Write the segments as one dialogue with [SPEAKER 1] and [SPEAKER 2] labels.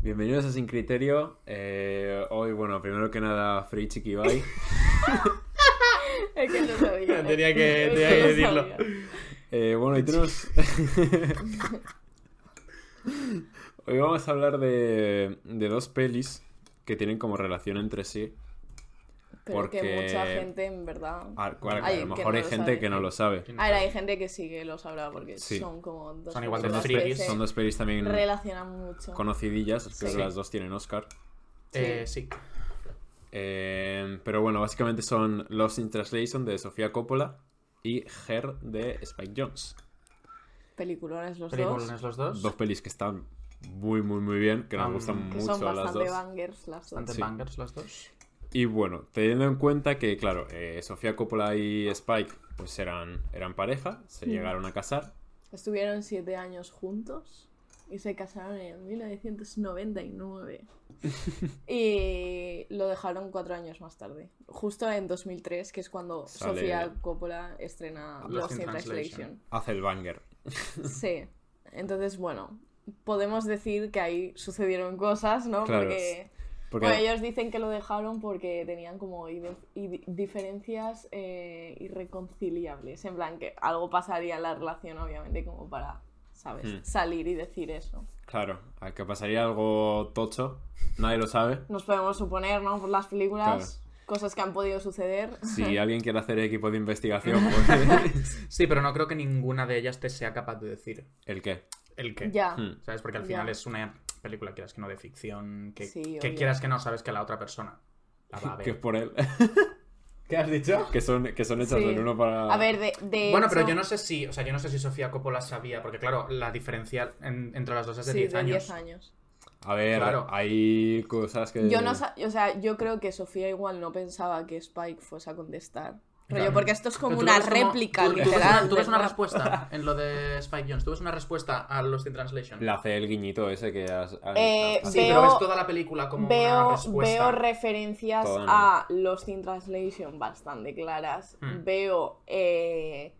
[SPEAKER 1] Bienvenidos a Sin Criterio. Eh, hoy, bueno, primero que nada, Free Chiqui Bye.
[SPEAKER 2] Es que no sabía.
[SPEAKER 3] Tenía que-
[SPEAKER 2] Es
[SPEAKER 3] tenía que
[SPEAKER 2] no
[SPEAKER 3] decirlo.
[SPEAKER 2] sabía.
[SPEAKER 1] Eh, bueno, y tenemos. Hoy vamos a hablar de, de dos pelis que tienen como relación entre sí.
[SPEAKER 2] Pero
[SPEAKER 1] Porque-
[SPEAKER 2] que mucha gente, en verdad.
[SPEAKER 3] Ah,
[SPEAKER 1] A, cual-
[SPEAKER 2] Hay
[SPEAKER 1] a lo
[SPEAKER 2] que
[SPEAKER 1] mejor
[SPEAKER 2] no
[SPEAKER 1] hay
[SPEAKER 2] lo
[SPEAKER 1] gente
[SPEAKER 2] sabe.
[SPEAKER 1] que no lo sabe.
[SPEAKER 2] A ver, hay gente que sí que lo sabrá porque
[SPEAKER 1] Sí.
[SPEAKER 2] son como dos
[SPEAKER 3] Son igual de
[SPEAKER 2] personas
[SPEAKER 3] frikis.
[SPEAKER 2] que se
[SPEAKER 1] Son dos pelis también
[SPEAKER 2] relacionan mucho.
[SPEAKER 1] conocidillas, creo
[SPEAKER 2] Sí.
[SPEAKER 1] que las dos tienen Oscar.
[SPEAKER 3] Eh, sí.
[SPEAKER 1] Eh, pero bueno, básicamente son Lost in Translation de Sofía Coppola y Her de Spike Jones.
[SPEAKER 2] Peliculones los dos.
[SPEAKER 3] Películas los dos.
[SPEAKER 1] Dos pelis que están muy, muy, muy bien, que nos
[SPEAKER 3] Ah,
[SPEAKER 1] gustan
[SPEAKER 2] Que son
[SPEAKER 1] mucho a las
[SPEAKER 2] bastante
[SPEAKER 1] dos.
[SPEAKER 2] bangers las dos.
[SPEAKER 3] Bastante
[SPEAKER 1] Sí.
[SPEAKER 3] bangers los dos.
[SPEAKER 1] Y bueno, teniendo en cuenta que, claro, eh, Sofía Coppola y Spike pues eran, eran pareja, se
[SPEAKER 2] Mm.
[SPEAKER 1] llegaron a casar.
[SPEAKER 2] Estuvieron siete años juntos y se casaron en 1999. y lo dejaron cuatro años más tarde. Justo en 2003, que es cuando
[SPEAKER 1] Sale-
[SPEAKER 2] Sofía Coppola estrena Lost in Translation.
[SPEAKER 1] Hace el banger.
[SPEAKER 2] Sí. Entonces, bueno, podemos decir que ahí sucedieron cosas, ¿no?
[SPEAKER 1] Claro,
[SPEAKER 2] Porque...
[SPEAKER 1] Porque
[SPEAKER 2] Bueno, ellos dicen que lo dejaron porque tenían como ide- ide- diferencias eh, irreconciliables. En plan, que algo pasaría en la relación, obviamente, como para, ¿sabes?
[SPEAKER 1] Hmm.
[SPEAKER 2] Salir y decir eso.
[SPEAKER 1] Claro, a que pasaría algo tocho, nadie lo sabe.
[SPEAKER 2] Nos podemos suponer, ¿no? Por las películas, cosas que han podido suceder.
[SPEAKER 1] Si alguien quiere hacer equipo de investigación, pues...
[SPEAKER 3] Sí, pero no creo que ninguna de ellas te sea capaz de decir
[SPEAKER 1] ¿El qué?
[SPEAKER 3] el qué.
[SPEAKER 2] Ya.
[SPEAKER 1] Hmm.
[SPEAKER 3] ¿Sabes? Porque al
[SPEAKER 2] Ya.
[SPEAKER 3] final es una película, quieras que no, de ficción, que,
[SPEAKER 2] Sí,
[SPEAKER 3] que
[SPEAKER 2] obvio.
[SPEAKER 3] quieras que no, sabes que la otra persona
[SPEAKER 2] ah,
[SPEAKER 3] la va a
[SPEAKER 1] Que es
[SPEAKER 3] ver.
[SPEAKER 1] por él.
[SPEAKER 3] ¿Qué has dicho?
[SPEAKER 1] que, son, que son hechas
[SPEAKER 2] Sí.
[SPEAKER 1] del uno para...
[SPEAKER 2] A ver, de. de
[SPEAKER 3] Eh, Bueno, pero
[SPEAKER 2] hecho-
[SPEAKER 3] yo no sé si, o sea, yo no sé si Sofía Coppola sabía, porque claro, la diferencia en- entre las dos es de
[SPEAKER 2] Sí,
[SPEAKER 3] 10
[SPEAKER 2] de
[SPEAKER 3] años.
[SPEAKER 2] 10 años.
[SPEAKER 1] A ver,
[SPEAKER 3] Claro.
[SPEAKER 1] hay cosas que...
[SPEAKER 2] Yo no sa- o sea, yo creo que Sofía igual no pensaba que Spike fuese a contestar. Rollo,
[SPEAKER 3] Claro.
[SPEAKER 2] porque esto es como
[SPEAKER 3] Pero tú
[SPEAKER 2] una
[SPEAKER 3] ves
[SPEAKER 2] réplica,
[SPEAKER 3] tú- tú ves una-
[SPEAKER 2] literal.
[SPEAKER 3] Tú ves una
[SPEAKER 2] ¿verdad?
[SPEAKER 3] respuesta en lo de Spike Jones, tú ves una respuesta a Lost in Translation.
[SPEAKER 1] Le hace el guiñito ese que has... has-
[SPEAKER 2] Eh,
[SPEAKER 1] has-
[SPEAKER 3] Sí,
[SPEAKER 2] Veo-
[SPEAKER 3] pero ves toda la película como una
[SPEAKER 2] Veo,
[SPEAKER 3] respuesta.
[SPEAKER 2] veo referencias
[SPEAKER 1] Todo en-
[SPEAKER 2] a Lost in Translation bastante claras.
[SPEAKER 3] Hmm.
[SPEAKER 2] Veo eh,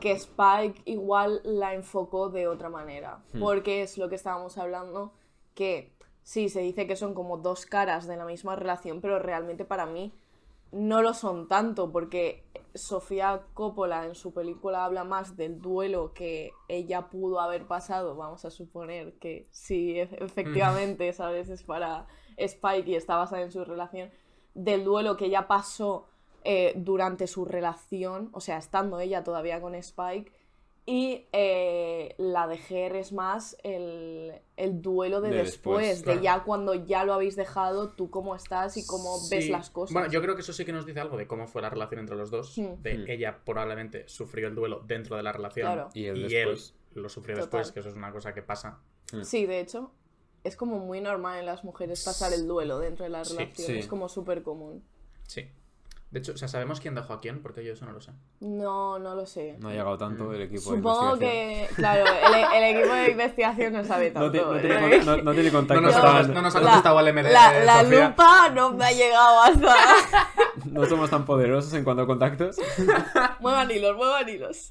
[SPEAKER 2] que Spike igual la enfocó de otra manera.
[SPEAKER 1] Hmm.
[SPEAKER 2] Porque es lo que estábamos hablando, que sí, se dice que son como dos caras de la misma relación, pero realmente para mí no lo son tanto, porque Sofía Coppola en su película habla más del duelo que ella pudo haber pasado, vamos a suponer que sí, e- efectivamente, ¿sabes? Es para Spike y está basada en su relación, del duelo que ella pasó eh, durante su relación, o sea, estando ella todavía con Spike, y eh, la de Ger es más el, el duelo de,
[SPEAKER 1] De
[SPEAKER 2] después,
[SPEAKER 1] después,
[SPEAKER 2] de
[SPEAKER 3] claro.
[SPEAKER 2] ya cuando ya lo habéis dejado, tú cómo estás y cómo ves
[SPEAKER 3] Sí.
[SPEAKER 2] las cosas.
[SPEAKER 3] Bueno, yo creo que eso sí que nos dice algo de cómo fue la relación entre los dos.
[SPEAKER 2] Mm.
[SPEAKER 3] De
[SPEAKER 1] Mm.
[SPEAKER 3] ella probablemente sufrió el duelo dentro de la relación
[SPEAKER 2] Claro.
[SPEAKER 1] Y
[SPEAKER 3] y,
[SPEAKER 1] él
[SPEAKER 3] él,
[SPEAKER 1] después.
[SPEAKER 3] lo sufrió
[SPEAKER 2] Total.
[SPEAKER 3] después, que eso es una cosa que pasa.
[SPEAKER 2] Sí, de hecho, es como muy normal en las mujeres pasar el duelo dentro de la
[SPEAKER 3] Sí,
[SPEAKER 2] relación,
[SPEAKER 1] sí.
[SPEAKER 2] es como súper común.
[SPEAKER 3] Sí. De hecho, o sea, sabemos quién dejó a quién, porque yo eso no lo sé.
[SPEAKER 2] No, no lo sé.
[SPEAKER 1] No ha llegado tanto el equipo de
[SPEAKER 2] Supongo
[SPEAKER 1] investigación.
[SPEAKER 2] que, claro, el, el equipo de investigación no sabe tanto.
[SPEAKER 1] No, ti- no
[SPEAKER 2] ¿eh?
[SPEAKER 1] tiene, con- no- no tiene
[SPEAKER 3] No
[SPEAKER 1] contacto
[SPEAKER 3] nos,
[SPEAKER 2] Yo-
[SPEAKER 3] ha,
[SPEAKER 1] tan-
[SPEAKER 3] no nos ha
[SPEAKER 2] La-
[SPEAKER 3] contestado el MD.
[SPEAKER 2] La, la
[SPEAKER 3] eh, Sofía.
[SPEAKER 2] lupa no me ha llegado hasta.
[SPEAKER 1] no somos tan poderosos en cuanto a contactos.
[SPEAKER 2] muevan hilos, muevan hilos.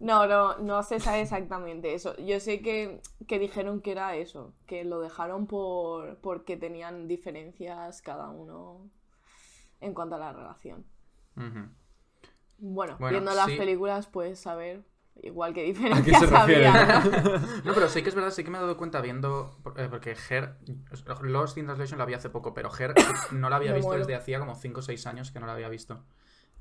[SPEAKER 2] No, no, no se sabe exactamente eso. Yo sé que, que dijeron que era eso, que lo dejaron por porque tenían diferencias cada uno en cuanto a la relación.
[SPEAKER 3] Ujú.
[SPEAKER 2] Bueno,
[SPEAKER 3] Bueno,
[SPEAKER 2] viendo las
[SPEAKER 3] sí.
[SPEAKER 2] películas, pues saber igual que
[SPEAKER 1] ¿A qué se
[SPEAKER 2] diferencias
[SPEAKER 1] refiere?
[SPEAKER 2] había, ¿no?
[SPEAKER 3] No, pero sí que es verdad, sí que me he dado cuenta viendo. eh, Porque Her. Lost in Translation la vi hace poco, pero Her no la había
[SPEAKER 2] Me
[SPEAKER 3] visto
[SPEAKER 2] muero.
[SPEAKER 3] desde hacía como 5 o 6 años que no la había visto.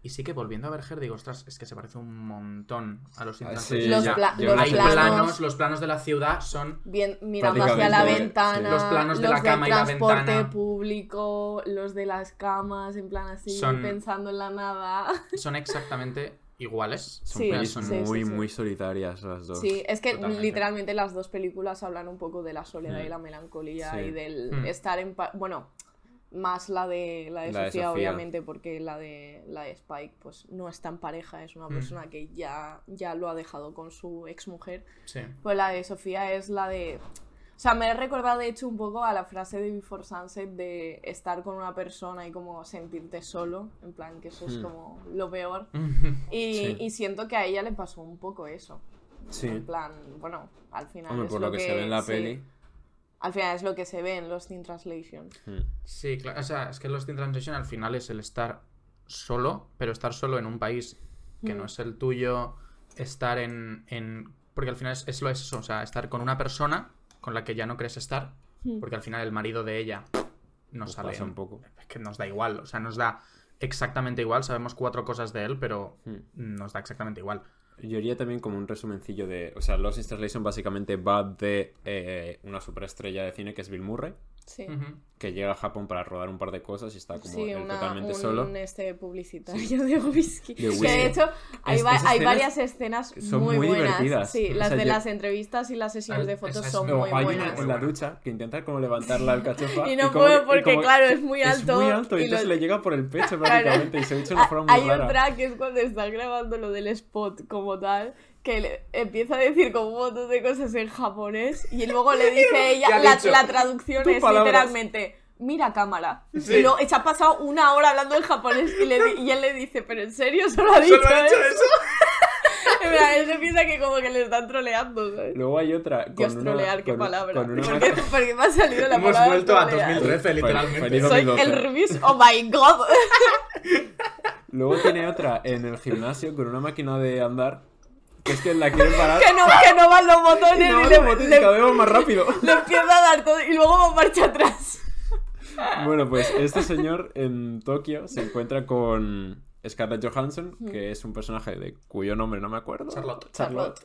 [SPEAKER 3] Y sí que volviendo a ver Her digo, ostras, es que se parece un montón a Lost in
[SPEAKER 1] Ah, sí,
[SPEAKER 3] Translation.
[SPEAKER 2] Los
[SPEAKER 3] Ya,
[SPEAKER 2] pla-
[SPEAKER 1] yo
[SPEAKER 2] los
[SPEAKER 1] lo
[SPEAKER 3] Hay
[SPEAKER 1] sé.
[SPEAKER 2] planos.
[SPEAKER 3] planos, los planos de la ciudad son.
[SPEAKER 2] Bien, mirando hacia la
[SPEAKER 1] Prácticamente,
[SPEAKER 2] ventana,
[SPEAKER 1] sí.
[SPEAKER 3] Los planos de
[SPEAKER 2] los
[SPEAKER 3] la
[SPEAKER 2] del
[SPEAKER 3] cama y la
[SPEAKER 2] transporte
[SPEAKER 3] ventana.
[SPEAKER 2] público, los de las camas, en plan así,
[SPEAKER 3] Son-
[SPEAKER 2] pensando en la nada.
[SPEAKER 3] son exactamente iguales.
[SPEAKER 1] Son
[SPEAKER 2] Sí,
[SPEAKER 1] pelis
[SPEAKER 3] sí,
[SPEAKER 1] muy,
[SPEAKER 2] sí, sí.
[SPEAKER 1] muy solitarias las dos.
[SPEAKER 2] Sí, es que
[SPEAKER 3] Totalmente.
[SPEAKER 2] literalmente las dos películas hablan un poco de la soledad
[SPEAKER 1] Mm.
[SPEAKER 2] y la melancolía
[SPEAKER 1] Sí.
[SPEAKER 2] y del
[SPEAKER 3] Mm.
[SPEAKER 2] estar en paz. Bueno, más la de, la de
[SPEAKER 1] La de
[SPEAKER 2] Sofía,
[SPEAKER 1] Sofía.
[SPEAKER 2] obviamente, porque la de, la de Spike pues no está en pareja, es una
[SPEAKER 3] Mm.
[SPEAKER 2] persona que ya, ya lo ha dejado con su exmujer.
[SPEAKER 3] Sí.
[SPEAKER 2] Pues la de Sofía es la de. O sea, me he recordado de hecho un poco a la frase de Before Sunset de estar con una persona y como sentirte solo, en plan que eso es
[SPEAKER 1] Mm.
[SPEAKER 2] como lo peor. Y,
[SPEAKER 1] Sí.
[SPEAKER 2] y siento que a ella le pasó un poco eso.
[SPEAKER 1] Sí.
[SPEAKER 2] En plan, bueno, al final
[SPEAKER 1] Hombre,
[SPEAKER 2] es
[SPEAKER 1] por lo que, se ve en la
[SPEAKER 2] sí,
[SPEAKER 1] peli.
[SPEAKER 2] Al final es lo que se ve en Lost in Translation.
[SPEAKER 1] Hmm.
[SPEAKER 3] Sí, claro. O sea, es que Lost in Translation al final es el estar solo, pero estar solo en un país que no
[SPEAKER 2] Mm.
[SPEAKER 3] es el tuyo, estar en. en- Porque al final es, es lo es eso, o sea, estar con una persona con la que ya no crees estar,
[SPEAKER 2] Hmm.
[SPEAKER 3] porque al final el marido de ella nos
[SPEAKER 1] Pues
[SPEAKER 3] sale.
[SPEAKER 1] pasa un poco.
[SPEAKER 3] Es que nos da igual, o sea, nos da exactamente igual. Sabemos cuatro cosas de él, pero
[SPEAKER 1] Hmm.
[SPEAKER 3] nos da exactamente igual.
[SPEAKER 1] Yo haría también como un resumencillo de. O sea, Lost in Translation básicamente va de eh, una superestrella de cine que es Bill Murray,
[SPEAKER 2] Sí.
[SPEAKER 3] Ujú.
[SPEAKER 1] que llega a Japón para rodar un par de cosas y está como
[SPEAKER 2] Sí,
[SPEAKER 1] él
[SPEAKER 2] una-
[SPEAKER 1] totalmente
[SPEAKER 2] un
[SPEAKER 1] solo.
[SPEAKER 2] este publicitario de whisky.
[SPEAKER 1] De
[SPEAKER 2] Que
[SPEAKER 1] whisky.
[SPEAKER 2] de hecho hay,
[SPEAKER 1] Es-
[SPEAKER 2] va-
[SPEAKER 1] esas
[SPEAKER 2] hay
[SPEAKER 1] escenas
[SPEAKER 2] varias escenas
[SPEAKER 1] que son
[SPEAKER 2] muy,
[SPEAKER 1] muy
[SPEAKER 2] buenas.
[SPEAKER 1] divertidas.
[SPEAKER 2] Sí,
[SPEAKER 1] O
[SPEAKER 2] las
[SPEAKER 1] sea,
[SPEAKER 2] de
[SPEAKER 1] yo-
[SPEAKER 2] las entrevistas y las sesiones de
[SPEAKER 3] Esa
[SPEAKER 2] fotos
[SPEAKER 3] es-
[SPEAKER 2] son
[SPEAKER 3] no,
[SPEAKER 2] muy
[SPEAKER 1] hay una
[SPEAKER 2] buenas.
[SPEAKER 1] en la ducha que intenta como levantar la alcachofa.
[SPEAKER 2] Y no
[SPEAKER 1] como-
[SPEAKER 2] puedo
[SPEAKER 1] y
[SPEAKER 2] porque,
[SPEAKER 1] como-
[SPEAKER 2] claro, es muy alto.
[SPEAKER 1] Es muy alto y,
[SPEAKER 2] y lo-
[SPEAKER 1] entonces le llega por el pecho prácticamente y se echa una forma
[SPEAKER 2] Ah, hay
[SPEAKER 1] muy rara.
[SPEAKER 2] un track que es cuando están grabando lo del spot como tal, que le empieza a decir como un montón de cosas en japonés y luego le dice
[SPEAKER 3] ¿Qué
[SPEAKER 2] ella,
[SPEAKER 3] ha
[SPEAKER 2] la,
[SPEAKER 3] dicho?
[SPEAKER 2] la traducción
[SPEAKER 1] Tú
[SPEAKER 2] es
[SPEAKER 1] palabras.
[SPEAKER 2] literalmente, mira a cámara.
[SPEAKER 3] Sí.
[SPEAKER 2] Y luego se ha pasado una hora hablando en japonés y, le di- y él le dice, pero en serio, solo ha dicho eso. En verdad, él se piensa que como que le están troleando, ¿sabes?
[SPEAKER 1] Luego hay otra. Con
[SPEAKER 2] Dios,
[SPEAKER 1] una,
[SPEAKER 2] trolear, qué
[SPEAKER 1] con-
[SPEAKER 2] palabra.
[SPEAKER 1] con una
[SPEAKER 2] ¿Por, qué,
[SPEAKER 1] máscara-
[SPEAKER 2] por qué me ha salido la
[SPEAKER 3] Hemos
[SPEAKER 2] palabra
[SPEAKER 3] vuelto a
[SPEAKER 2] trolear?
[SPEAKER 3] 2013,
[SPEAKER 1] Feliz
[SPEAKER 3] literalmente.
[SPEAKER 1] dos-
[SPEAKER 2] Soy
[SPEAKER 1] 2012.
[SPEAKER 2] el Rubis, oh my god.
[SPEAKER 1] Luego tiene otra en el gimnasio con una máquina de andar que es que la quiere parar.
[SPEAKER 2] que no, que no van los
[SPEAKER 1] y
[SPEAKER 2] botones
[SPEAKER 1] no,
[SPEAKER 2] y
[SPEAKER 1] no,
[SPEAKER 2] le,
[SPEAKER 1] botín,
[SPEAKER 2] le-
[SPEAKER 1] cada vez va más rápido.
[SPEAKER 2] le empieza a dar todo y luego va marcha atrás.
[SPEAKER 1] Bueno, pues este señor en Tokio se encuentra con Scarlett Johansson, que es un personaje de cuyo nombre no me acuerdo.
[SPEAKER 3] Charlotte.
[SPEAKER 1] Charlotte.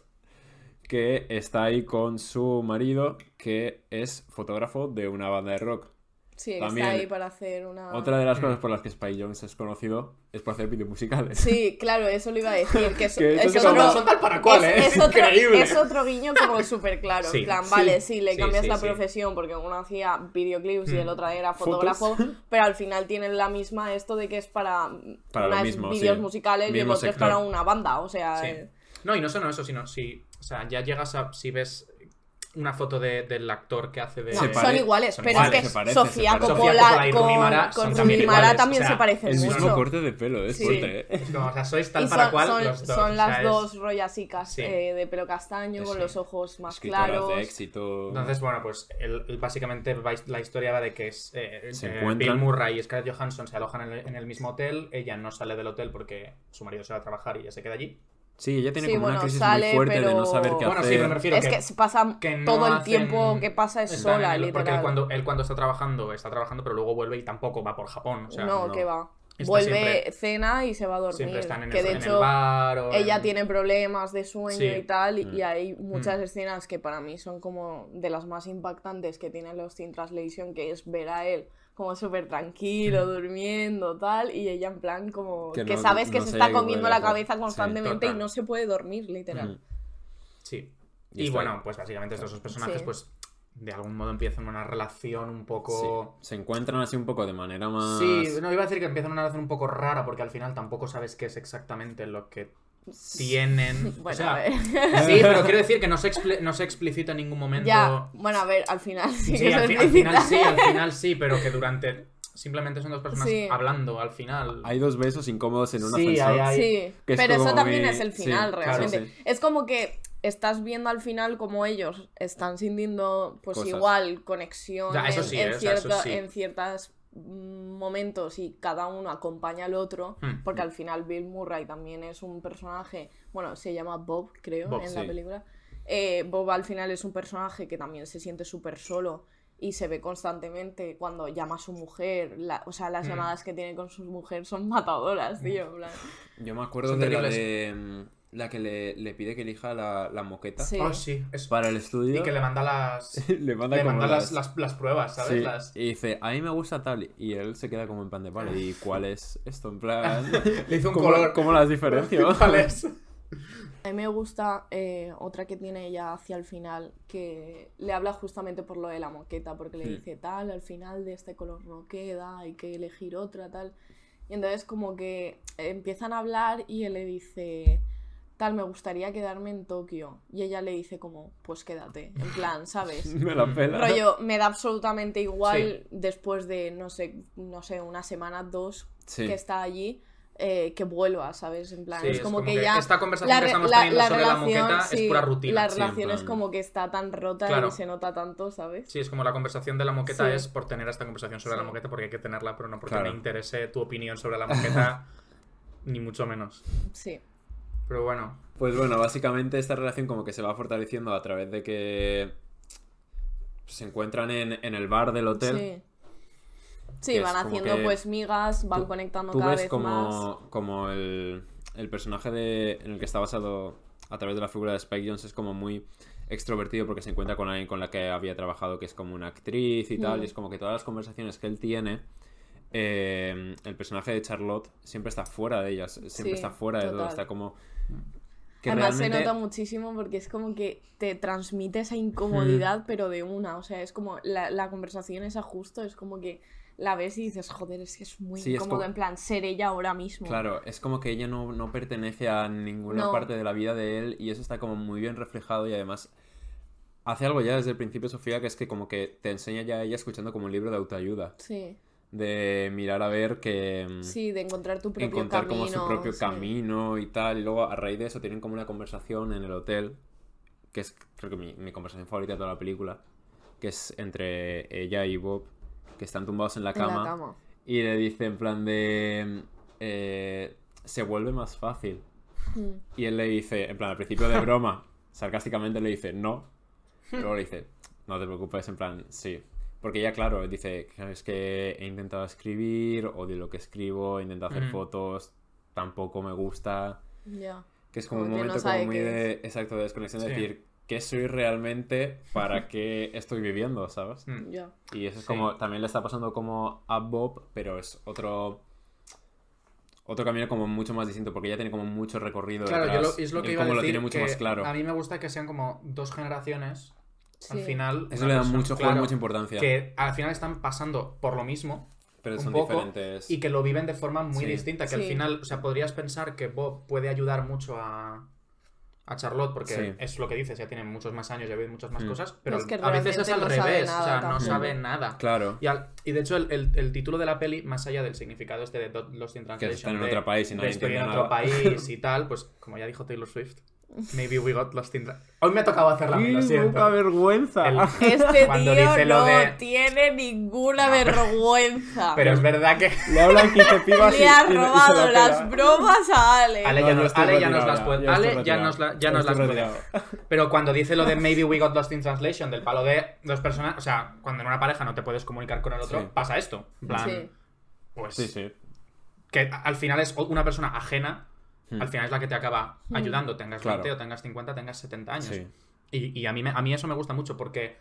[SPEAKER 1] Que está ahí con su marido, que es fotógrafo de una banda de rock.
[SPEAKER 2] Sí,
[SPEAKER 1] está También. ahí
[SPEAKER 2] para hacer una...
[SPEAKER 1] Otra de las cosas por las que Spy Jones es conocido es por hacer videos musicales.
[SPEAKER 2] Sí, claro, eso lo iba a decir, que es,
[SPEAKER 1] Que esto
[SPEAKER 2] es
[SPEAKER 1] se
[SPEAKER 2] otro...
[SPEAKER 1] llama-
[SPEAKER 3] son tal para cual, ¿eh? Es
[SPEAKER 2] otro,
[SPEAKER 3] increíble.
[SPEAKER 2] es otro guiño como súper claro,
[SPEAKER 3] Sí.
[SPEAKER 2] en plan,
[SPEAKER 3] Sí.
[SPEAKER 2] vale, sí, le
[SPEAKER 3] Sí,
[SPEAKER 2] cambias
[SPEAKER 3] sí,
[SPEAKER 2] la
[SPEAKER 3] sí.
[SPEAKER 2] profesión porque uno hacía videoclips y
[SPEAKER 3] Hmm.
[SPEAKER 2] el otro era
[SPEAKER 1] Fotos.
[SPEAKER 2] fotógrafo, pero al final tienen la misma esto de que es para,
[SPEAKER 1] Para lo
[SPEAKER 2] unas
[SPEAKER 1] mismo,
[SPEAKER 2] videos
[SPEAKER 1] sí.
[SPEAKER 2] musicales y el
[SPEAKER 1] Mismo
[SPEAKER 2] otro es
[SPEAKER 1] sector.
[SPEAKER 2] para una banda, o sea...
[SPEAKER 3] Sí.
[SPEAKER 2] eh,
[SPEAKER 3] No, y no solo eso, sino si, o sea, ya llegas a, si ves una foto de- del actor que hace de...
[SPEAKER 2] no,
[SPEAKER 1] Se
[SPEAKER 2] son
[SPEAKER 1] pare-
[SPEAKER 2] iguales,
[SPEAKER 3] son
[SPEAKER 2] pero
[SPEAKER 3] iguales,
[SPEAKER 2] es que
[SPEAKER 1] se parece,
[SPEAKER 2] Sofía,
[SPEAKER 1] se parece.
[SPEAKER 2] Coppola
[SPEAKER 3] Sofía Coppola y
[SPEAKER 2] con,
[SPEAKER 3] Rumi Mara
[SPEAKER 2] con
[SPEAKER 3] son
[SPEAKER 2] Rumi
[SPEAKER 3] también
[SPEAKER 2] Mara
[SPEAKER 3] iguales,
[SPEAKER 2] también
[SPEAKER 3] o sea,
[SPEAKER 2] se parecen
[SPEAKER 1] El
[SPEAKER 2] mucho.
[SPEAKER 1] mismo corte de pelo, es
[SPEAKER 2] Sí.
[SPEAKER 1] fuerte, ¿eh?
[SPEAKER 3] No, o sea, sois
[SPEAKER 2] Y
[SPEAKER 3] tal
[SPEAKER 2] son,
[SPEAKER 3] para cual
[SPEAKER 2] son-
[SPEAKER 3] los dos.
[SPEAKER 2] son
[SPEAKER 3] o sea,
[SPEAKER 2] las
[SPEAKER 3] es-
[SPEAKER 2] dos royasicas
[SPEAKER 3] Sí.
[SPEAKER 2] eh, de pelo castaño,
[SPEAKER 3] Sí,
[SPEAKER 2] con
[SPEAKER 3] sí.
[SPEAKER 2] los ojos más
[SPEAKER 1] Escritoras
[SPEAKER 2] claros.
[SPEAKER 1] de éxito.
[SPEAKER 3] Entonces, bueno, pues el, el- básicamente va- la historia va de que es, eh,
[SPEAKER 1] Se
[SPEAKER 3] eh,
[SPEAKER 1] encuentran.
[SPEAKER 3] Bill Murray y Scarlett Johansson se alojan en el, en el mismo hotel, ella no sale del hotel porque su marido se va a trabajar y ella se queda allí.
[SPEAKER 1] Sí, ella tiene
[SPEAKER 2] Sí,
[SPEAKER 1] como
[SPEAKER 2] bueno,
[SPEAKER 1] una crisis
[SPEAKER 2] sale,
[SPEAKER 1] muy fuerte de no
[SPEAKER 2] pero-
[SPEAKER 1] saber qué
[SPEAKER 3] Bueno,
[SPEAKER 1] hacer.
[SPEAKER 3] sí, pero me refiero
[SPEAKER 2] es
[SPEAKER 3] que...
[SPEAKER 2] que, se pasa
[SPEAKER 3] que no
[SPEAKER 2] todo el
[SPEAKER 3] hacen-
[SPEAKER 2] tiempo que pasa es
[SPEAKER 3] están en
[SPEAKER 2] sola,
[SPEAKER 3] el- Porque
[SPEAKER 2] literal.
[SPEAKER 3] él cuando, él cuando está trabajando, está trabajando, pero luego vuelve y tampoco va por Japón. O sea,
[SPEAKER 2] no,
[SPEAKER 1] no.
[SPEAKER 2] que va.
[SPEAKER 3] Está
[SPEAKER 2] Vuelve,
[SPEAKER 3] siempre-
[SPEAKER 2] cena y se va a dormir.
[SPEAKER 3] siempre están en el,
[SPEAKER 2] que de
[SPEAKER 3] en el
[SPEAKER 2] hecho,
[SPEAKER 3] bar o
[SPEAKER 2] ella
[SPEAKER 3] en-
[SPEAKER 2] tiene problemas de sueño
[SPEAKER 3] Sí.
[SPEAKER 2] y tal. y-
[SPEAKER 1] Mm.
[SPEAKER 2] Y hay muchas escenas que para mí son como de las más impactantes que tiene los Teen Translation, que es ver a él como súper tranquilo,
[SPEAKER 3] Mm.
[SPEAKER 2] durmiendo, tal. Y ella, en plan, como
[SPEAKER 1] Que
[SPEAKER 2] que,
[SPEAKER 1] no-
[SPEAKER 2] sabes que
[SPEAKER 1] no
[SPEAKER 2] se
[SPEAKER 1] sé
[SPEAKER 2] está
[SPEAKER 1] qué
[SPEAKER 2] comiendo
[SPEAKER 1] puede
[SPEAKER 2] la
[SPEAKER 1] hacer.
[SPEAKER 2] cabeza
[SPEAKER 1] Sí,
[SPEAKER 2] constantemente y
[SPEAKER 3] total.
[SPEAKER 2] no se puede dormir, literal.
[SPEAKER 1] Mm.
[SPEAKER 3] Sí.
[SPEAKER 1] Y
[SPEAKER 3] Y,
[SPEAKER 1] está
[SPEAKER 3] bueno,
[SPEAKER 1] ahí.
[SPEAKER 3] pues básicamente estos dos personajes,
[SPEAKER 2] Sí.
[SPEAKER 3] pues de algún modo empiezan una relación un poco.
[SPEAKER 1] Sí, Se encuentran así un poco de manera más.
[SPEAKER 3] Sí, no iba a decir que empiezan una relación un poco rara porque al final tampoco sabes qué es exactamente lo que tienen. O
[SPEAKER 2] Bueno,
[SPEAKER 3] sea,
[SPEAKER 2] a ver.
[SPEAKER 3] Sí, pero quiero decir que no se, expli- no se explicita en ningún momento.
[SPEAKER 2] Ya, bueno, a ver, al final sí,
[SPEAKER 3] Sí,
[SPEAKER 2] que
[SPEAKER 3] al,
[SPEAKER 2] se
[SPEAKER 3] fi- al final
[SPEAKER 2] explicita.
[SPEAKER 3] sí, al final sí, pero que durante. Simplemente son dos personas
[SPEAKER 2] Sí.
[SPEAKER 3] hablando al final.
[SPEAKER 1] Hay dos besos incómodos en un
[SPEAKER 3] Sí,
[SPEAKER 1] ascensor.
[SPEAKER 3] hay- hay-
[SPEAKER 2] Sí,
[SPEAKER 1] que es
[SPEAKER 2] pero
[SPEAKER 1] como
[SPEAKER 2] eso también
[SPEAKER 1] muy-
[SPEAKER 2] es el
[SPEAKER 1] sí,
[SPEAKER 2] final,
[SPEAKER 1] claro,
[SPEAKER 2] realmente.
[SPEAKER 1] sí.
[SPEAKER 2] Es como que estás viendo al final como ellos están sintiendo, pues
[SPEAKER 1] Cosas.
[SPEAKER 2] igual, conexión
[SPEAKER 3] Ya, eso
[SPEAKER 2] en,
[SPEAKER 3] sí,
[SPEAKER 2] en
[SPEAKER 3] eh, o sea, eso
[SPEAKER 2] cierta-
[SPEAKER 3] sí.
[SPEAKER 2] en ciertos momentos y cada uno acompaña al otro,
[SPEAKER 3] Hmm.
[SPEAKER 2] porque al final Bill Murray también es un personaje, bueno, se llama Bob, creo,
[SPEAKER 3] Bob,
[SPEAKER 2] en la
[SPEAKER 1] sí.
[SPEAKER 2] película. Eh, Bob al final es un personaje que también se siente súper solo y se ve constantemente cuando llama a su mujer, la- o sea, las
[SPEAKER 3] Hmm.
[SPEAKER 2] llamadas que tiene con su mujer son matadoras, tío. en plan.
[SPEAKER 1] Yo me acuerdo
[SPEAKER 3] Son
[SPEAKER 1] de la
[SPEAKER 3] terribles.
[SPEAKER 1] de. mm, La que le, le pide que elija la, la moqueta
[SPEAKER 2] Sí.
[SPEAKER 3] Oh, sí, es-
[SPEAKER 1] para el estudio.
[SPEAKER 3] Y que le manda las.
[SPEAKER 1] le manda
[SPEAKER 3] le
[SPEAKER 1] como
[SPEAKER 3] manda las,
[SPEAKER 1] las-
[SPEAKER 3] las, las pruebas, ¿sabes?
[SPEAKER 1] Sí,
[SPEAKER 3] Las-
[SPEAKER 1] Y dice, a mí me gusta tal. Y él se queda como en plan de, vale, ¿y cuál es esto? En plan.
[SPEAKER 3] Le hizo un
[SPEAKER 1] ¿Cómo,
[SPEAKER 3] color.
[SPEAKER 1] ¿Cómo las diferencio?
[SPEAKER 3] ¿Cuál es?
[SPEAKER 2] A mí me gusta eh, otra que tiene ella hacia el final, que le habla justamente por lo de la moqueta, porque le
[SPEAKER 1] Mm.
[SPEAKER 2] dice tal, al final de este color no queda, hay que elegir otra, tal. Y entonces como que empiezan a hablar y él le dice, tal, me gustaría quedarme en Tokio. Y ella le dice como, pues quédate, en plan, ¿sabes?
[SPEAKER 1] me la pela.
[SPEAKER 2] Rollo, me da absolutamente igual después de, no sé, no sé, una semana, dos,
[SPEAKER 1] Sí.
[SPEAKER 2] que está allí. eh, que vuelva, ¿sabes? En plan,
[SPEAKER 3] Sí,
[SPEAKER 2] es, como, que, ya...
[SPEAKER 3] Esta conversación que
[SPEAKER 2] re-
[SPEAKER 3] estamos teniendo sobre la moqueta
[SPEAKER 2] sí,
[SPEAKER 3] es pura rutina.
[SPEAKER 2] La
[SPEAKER 1] sí, en
[SPEAKER 2] relación es
[SPEAKER 1] plan-
[SPEAKER 2] como que está tan rota
[SPEAKER 3] Claro.
[SPEAKER 2] y se nota tanto, ¿sabes?
[SPEAKER 3] Sí, es como la conversación de la moqueta
[SPEAKER 2] Sí.
[SPEAKER 3] es por tener esta conversación sobre la
[SPEAKER 2] Sí.
[SPEAKER 3] moqueta porque hay que tenerla, pero no porque
[SPEAKER 1] Claro.
[SPEAKER 3] me interese tu opinión sobre la moqueta, ni mucho menos.
[SPEAKER 2] Sí.
[SPEAKER 3] Pero bueno,
[SPEAKER 1] Pues bueno, básicamente esta relación como que se va fortaleciendo a través de que se encuentran en, en el bar del hotel.
[SPEAKER 2] Sí.
[SPEAKER 1] Que
[SPEAKER 2] Sí,
[SPEAKER 1] es
[SPEAKER 2] van
[SPEAKER 1] como
[SPEAKER 2] haciendo
[SPEAKER 1] que
[SPEAKER 2] pues migas, van
[SPEAKER 1] tú-
[SPEAKER 2] conectando
[SPEAKER 1] Tú
[SPEAKER 2] cada
[SPEAKER 1] ves
[SPEAKER 2] vez más.
[SPEAKER 1] como, como el, el personaje de, en el que está basado a través de la figura de Spike Jones es como muy extrovertido porque se encuentra con alguien con la que había trabajado que es como una actriz y tal,
[SPEAKER 2] Mm.
[SPEAKER 1] y es como que todas las conversaciones que él tiene, eh, el personaje de Charlotte siempre está fuera de ellas, siempre
[SPEAKER 2] Sí,
[SPEAKER 1] está fuera de todo,
[SPEAKER 2] total.
[SPEAKER 1] está como...
[SPEAKER 2] Además se
[SPEAKER 1] realmente- Hmm.
[SPEAKER 2] nota muchísimo porque es como que te transmite esa incomodidad, pero de una. O sea, es como la, la conversación es a justo, es como que la ves y dices, joder, es que es muy
[SPEAKER 1] Sí, es
[SPEAKER 2] incómodo,
[SPEAKER 1] como-
[SPEAKER 2] en plan, ser ella ahora mismo.
[SPEAKER 1] Claro, es como que ella no, no pertenece a ninguna
[SPEAKER 2] No.
[SPEAKER 1] parte de la vida de él y eso está como muy bien reflejado y además hace algo ya desde el principio, Sofía, que es que como que te enseña ya ella escuchando como un libro de autoayuda,
[SPEAKER 2] Sí,
[SPEAKER 1] de mirar a ver que mm,
[SPEAKER 2] sí, de encontrar tu propio
[SPEAKER 1] encontrar
[SPEAKER 2] camino.
[SPEAKER 1] como su propio
[SPEAKER 2] sí.
[SPEAKER 1] camino y tal, y luego a raíz de eso tienen como una conversación en el hotel, que es creo que mi, mi conversación favorita de toda la película, que es entre ella y Bob, que están tumbados en la
[SPEAKER 2] En la
[SPEAKER 1] cama.
[SPEAKER 2] cama.
[SPEAKER 1] Y le dice en plan de... eh, se vuelve más fácil.
[SPEAKER 2] Mm.
[SPEAKER 1] Y él le dice, en plan, al principio de broma, sarcásticamente le dice, no. Luego le dice, no te preocupes, en plan, sí. Porque ella, claro, dice, es que he intentado escribir, odio lo que escribo, he intentado hacer
[SPEAKER 3] Mm.
[SPEAKER 1] fotos, tampoco me gusta.
[SPEAKER 2] Ya.
[SPEAKER 1] Que es como,
[SPEAKER 2] Como
[SPEAKER 1] un
[SPEAKER 2] que no
[SPEAKER 1] momento como
[SPEAKER 2] sabe
[SPEAKER 1] muy
[SPEAKER 2] qué
[SPEAKER 1] de, exacto, de desconexión, de
[SPEAKER 3] Sí.
[SPEAKER 1] decir, ¿qué soy realmente? ¿Para qué estoy viviendo? ¿Sabes?
[SPEAKER 3] mm,
[SPEAKER 2] Ya.
[SPEAKER 1] Y eso es
[SPEAKER 3] Sí.
[SPEAKER 1] como, también le está pasando como a Bob, pero es otro otro camino como mucho más distinto, porque ya tiene como mucho recorrido
[SPEAKER 3] claro, yo
[SPEAKER 1] detrás.
[SPEAKER 3] lo, es lo que
[SPEAKER 1] Él
[SPEAKER 3] iba a
[SPEAKER 1] como
[SPEAKER 3] decir.
[SPEAKER 1] lo tiene mucho
[SPEAKER 3] que
[SPEAKER 1] más claro.
[SPEAKER 3] A mí me gusta que sean como dos generaciones. Al
[SPEAKER 2] Sí.
[SPEAKER 3] final.
[SPEAKER 1] Eso
[SPEAKER 3] una
[SPEAKER 1] le da
[SPEAKER 3] persona-
[SPEAKER 1] mucho
[SPEAKER 3] claro,
[SPEAKER 1] juego, mucha importancia,
[SPEAKER 3] Que al final están pasando por lo mismo
[SPEAKER 1] pero
[SPEAKER 3] un
[SPEAKER 1] son
[SPEAKER 3] poco,
[SPEAKER 1] diferentes.
[SPEAKER 3] y que lo viven de forma muy
[SPEAKER 1] Sí.
[SPEAKER 3] distinta. Que al
[SPEAKER 2] Sí.
[SPEAKER 3] final, o sea, podrías pensar que Bob puede ayudar mucho a, a Charlotte porque
[SPEAKER 1] Sí.
[SPEAKER 3] es lo que dices, ya tienen muchos más años, ya viven muchas más
[SPEAKER 1] Mm.
[SPEAKER 3] cosas, pero
[SPEAKER 2] Es que
[SPEAKER 3] a veces es
[SPEAKER 2] realmente
[SPEAKER 3] al
[SPEAKER 2] no sabe
[SPEAKER 3] revés,
[SPEAKER 2] nada
[SPEAKER 3] o sea, no
[SPEAKER 2] tampoco.
[SPEAKER 3] sabe nada.
[SPEAKER 1] Claro,
[SPEAKER 3] Y, al- y de hecho, el, el- el título de la peli, más allá del significado este de Do- Lost in
[SPEAKER 1] que
[SPEAKER 3] Translation,
[SPEAKER 1] están en
[SPEAKER 3] de-
[SPEAKER 1] otro país y
[SPEAKER 3] de
[SPEAKER 1] nadie
[SPEAKER 3] estoy
[SPEAKER 1] entiende
[SPEAKER 3] en
[SPEAKER 1] nada.
[SPEAKER 3] otro país y tal, pues como ya dijo Taylor Swift, maybe we got lost in... Tra- Hoy me ha tocado hacerla, a mí, lo siento.
[SPEAKER 1] vergüenza!
[SPEAKER 3] El-
[SPEAKER 2] Este
[SPEAKER 3] Cuando
[SPEAKER 2] tío
[SPEAKER 3] dice lo
[SPEAKER 2] no
[SPEAKER 3] de-
[SPEAKER 2] tiene ninguna
[SPEAKER 3] No.
[SPEAKER 2] vergüenza.
[SPEAKER 3] Pero es verdad que
[SPEAKER 1] Le hablan 15 pibas
[SPEAKER 2] Le ha robado las bromas a Ale.
[SPEAKER 3] Ale
[SPEAKER 1] No,
[SPEAKER 3] ya,
[SPEAKER 1] yo
[SPEAKER 3] no-
[SPEAKER 1] estoy
[SPEAKER 3] Ale ya nos
[SPEAKER 1] retirado
[SPEAKER 3] las
[SPEAKER 1] ya,
[SPEAKER 3] puede...
[SPEAKER 1] yo estoy
[SPEAKER 3] Ale ya
[SPEAKER 1] retirado.
[SPEAKER 3] nos, la- ya
[SPEAKER 1] Yo
[SPEAKER 3] nos las
[SPEAKER 1] estoy
[SPEAKER 3] puede... Pero cuando dice lo de maybe we got lost in translation, del palo de dos personas, o sea, cuando en una pareja no te puedes comunicar con el otro,
[SPEAKER 1] Sí.
[SPEAKER 3] pasa esto. En plan,
[SPEAKER 2] Sí.
[SPEAKER 3] pues
[SPEAKER 1] Sí, sí.
[SPEAKER 3] que a- al final es o- una persona ajena,
[SPEAKER 1] Hmm.
[SPEAKER 3] al final es la que te acaba
[SPEAKER 2] Hmm.
[SPEAKER 3] ayudando, tengas
[SPEAKER 1] Claro.
[SPEAKER 3] 20 o tengas 50, tengas 70 años.
[SPEAKER 1] Sí.
[SPEAKER 3] Y, y a, mí me- a mí eso me gusta mucho porque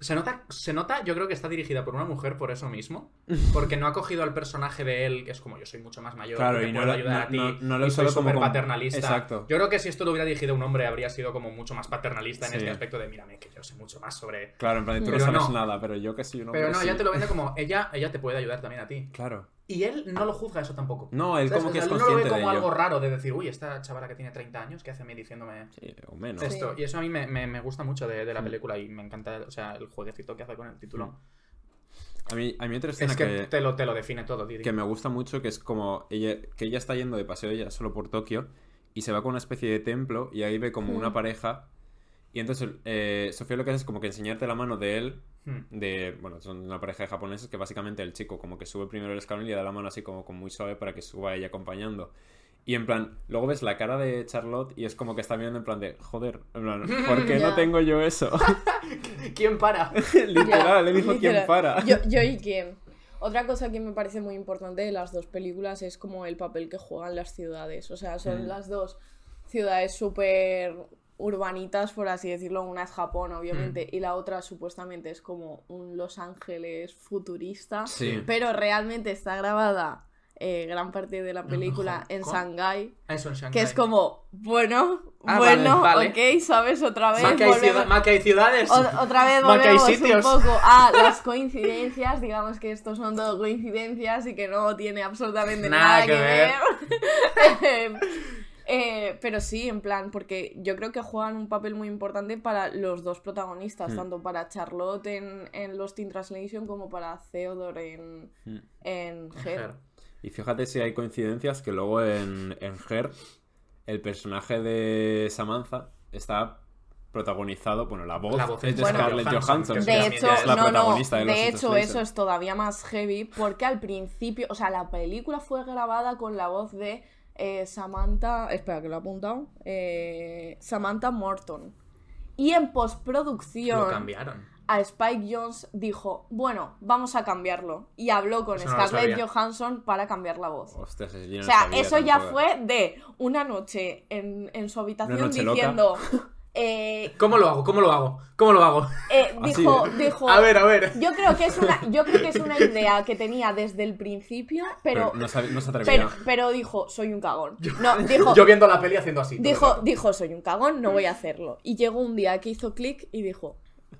[SPEAKER 3] se nota, se nota, yo creo que está dirigida por una mujer por eso mismo, porque no ha cogido al personaje de él, que es como yo soy mucho más mayor,
[SPEAKER 1] Claro,
[SPEAKER 3] te
[SPEAKER 1] y no
[SPEAKER 3] puedo
[SPEAKER 1] lo-
[SPEAKER 3] ayudar a
[SPEAKER 1] no-
[SPEAKER 3] ti,
[SPEAKER 1] no- no lo
[SPEAKER 3] y
[SPEAKER 1] hizo
[SPEAKER 3] soy
[SPEAKER 1] solo como
[SPEAKER 3] súper
[SPEAKER 1] con-
[SPEAKER 3] paternalista.
[SPEAKER 1] Exacto.
[SPEAKER 3] Yo creo que si esto lo hubiera dirigido un hombre habría sido como mucho más paternalista en
[SPEAKER 1] Sí.
[SPEAKER 3] este aspecto de, mírame, que yo sé mucho más sobre...
[SPEAKER 1] Claro, en plan, tú no
[SPEAKER 3] Pero
[SPEAKER 1] sabes
[SPEAKER 3] no.
[SPEAKER 1] nada, pero yo que soy un hombre.
[SPEAKER 3] Pero no,
[SPEAKER 1] sí.
[SPEAKER 3] ya te lo vende como, ella, ella te puede ayudar también a ti.
[SPEAKER 1] Claro.
[SPEAKER 3] Y él no lo juzga eso tampoco.
[SPEAKER 1] No, él
[SPEAKER 3] ¿Sabes?
[SPEAKER 1] como que
[SPEAKER 3] O
[SPEAKER 1] es
[SPEAKER 3] sea, él no lo ve
[SPEAKER 1] consciente de
[SPEAKER 3] como algo
[SPEAKER 1] ello.
[SPEAKER 3] raro de decir, uy, esta chavala que tiene 30 años, ¿qué hace a mí diciéndome
[SPEAKER 1] Sí, o menos.
[SPEAKER 2] Sí.
[SPEAKER 3] esto? Y eso a mí me, me- me gusta mucho de, de
[SPEAKER 1] Mm.
[SPEAKER 3] la película y me encanta, o sea, el jueguecito que hace con el título.
[SPEAKER 1] A mí, a mí otra escena
[SPEAKER 3] Es que te lo, te lo define todo, Didi.
[SPEAKER 1] que me gusta mucho, que es como ella, que ella está yendo de paseo ella solo por Tokio y se va con una especie de templo y ahí ve como
[SPEAKER 2] Mm.
[SPEAKER 1] una pareja y entonces eh, Sofía lo que hace es como que enseñarte la mano de él,
[SPEAKER 3] Hmm.
[SPEAKER 1] de, bueno, son una pareja de japoneses que básicamente el chico como que sube primero el escalón y le da la mano así como con muy suave para que suba ella acompañando. Y en plan, luego ves la cara de Charlotte y es como que está mirando en plan de, joder, en plan, ¿por qué no
[SPEAKER 2] Ya.
[SPEAKER 1] tengo yo eso?
[SPEAKER 3] ¿Quién para?
[SPEAKER 1] literal,
[SPEAKER 2] Ya,
[SPEAKER 1] le dijo quién
[SPEAKER 2] literal.
[SPEAKER 1] para.
[SPEAKER 2] Yo, yo y quién. Otra cosa que me parece muy importante de las dos películas es como el papel que juegan las ciudades. O sea, son
[SPEAKER 1] Mm.
[SPEAKER 2] las dos ciudades súper urbanitas, por así decirlo. Una es Japón, obviamente,
[SPEAKER 3] Mm.
[SPEAKER 2] y la otra supuestamente es como un Los Ángeles futurista.
[SPEAKER 1] Sí.
[SPEAKER 2] Pero realmente está grabada eh, gran parte de la
[SPEAKER 3] No,
[SPEAKER 2] película
[SPEAKER 3] ojo,
[SPEAKER 2] en
[SPEAKER 3] ¿cómo?
[SPEAKER 2] Shanghái.
[SPEAKER 3] Ah, Eso en Shanghái.
[SPEAKER 2] Que es como, bueno,
[SPEAKER 3] Ah, vale,
[SPEAKER 2] bueno,
[SPEAKER 3] vale.
[SPEAKER 2] ok, ¿sabes? Otra vez.
[SPEAKER 3] Más que hay,
[SPEAKER 2] volvemos-
[SPEAKER 3] ciudad- más que hay ciudades.
[SPEAKER 2] o- otra vez
[SPEAKER 3] Más que hay
[SPEAKER 2] volvemos un
[SPEAKER 3] sitios.
[SPEAKER 2] poco a las coincidencias. Digamos que estos son todo coincidencias y que no tiene absolutamente nada,
[SPEAKER 3] Nada que
[SPEAKER 2] que ver. Eh, pero sí, en plan, porque yo creo que juegan un papel muy importante para los dos protagonistas,
[SPEAKER 3] Hmm.
[SPEAKER 1] Mm.
[SPEAKER 2] tanto para Charlotte en, en Lost in Translation como para Theodore en,
[SPEAKER 1] Mm.
[SPEAKER 2] en Her.
[SPEAKER 3] Mujer.
[SPEAKER 1] Y fíjate si hay coincidencias que luego en, en Her, el personaje de Samantha está protagonizado, bueno, la voz,
[SPEAKER 3] La
[SPEAKER 1] es
[SPEAKER 3] voz
[SPEAKER 1] de
[SPEAKER 2] es de
[SPEAKER 1] Scarlett
[SPEAKER 3] Scarlett
[SPEAKER 1] Johansson.
[SPEAKER 3] Johansson,
[SPEAKER 1] que
[SPEAKER 2] De
[SPEAKER 3] también
[SPEAKER 2] hecho,
[SPEAKER 1] es la
[SPEAKER 2] no, no,
[SPEAKER 1] protagonista de los
[SPEAKER 2] de hecho
[SPEAKER 1] Insurgents.
[SPEAKER 2] eso es todavía más heavy porque al principio, o sea, la película fue grabada con la voz de eh, Samantha, espera que lo he apuntado, eh, Samantha Morton. Y en
[SPEAKER 3] Lo
[SPEAKER 2] postproducción
[SPEAKER 3] cambiaron.
[SPEAKER 2] a Spike Jones dijo, bueno, vamos a cambiarlo. Y habló con
[SPEAKER 3] Eso no lo
[SPEAKER 2] Scarlett
[SPEAKER 3] sabía.
[SPEAKER 2] Johansson para cambiar la voz.
[SPEAKER 1] Ostras, eso yo no
[SPEAKER 2] o sea,
[SPEAKER 1] sabía
[SPEAKER 2] eso ya
[SPEAKER 1] tampoco.
[SPEAKER 2] fue de una noche en, en su habitación
[SPEAKER 1] noche loca.
[SPEAKER 2] diciendo... eh,
[SPEAKER 3] ¿Cómo lo hago? ¿Cómo lo hago? ¿Cómo lo hago?
[SPEAKER 2] eh,
[SPEAKER 1] Así,
[SPEAKER 2] dijo,
[SPEAKER 1] ¿eh?
[SPEAKER 2] dijo,
[SPEAKER 3] A ver, a ver.
[SPEAKER 2] yo creo que es una, yo creo que es una idea que tenía desde el principio, pero,
[SPEAKER 1] Pero no, sabe- no se atrevía.
[SPEAKER 2] pero, pero dijo, soy un cagón. No, dijo,
[SPEAKER 3] Yo viendo la peli haciendo así. todo el
[SPEAKER 2] dijo,
[SPEAKER 3] rato.
[SPEAKER 2] dijo, soy un cagón, no voy a hacerlo. Y llegó un día que hizo clic y dijo,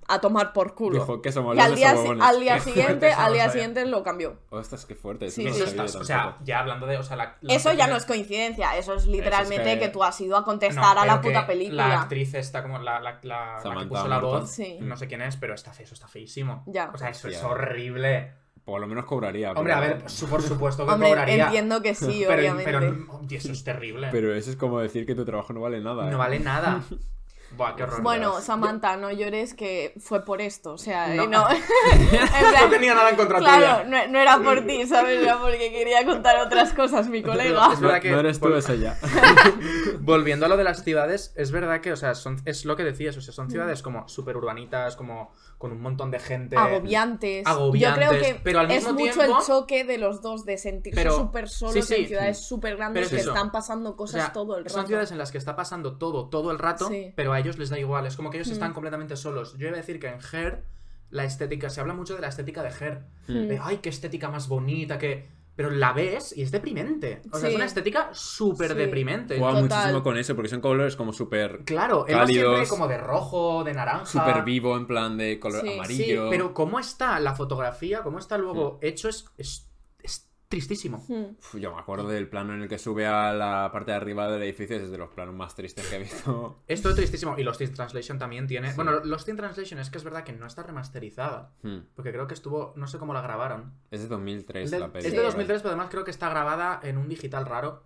[SPEAKER 2] a tomar por culo.
[SPEAKER 1] Dijo que somos
[SPEAKER 2] y al
[SPEAKER 1] los
[SPEAKER 2] día, si-
[SPEAKER 1] desabogones.
[SPEAKER 2] al día
[SPEAKER 1] Qué
[SPEAKER 2] siguiente,
[SPEAKER 3] fuerte, eso
[SPEAKER 2] al
[SPEAKER 3] no
[SPEAKER 2] día
[SPEAKER 3] sabía.
[SPEAKER 2] siguiente lo cambió.
[SPEAKER 1] Ostras, qué fuerte. Eso
[SPEAKER 2] Sí,
[SPEAKER 1] no
[SPEAKER 2] sí.
[SPEAKER 1] lo
[SPEAKER 3] Eso
[SPEAKER 1] sabía
[SPEAKER 3] está, o sea,
[SPEAKER 1] tampoco.
[SPEAKER 3] ya hablando de, o sea, la- la
[SPEAKER 2] Eso ya
[SPEAKER 3] pequeña-
[SPEAKER 2] no es coincidencia, eso es literalmente
[SPEAKER 1] que-
[SPEAKER 2] que... tú has ido a
[SPEAKER 3] No,
[SPEAKER 2] contestar a la
[SPEAKER 3] pero que
[SPEAKER 2] puta
[SPEAKER 3] La
[SPEAKER 2] película.
[SPEAKER 3] actriz está como la, la, la, la que
[SPEAKER 1] Samantha
[SPEAKER 3] puso la
[SPEAKER 1] Morton.
[SPEAKER 3] voz,
[SPEAKER 2] Sí.
[SPEAKER 3] no sé quién es, pero está feo, eso está feísimo.
[SPEAKER 2] Ya.
[SPEAKER 3] O sea, eso es
[SPEAKER 1] Hostia.
[SPEAKER 3] horrible.
[SPEAKER 1] Por lo menos cobraría.
[SPEAKER 3] Hombre,
[SPEAKER 1] pero-
[SPEAKER 3] a ver, pues, su- por supuesto que
[SPEAKER 2] Hombre,
[SPEAKER 3] cobraría.
[SPEAKER 2] entiendo que sí,
[SPEAKER 3] pero,
[SPEAKER 2] obviamente.
[SPEAKER 3] pero oh, eso es terrible.
[SPEAKER 1] Pero eso es como decir que tu trabajo no vale nada.
[SPEAKER 3] No
[SPEAKER 1] ¿eh?
[SPEAKER 3] vale nada. Buah, qué horror.
[SPEAKER 2] Bueno, Samantha, no llores que fue por esto, o sea,
[SPEAKER 3] No.
[SPEAKER 2] y no. En plan,
[SPEAKER 3] no tenía nada en contra
[SPEAKER 2] Claro,
[SPEAKER 3] tuya.
[SPEAKER 2] no, no era por ti, ¿sabes? Era porque quería contar otras cosas mi colega.
[SPEAKER 3] Es
[SPEAKER 1] No,
[SPEAKER 3] verdad que-
[SPEAKER 1] no eres tú,
[SPEAKER 3] por-
[SPEAKER 1] es ella.
[SPEAKER 3] Volviendo a lo de las ciudades, es verdad que, o sea, son- es lo que decías, o sea,
[SPEAKER 2] Mm.
[SPEAKER 3] son ciudades como súper urbanitas, como con un montón de gente.
[SPEAKER 2] Agobiantes.
[SPEAKER 3] agobiantes,
[SPEAKER 2] Yo creo que
[SPEAKER 3] pero al
[SPEAKER 2] es
[SPEAKER 3] mismo
[SPEAKER 2] mucho
[SPEAKER 3] tiempo-
[SPEAKER 2] el choque de los dos, de sentirse
[SPEAKER 3] Pero-
[SPEAKER 2] súper solos
[SPEAKER 3] sí, sí.
[SPEAKER 2] en ciudades súper
[SPEAKER 3] Pero
[SPEAKER 2] grandes
[SPEAKER 3] es
[SPEAKER 2] que
[SPEAKER 3] eso.
[SPEAKER 2] están pasando
[SPEAKER 3] O
[SPEAKER 2] cosas
[SPEAKER 3] sea,
[SPEAKER 2] todo el rato.
[SPEAKER 3] Son ciudades en las que está pasando todo, todo el rato,
[SPEAKER 2] Sí.
[SPEAKER 3] pero a ellos les da igual. Es como que ellos
[SPEAKER 2] Mm.
[SPEAKER 3] están completamente solos. Yo iba a decir que en Her, la estética, se habla mucho de la estética de Her.
[SPEAKER 2] Mm.
[SPEAKER 3] De, ay, qué estética más bonita, que. Pero la ves y es deprimente. O sea, es
[SPEAKER 2] Sí.
[SPEAKER 3] una estética súper
[SPEAKER 2] Sí.
[SPEAKER 3] deprimente.
[SPEAKER 1] Juega
[SPEAKER 2] Total.
[SPEAKER 1] muchísimo con eso, porque son colores como súper
[SPEAKER 3] Claro, él va siempre
[SPEAKER 1] Cálidos.
[SPEAKER 3] como de rojo, de naranja.
[SPEAKER 1] súper vivo, en plan de color
[SPEAKER 2] Sí, sí,
[SPEAKER 1] amarillo.
[SPEAKER 3] Sí, pero cómo está la fotografía, cómo está luego hecho, es, es, es tristísimo.
[SPEAKER 2] Mm.
[SPEAKER 1] Uf, Yo me acuerdo del plano en el que sube a la parte de arriba del edificio, es de los planos más tristes que he visto.
[SPEAKER 3] Esto es tristísimo. Y Lost in Translation también tiene.
[SPEAKER 1] Sí.
[SPEAKER 3] Bueno, Lost in Translation es que es verdad que no está remasterizada.
[SPEAKER 1] Hmm.
[SPEAKER 3] Porque creo que estuvo. No sé cómo la grabaron.
[SPEAKER 1] Es de 2003
[SPEAKER 3] Es de,
[SPEAKER 1] la peli.
[SPEAKER 3] es de
[SPEAKER 1] creo.
[SPEAKER 3] 2003, pero además creo que está grabada en un digital raro.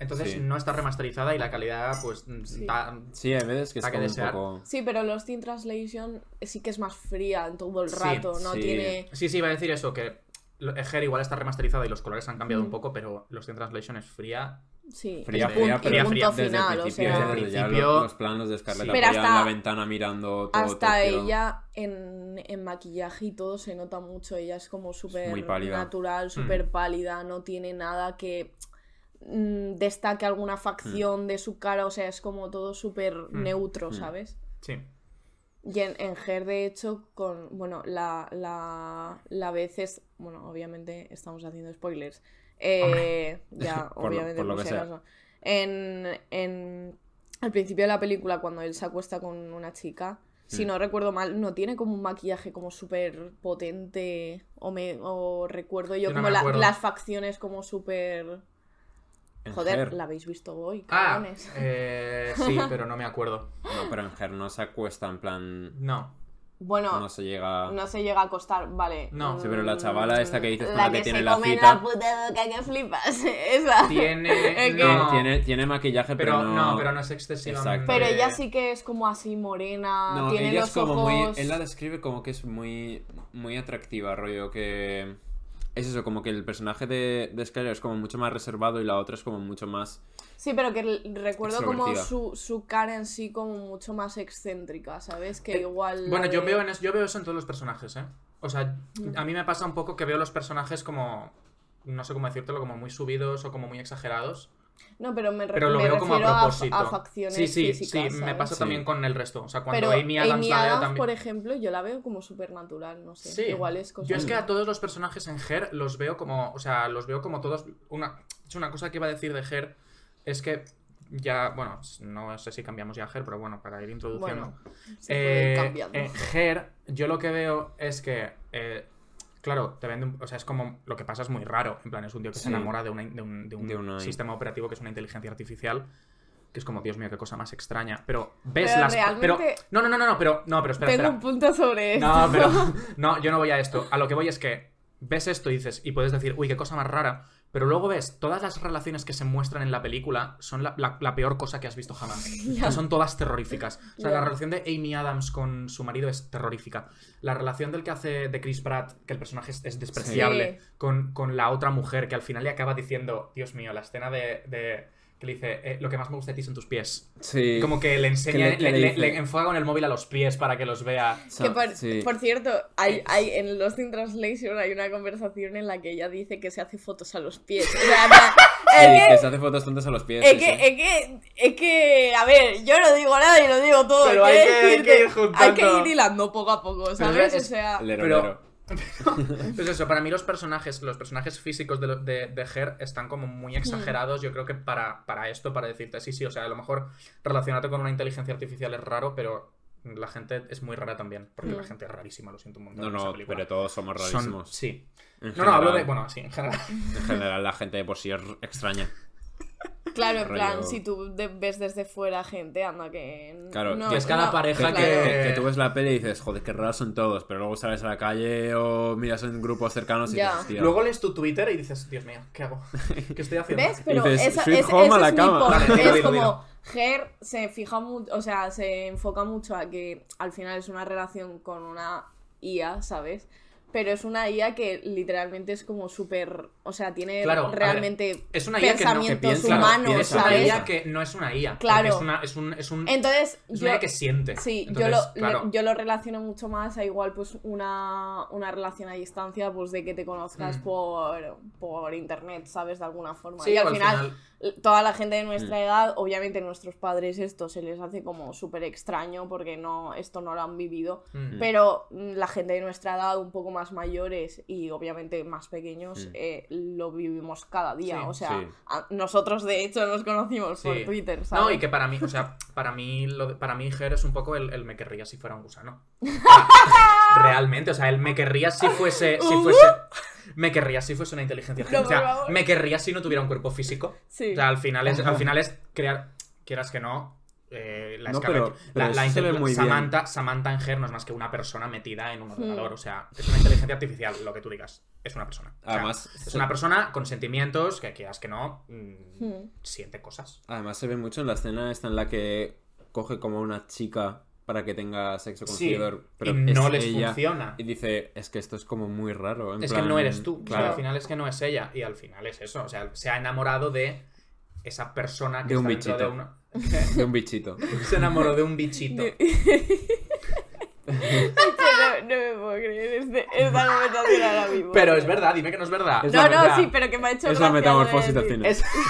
[SPEAKER 3] Entonces
[SPEAKER 1] Sí.
[SPEAKER 3] no está remasterizada y la calidad, pues.
[SPEAKER 2] Sí.
[SPEAKER 3] da-
[SPEAKER 1] Sí, hay veces que es
[SPEAKER 3] Da que
[SPEAKER 1] como un
[SPEAKER 3] desear.
[SPEAKER 1] poco...
[SPEAKER 2] Sí, pero Lost in Translation sí que es más fría en todo el
[SPEAKER 3] Sí,
[SPEAKER 2] rato, no
[SPEAKER 1] sí.
[SPEAKER 2] tiene...
[SPEAKER 3] Sí, sí, iba a decir eso, que lo- Her igual está remasterizada y los colores han cambiado un
[SPEAKER 2] Mm.
[SPEAKER 3] poco, pero Lost in Translation es fría.
[SPEAKER 2] Sí,
[SPEAKER 1] Fría,
[SPEAKER 2] el pun-
[SPEAKER 1] fría,
[SPEAKER 2] el
[SPEAKER 1] pero
[SPEAKER 2] punto
[SPEAKER 3] fría
[SPEAKER 1] desde
[SPEAKER 2] final,
[SPEAKER 1] el
[SPEAKER 2] o
[SPEAKER 1] principio,
[SPEAKER 2] sea,
[SPEAKER 1] desde ya
[SPEAKER 3] principio-
[SPEAKER 1] los, los planos de Scarlett
[SPEAKER 2] Sí. Pero
[SPEAKER 1] apoyada en la
[SPEAKER 2] hasta-
[SPEAKER 1] ventana mirando todo
[SPEAKER 2] Hasta
[SPEAKER 1] Tokio.
[SPEAKER 2] ella en, en maquillaje y todo se nota mucho. Ella es como súper
[SPEAKER 1] muy pálida. Mm.
[SPEAKER 2] natural, súper pálida, no tiene nada que mm, destaque alguna facción de su cara. O sea, es como todo súper neutro,
[SPEAKER 1] Mm.
[SPEAKER 2] ¿sabes?
[SPEAKER 3] Sí.
[SPEAKER 2] Y en, en Her, de hecho, con. Bueno, la, la, la vez es. Bueno, obviamente estamos haciendo spoilers. Eh, ya,
[SPEAKER 1] Por lo-
[SPEAKER 2] obviamente,
[SPEAKER 1] por lo
[SPEAKER 2] por
[SPEAKER 1] que
[SPEAKER 2] si
[SPEAKER 1] sea.
[SPEAKER 2] acaso. En, en- Al principio de la película, cuando él se acuesta con una chica, si
[SPEAKER 1] Mm.
[SPEAKER 2] no recuerdo mal, no tiene como un maquillaje como súper potente. O, me, o recuerdo yo,
[SPEAKER 3] Yo no
[SPEAKER 2] como
[SPEAKER 3] me
[SPEAKER 2] la-
[SPEAKER 3] acuerdo.
[SPEAKER 2] las facciones como súper.
[SPEAKER 1] En E
[SPEAKER 2] Joder,
[SPEAKER 1] Her-
[SPEAKER 2] la habéis visto hoy,
[SPEAKER 3] Ah,
[SPEAKER 2] cabrones.
[SPEAKER 3] eh, sí, pero no me acuerdo.
[SPEAKER 1] No, pero en Her no se acuesta, en plan...
[SPEAKER 3] No.
[SPEAKER 2] bueno,
[SPEAKER 1] No se llega...
[SPEAKER 2] No se llega a costar, vale. Mm,
[SPEAKER 3] No.
[SPEAKER 1] Ah. Sí, pero la chavala esta que dices con
[SPEAKER 2] La
[SPEAKER 1] la que
[SPEAKER 2] que
[SPEAKER 1] tiene
[SPEAKER 2] se
[SPEAKER 1] la
[SPEAKER 2] come
[SPEAKER 1] cita.
[SPEAKER 2] la puta boca que flipas. Esa.
[SPEAKER 3] Tiene.
[SPEAKER 2] Es que-
[SPEAKER 1] Tiene-
[SPEAKER 3] no,
[SPEAKER 1] Tiene, tiene maquillaje, pero,
[SPEAKER 3] pero
[SPEAKER 1] no...
[SPEAKER 3] no, pero no es excesivamente.
[SPEAKER 1] Exacto.
[SPEAKER 2] Pero ella sí que es como así morena.
[SPEAKER 1] No,
[SPEAKER 2] Ah, tiene
[SPEAKER 1] ella
[SPEAKER 2] los
[SPEAKER 1] es como
[SPEAKER 2] ojos.
[SPEAKER 1] muy. Él la describe como que es muy. Muy atractiva, rollo. Que. Es eso, como que el personaje de, de Skyler es como mucho más reservado y la otra es como mucho más.
[SPEAKER 2] Sí, pero que l- recuerdo como
[SPEAKER 1] Extrovertida.
[SPEAKER 2] su, su cara en sí como mucho más excéntrica, ¿sabes? Que
[SPEAKER 3] Eh,
[SPEAKER 2] igual. la
[SPEAKER 3] Bueno, yo
[SPEAKER 2] de-
[SPEAKER 3] veo, en es- yo veo eso en todos los personajes, ¿eh? O sea, a mí me pasa un poco que veo los personajes como. No sé cómo decírtelo, como muy subidos o como muy exagerados.
[SPEAKER 2] No, pero me, re-
[SPEAKER 3] Pero lo
[SPEAKER 2] me
[SPEAKER 3] veo
[SPEAKER 2] refiero
[SPEAKER 3] como a
[SPEAKER 2] a,
[SPEAKER 3] propósito.
[SPEAKER 2] a facciones
[SPEAKER 3] sí, sí,
[SPEAKER 2] físicas,
[SPEAKER 3] sí, me
[SPEAKER 2] ¿sabes?
[SPEAKER 3] pasa
[SPEAKER 1] Sí.
[SPEAKER 3] también con el resto. O sea, cuando
[SPEAKER 2] Pero
[SPEAKER 3] Amy Adams la veo
[SPEAKER 2] Adams,
[SPEAKER 3] también.
[SPEAKER 2] por ejemplo, yo la veo como súper natural, no sé.
[SPEAKER 3] Sí.
[SPEAKER 2] Igual es cosa.
[SPEAKER 3] Yo es que a todos los personajes en Her los veo como. O sea, los veo como todos. Una, es una cosa que iba a decir de Her es que ya. Bueno, no sé si cambiamos ya a Her, pero bueno, para ir introduciendo.
[SPEAKER 2] Bueno, se puede ir
[SPEAKER 3] Eh,
[SPEAKER 2] cambiando.
[SPEAKER 3] en Her, yo lo que veo es que. eh, claro, te venden. O sea, es como. Lo que pasa es muy raro. En plan, es un tío que se
[SPEAKER 1] Sí.
[SPEAKER 3] enamora de, una- de un, de un
[SPEAKER 1] De una-
[SPEAKER 3] sistema operativo que es una inteligencia artificial. Que es como, Dios mío, qué cosa más extraña. Pero ves
[SPEAKER 2] Pero
[SPEAKER 3] las. Pero,
[SPEAKER 2] realmente-
[SPEAKER 3] no, no, no, no, no, pero. No, pero espera,
[SPEAKER 2] Tengo
[SPEAKER 3] espera.
[SPEAKER 2] un punto sobre esto.
[SPEAKER 3] No, pero. No, yo no voy a esto. A lo que voy es que ves esto y dices, y puedes decir, uy, qué cosa más rara. Pero luego ves, todas las relaciones que se muestran en la película son la, la- la peor cosa que has visto jamás. O sea, son todas terroríficas. O sea,
[SPEAKER 2] Ya.
[SPEAKER 3] la relación de Amy Adams con su marido es terrorífica. La relación del que hace de Chris Pratt, que el personaje es, es despreciable,
[SPEAKER 2] Sí.
[SPEAKER 3] con, con la otra mujer, que al final le acaba diciendo, Dios mío, la escena de... de- que le dice, "Eh, lo que más me gusta de ti son tus pies.
[SPEAKER 1] Sí.
[SPEAKER 3] Como que le enseña,
[SPEAKER 1] le- que
[SPEAKER 3] le,
[SPEAKER 1] le
[SPEAKER 3] le-
[SPEAKER 1] dice-
[SPEAKER 3] le enfoca con el móvil a los pies para que los vea.
[SPEAKER 1] Sa-
[SPEAKER 2] que por,
[SPEAKER 1] sí.
[SPEAKER 2] por cierto,
[SPEAKER 3] Eh,
[SPEAKER 2] hay, hay, en Lost in Translation hay una conversación en la que ella dice que se hace fotos a los pies. O sea, en plan,
[SPEAKER 1] Sí,
[SPEAKER 2] es que-
[SPEAKER 1] que se hace fotos tontas a los pies.
[SPEAKER 2] Es
[SPEAKER 1] sí,
[SPEAKER 2] que,
[SPEAKER 1] sí.
[SPEAKER 2] es que, es que, a ver, yo no digo nada y lo digo todo.
[SPEAKER 3] Pero hay
[SPEAKER 2] quiero
[SPEAKER 3] que- hay que
[SPEAKER 2] decirte,
[SPEAKER 3] ir juntando.
[SPEAKER 2] hay que ir hilando poco a poco, ¿sabes?
[SPEAKER 3] es-
[SPEAKER 2] o sea,
[SPEAKER 1] Lero,
[SPEAKER 3] pero-
[SPEAKER 1] lero.
[SPEAKER 3] Pues eso, para mí los personajes, los personajes físicos de, lo- de, de Her están como
[SPEAKER 2] Mm.
[SPEAKER 3] muy exagerados, yo creo que para, para esto, para decirte, sí, sí, o sea, a lo mejor relacionarte con una inteligencia artificial es raro, pero la gente es muy rara también, porque la
[SPEAKER 2] Mm.
[SPEAKER 3] gente es rarísima, lo siento un montón.
[SPEAKER 1] No,
[SPEAKER 3] en esa
[SPEAKER 1] no,
[SPEAKER 3] película.
[SPEAKER 1] pero todos somos
[SPEAKER 3] Son-
[SPEAKER 1] rarísimos.
[SPEAKER 3] sí.
[SPEAKER 1] En
[SPEAKER 3] No, no, hablo de,
[SPEAKER 1] general-
[SPEAKER 3] bueno, sí, en general.
[SPEAKER 1] En general, la gente de por sí es extraña.
[SPEAKER 2] claro, en plan,
[SPEAKER 1] rollo-
[SPEAKER 2] si tú de- ves desde fuera gente, anda que. n-
[SPEAKER 1] Claro,
[SPEAKER 2] no,
[SPEAKER 1] que
[SPEAKER 3] es cada
[SPEAKER 2] no,
[SPEAKER 1] Que,
[SPEAKER 3] pareja
[SPEAKER 2] claro.
[SPEAKER 1] que- que- que tú ves la peli y dices, joder, qué raros son todos. Pero luego sales a la calle o miras en grupos cercanos y
[SPEAKER 2] Ya.
[SPEAKER 1] dices, "Hostia".
[SPEAKER 3] Luego lees tu Twitter y dices, Dios mío, ¿qué hago? ¿Qué estoy haciendo?
[SPEAKER 2] ¿Ves? Pero
[SPEAKER 1] Dices,
[SPEAKER 2] esa,
[SPEAKER 1] "Sweet
[SPEAKER 2] es,
[SPEAKER 1] home
[SPEAKER 2] ese
[SPEAKER 1] a la
[SPEAKER 2] es mi
[SPEAKER 1] cama".
[SPEAKER 2] point.
[SPEAKER 3] Vale,
[SPEAKER 2] es
[SPEAKER 3] dilo,
[SPEAKER 2] como
[SPEAKER 3] dilo.
[SPEAKER 2] Ger se fija mucho, o sea, se enfoca mucho a que al final es una relación con una IA, ¿sabes? Pero es una IA que literalmente es como súper, o sea, tiene
[SPEAKER 3] Claro, a ver,
[SPEAKER 2] realmente
[SPEAKER 3] es una IA que no- que
[SPEAKER 2] pensamientos
[SPEAKER 1] piensa,
[SPEAKER 3] Claro,
[SPEAKER 2] humanos,
[SPEAKER 1] piensa,
[SPEAKER 3] es una
[SPEAKER 2] ¿sabes?
[SPEAKER 3] IA que no es una IA. porque
[SPEAKER 2] Claro.
[SPEAKER 3] Es, una, es un... Es un
[SPEAKER 2] Entonces,
[SPEAKER 3] es
[SPEAKER 2] yo,
[SPEAKER 3] una IA Mm. que siente.
[SPEAKER 2] sí, yo,
[SPEAKER 3] Entonces,
[SPEAKER 2] lo,
[SPEAKER 3] claro.
[SPEAKER 2] yo lo relaciono mucho más a igual pues una, una relación a distancia, pues de que te conozcas
[SPEAKER 3] Mm.
[SPEAKER 2] por, por internet, ¿sabes? De alguna forma.
[SPEAKER 3] Sí, pues,
[SPEAKER 2] y
[SPEAKER 3] o
[SPEAKER 2] al final toda la
[SPEAKER 1] Mm.
[SPEAKER 2] gente de nuestra edad, obviamente nuestros padres esto se les hace como súper extraño porque no, esto no lo han vivido,
[SPEAKER 3] Mm.
[SPEAKER 2] pero mm, la gente de nuestra edad, un poco más mayores y obviamente más pequeños,
[SPEAKER 1] Mm.
[SPEAKER 2] eh, lo vivimos cada día.
[SPEAKER 3] Sí.
[SPEAKER 2] o sea,
[SPEAKER 1] Sí.
[SPEAKER 2] a- nosotros de hecho nos conocimos por
[SPEAKER 3] Sí.
[SPEAKER 2] Twitter, ¿sabes?
[SPEAKER 3] No, y que para mí, o sea, para mí, lo de- para mí Ger es un poco el, el me querría si fuera un gusano. Realmente, o sea, el me querría si fuese, si fuese, me querría si fuese una inteligencia
[SPEAKER 2] Uh. No,
[SPEAKER 3] artificial. o
[SPEAKER 2] por
[SPEAKER 3] sea,
[SPEAKER 2] favor.
[SPEAKER 3] me querría si no tuviera un cuerpo físico.
[SPEAKER 2] Sí.
[SPEAKER 3] O sea, al final es, al final es crear, quieras que no, eh, la
[SPEAKER 1] No,
[SPEAKER 3] escala-
[SPEAKER 1] pero- pero
[SPEAKER 3] la, la
[SPEAKER 1] eso se ve
[SPEAKER 3] intel-
[SPEAKER 1] muy bien.
[SPEAKER 3] Samantha, Samantha en Ger no es más que una persona metida
[SPEAKER 2] Hmm.
[SPEAKER 3] en un ordenador, o sea, es una inteligencia artificial, lo que tú digas, es una persona. O sea,
[SPEAKER 1] Además,
[SPEAKER 3] es una persona con sentimientos que quieras que no, mm,
[SPEAKER 2] Mm.
[SPEAKER 3] siente cosas.
[SPEAKER 1] Además se ve mucho en la escena esta en la que coge como a una chica para que tenga sexo con
[SPEAKER 3] Sí,
[SPEAKER 1] seguidor, pero
[SPEAKER 3] y no
[SPEAKER 1] es
[SPEAKER 3] les
[SPEAKER 1] ella,
[SPEAKER 3] funciona.
[SPEAKER 1] Y dice, es que esto es como muy raro. en
[SPEAKER 3] Es
[SPEAKER 1] plan,
[SPEAKER 3] que no eres tú. Claro.
[SPEAKER 1] Claro.
[SPEAKER 3] al final es que no es ella. Y al final es eso. O sea, se ha enamorado de esa persona que
[SPEAKER 1] De un
[SPEAKER 3] está dentro de
[SPEAKER 1] De un bichito.
[SPEAKER 3] una. se enamoró de un bichito.
[SPEAKER 2] De- Es que no, no me puedo creer este, esta conversación ahora mismo.
[SPEAKER 3] Pero es verdad, dime que no es verdad.
[SPEAKER 1] Es
[SPEAKER 2] No,
[SPEAKER 1] la
[SPEAKER 2] no,
[SPEAKER 1] verdad.
[SPEAKER 2] sí, pero que me ha hecho
[SPEAKER 1] es la
[SPEAKER 2] gracia
[SPEAKER 1] metamorfosis
[SPEAKER 2] lo
[SPEAKER 1] del
[SPEAKER 2] de decir.
[SPEAKER 1] cine.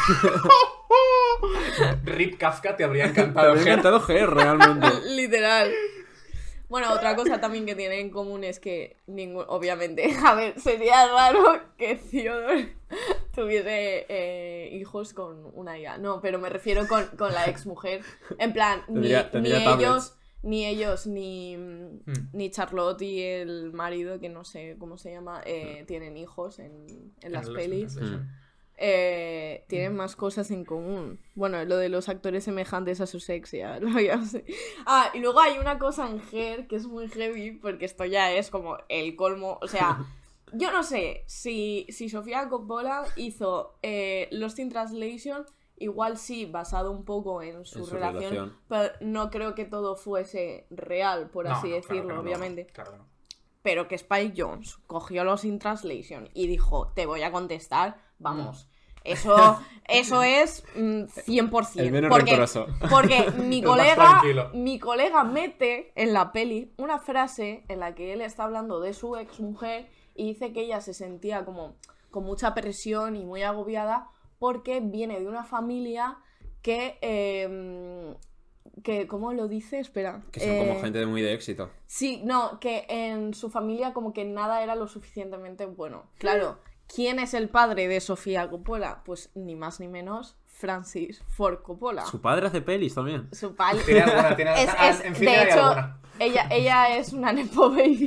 [SPEAKER 3] Es- Rip Kafka te habría
[SPEAKER 1] Me
[SPEAKER 3] encantado.
[SPEAKER 1] había
[SPEAKER 3] Ger.
[SPEAKER 1] encantado Ger, realmente.
[SPEAKER 2] Literal. Bueno, otra cosa también que tienen en común es que ningún, obviamente, a ver, sería raro que Theodore tuviese eh, hijos con una IA. No, pero me refiero con, con la ex mujer. En plan, ni,
[SPEAKER 1] Tendría-
[SPEAKER 2] ni
[SPEAKER 1] tendría
[SPEAKER 2] ellos,
[SPEAKER 1] tablets.
[SPEAKER 2] ni ellos, ni,
[SPEAKER 3] Hmm.
[SPEAKER 2] ni Charlotte y el marido, que no sé cómo se llama, eh, tienen hijos en, en las
[SPEAKER 3] En los-
[SPEAKER 2] pelis.
[SPEAKER 1] Mm.
[SPEAKER 2] Eh,
[SPEAKER 3] Mm.
[SPEAKER 2] tienen más cosas en común. Bueno, lo de los actores semejantes a su sexy. ya lo- ya sé. Ah, y luego hay una cosa en Her que es muy heavy porque esto ya es como el colmo. O sea, yo no sé si, si Sofía Coppola hizo eh, Lost in Translation, igual sí, basado un poco en su,
[SPEAKER 1] En su
[SPEAKER 2] relación,
[SPEAKER 1] relación.
[SPEAKER 2] pero no creo que todo fuese real, por
[SPEAKER 3] No,
[SPEAKER 2] así
[SPEAKER 3] no, claro que
[SPEAKER 2] decirlo,
[SPEAKER 3] no, no,
[SPEAKER 2] obviamente
[SPEAKER 3] claro que no.
[SPEAKER 2] pero que Spike Jones cogió los in translation y dijo, te voy a contestar, vamos.
[SPEAKER 1] Mm.
[SPEAKER 2] Eso, eso es mm, 100%.
[SPEAKER 1] El menos
[SPEAKER 2] porque,
[SPEAKER 1] rencoroso.
[SPEAKER 2] porque mi
[SPEAKER 3] El más
[SPEAKER 2] colega,
[SPEAKER 3] tranquilo.
[SPEAKER 2] mi colega mete en la peli una frase en la que él está hablando de su ex mujer y dice que ella se sentía como con mucha presión y muy agobiada porque viene de una familia que... eh, que ¿Cómo lo dice? Espera.
[SPEAKER 1] Que son
[SPEAKER 2] Eh,
[SPEAKER 1] como gente de muy de éxito.
[SPEAKER 2] Sí, no, que en su familia como que nada era lo suficientemente bueno. Claro, ¿quién es el padre de Sofía Coppola? Pues ni más ni menos Francis Ford
[SPEAKER 3] Ah.
[SPEAKER 2] Coppola.
[SPEAKER 1] Su padre hace pelis también.
[SPEAKER 2] Su padre.
[SPEAKER 3] Tiene alguna, tiene
[SPEAKER 2] Es,
[SPEAKER 3] ah,
[SPEAKER 2] es-
[SPEAKER 3] en fin,
[SPEAKER 2] de
[SPEAKER 3] hay
[SPEAKER 2] hecho,
[SPEAKER 3] alguna.
[SPEAKER 2] ella, ella es una Nepo Baby.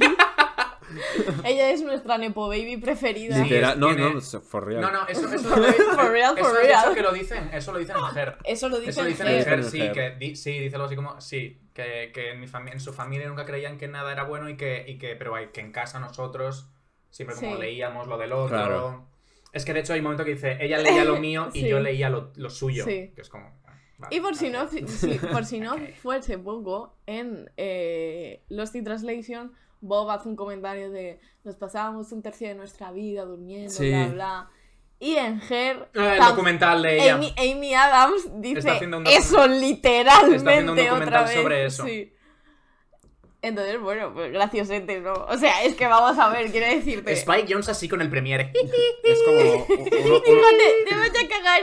[SPEAKER 2] ella es nuestra Nepo Baby preferida.
[SPEAKER 3] Sí.
[SPEAKER 1] Literal- no,
[SPEAKER 3] tiene-
[SPEAKER 1] no, so- for real.
[SPEAKER 3] No, no, eso, eso,
[SPEAKER 2] For real,
[SPEAKER 3] eso-
[SPEAKER 2] for
[SPEAKER 3] eso
[SPEAKER 2] real.
[SPEAKER 3] que lo dicen, eso lo dicen en Ger.
[SPEAKER 2] Eso lo dice
[SPEAKER 3] Eso
[SPEAKER 2] el
[SPEAKER 3] dicen
[SPEAKER 1] Ger.
[SPEAKER 3] en
[SPEAKER 2] jefe.
[SPEAKER 3] Ger,
[SPEAKER 1] Dicen
[SPEAKER 3] sí,
[SPEAKER 1] en
[SPEAKER 3] que, di- sí, dice algo así como, sí, que, que en, mi fami- en su familia nunca creían que nada era bueno y que, y que pero hay, que en casa nosotros siempre como
[SPEAKER 2] Sí.
[SPEAKER 3] leíamos lo del otro,
[SPEAKER 1] Claro.
[SPEAKER 3] Es que de hecho hay un momento que dice, ella leía lo mío y
[SPEAKER 2] Sí.
[SPEAKER 3] yo leía lo, lo suyo.
[SPEAKER 2] Sí.
[SPEAKER 3] Que es como. ah, vale,
[SPEAKER 2] Y por si, no,
[SPEAKER 3] gracias.
[SPEAKER 2] si- si- por si no fuese poco, en eh, Lost in Translation, Bob hace un comentario de nos pasábamos un tercio de nuestra vida durmiendo,
[SPEAKER 1] Sí.
[SPEAKER 2] bla, bla. Y en Her,
[SPEAKER 3] Ah, el
[SPEAKER 2] tam-
[SPEAKER 3] documental de ella.
[SPEAKER 2] Amy, Amy Adams dice
[SPEAKER 3] haciendo un documental-
[SPEAKER 2] eso literalmente
[SPEAKER 3] Está haciendo un
[SPEAKER 2] otra
[SPEAKER 3] documental
[SPEAKER 2] vez.
[SPEAKER 3] sobre eso.
[SPEAKER 2] sí. Entonces, bueno, pues graciosete, ¿no? O sea, es que vamos a ver, quiero decirte.
[SPEAKER 3] Spike Jones así con el premier.
[SPEAKER 1] Es como. Uno,
[SPEAKER 2] Digo,
[SPEAKER 1] uno-
[SPEAKER 2] te, te vas a cagar.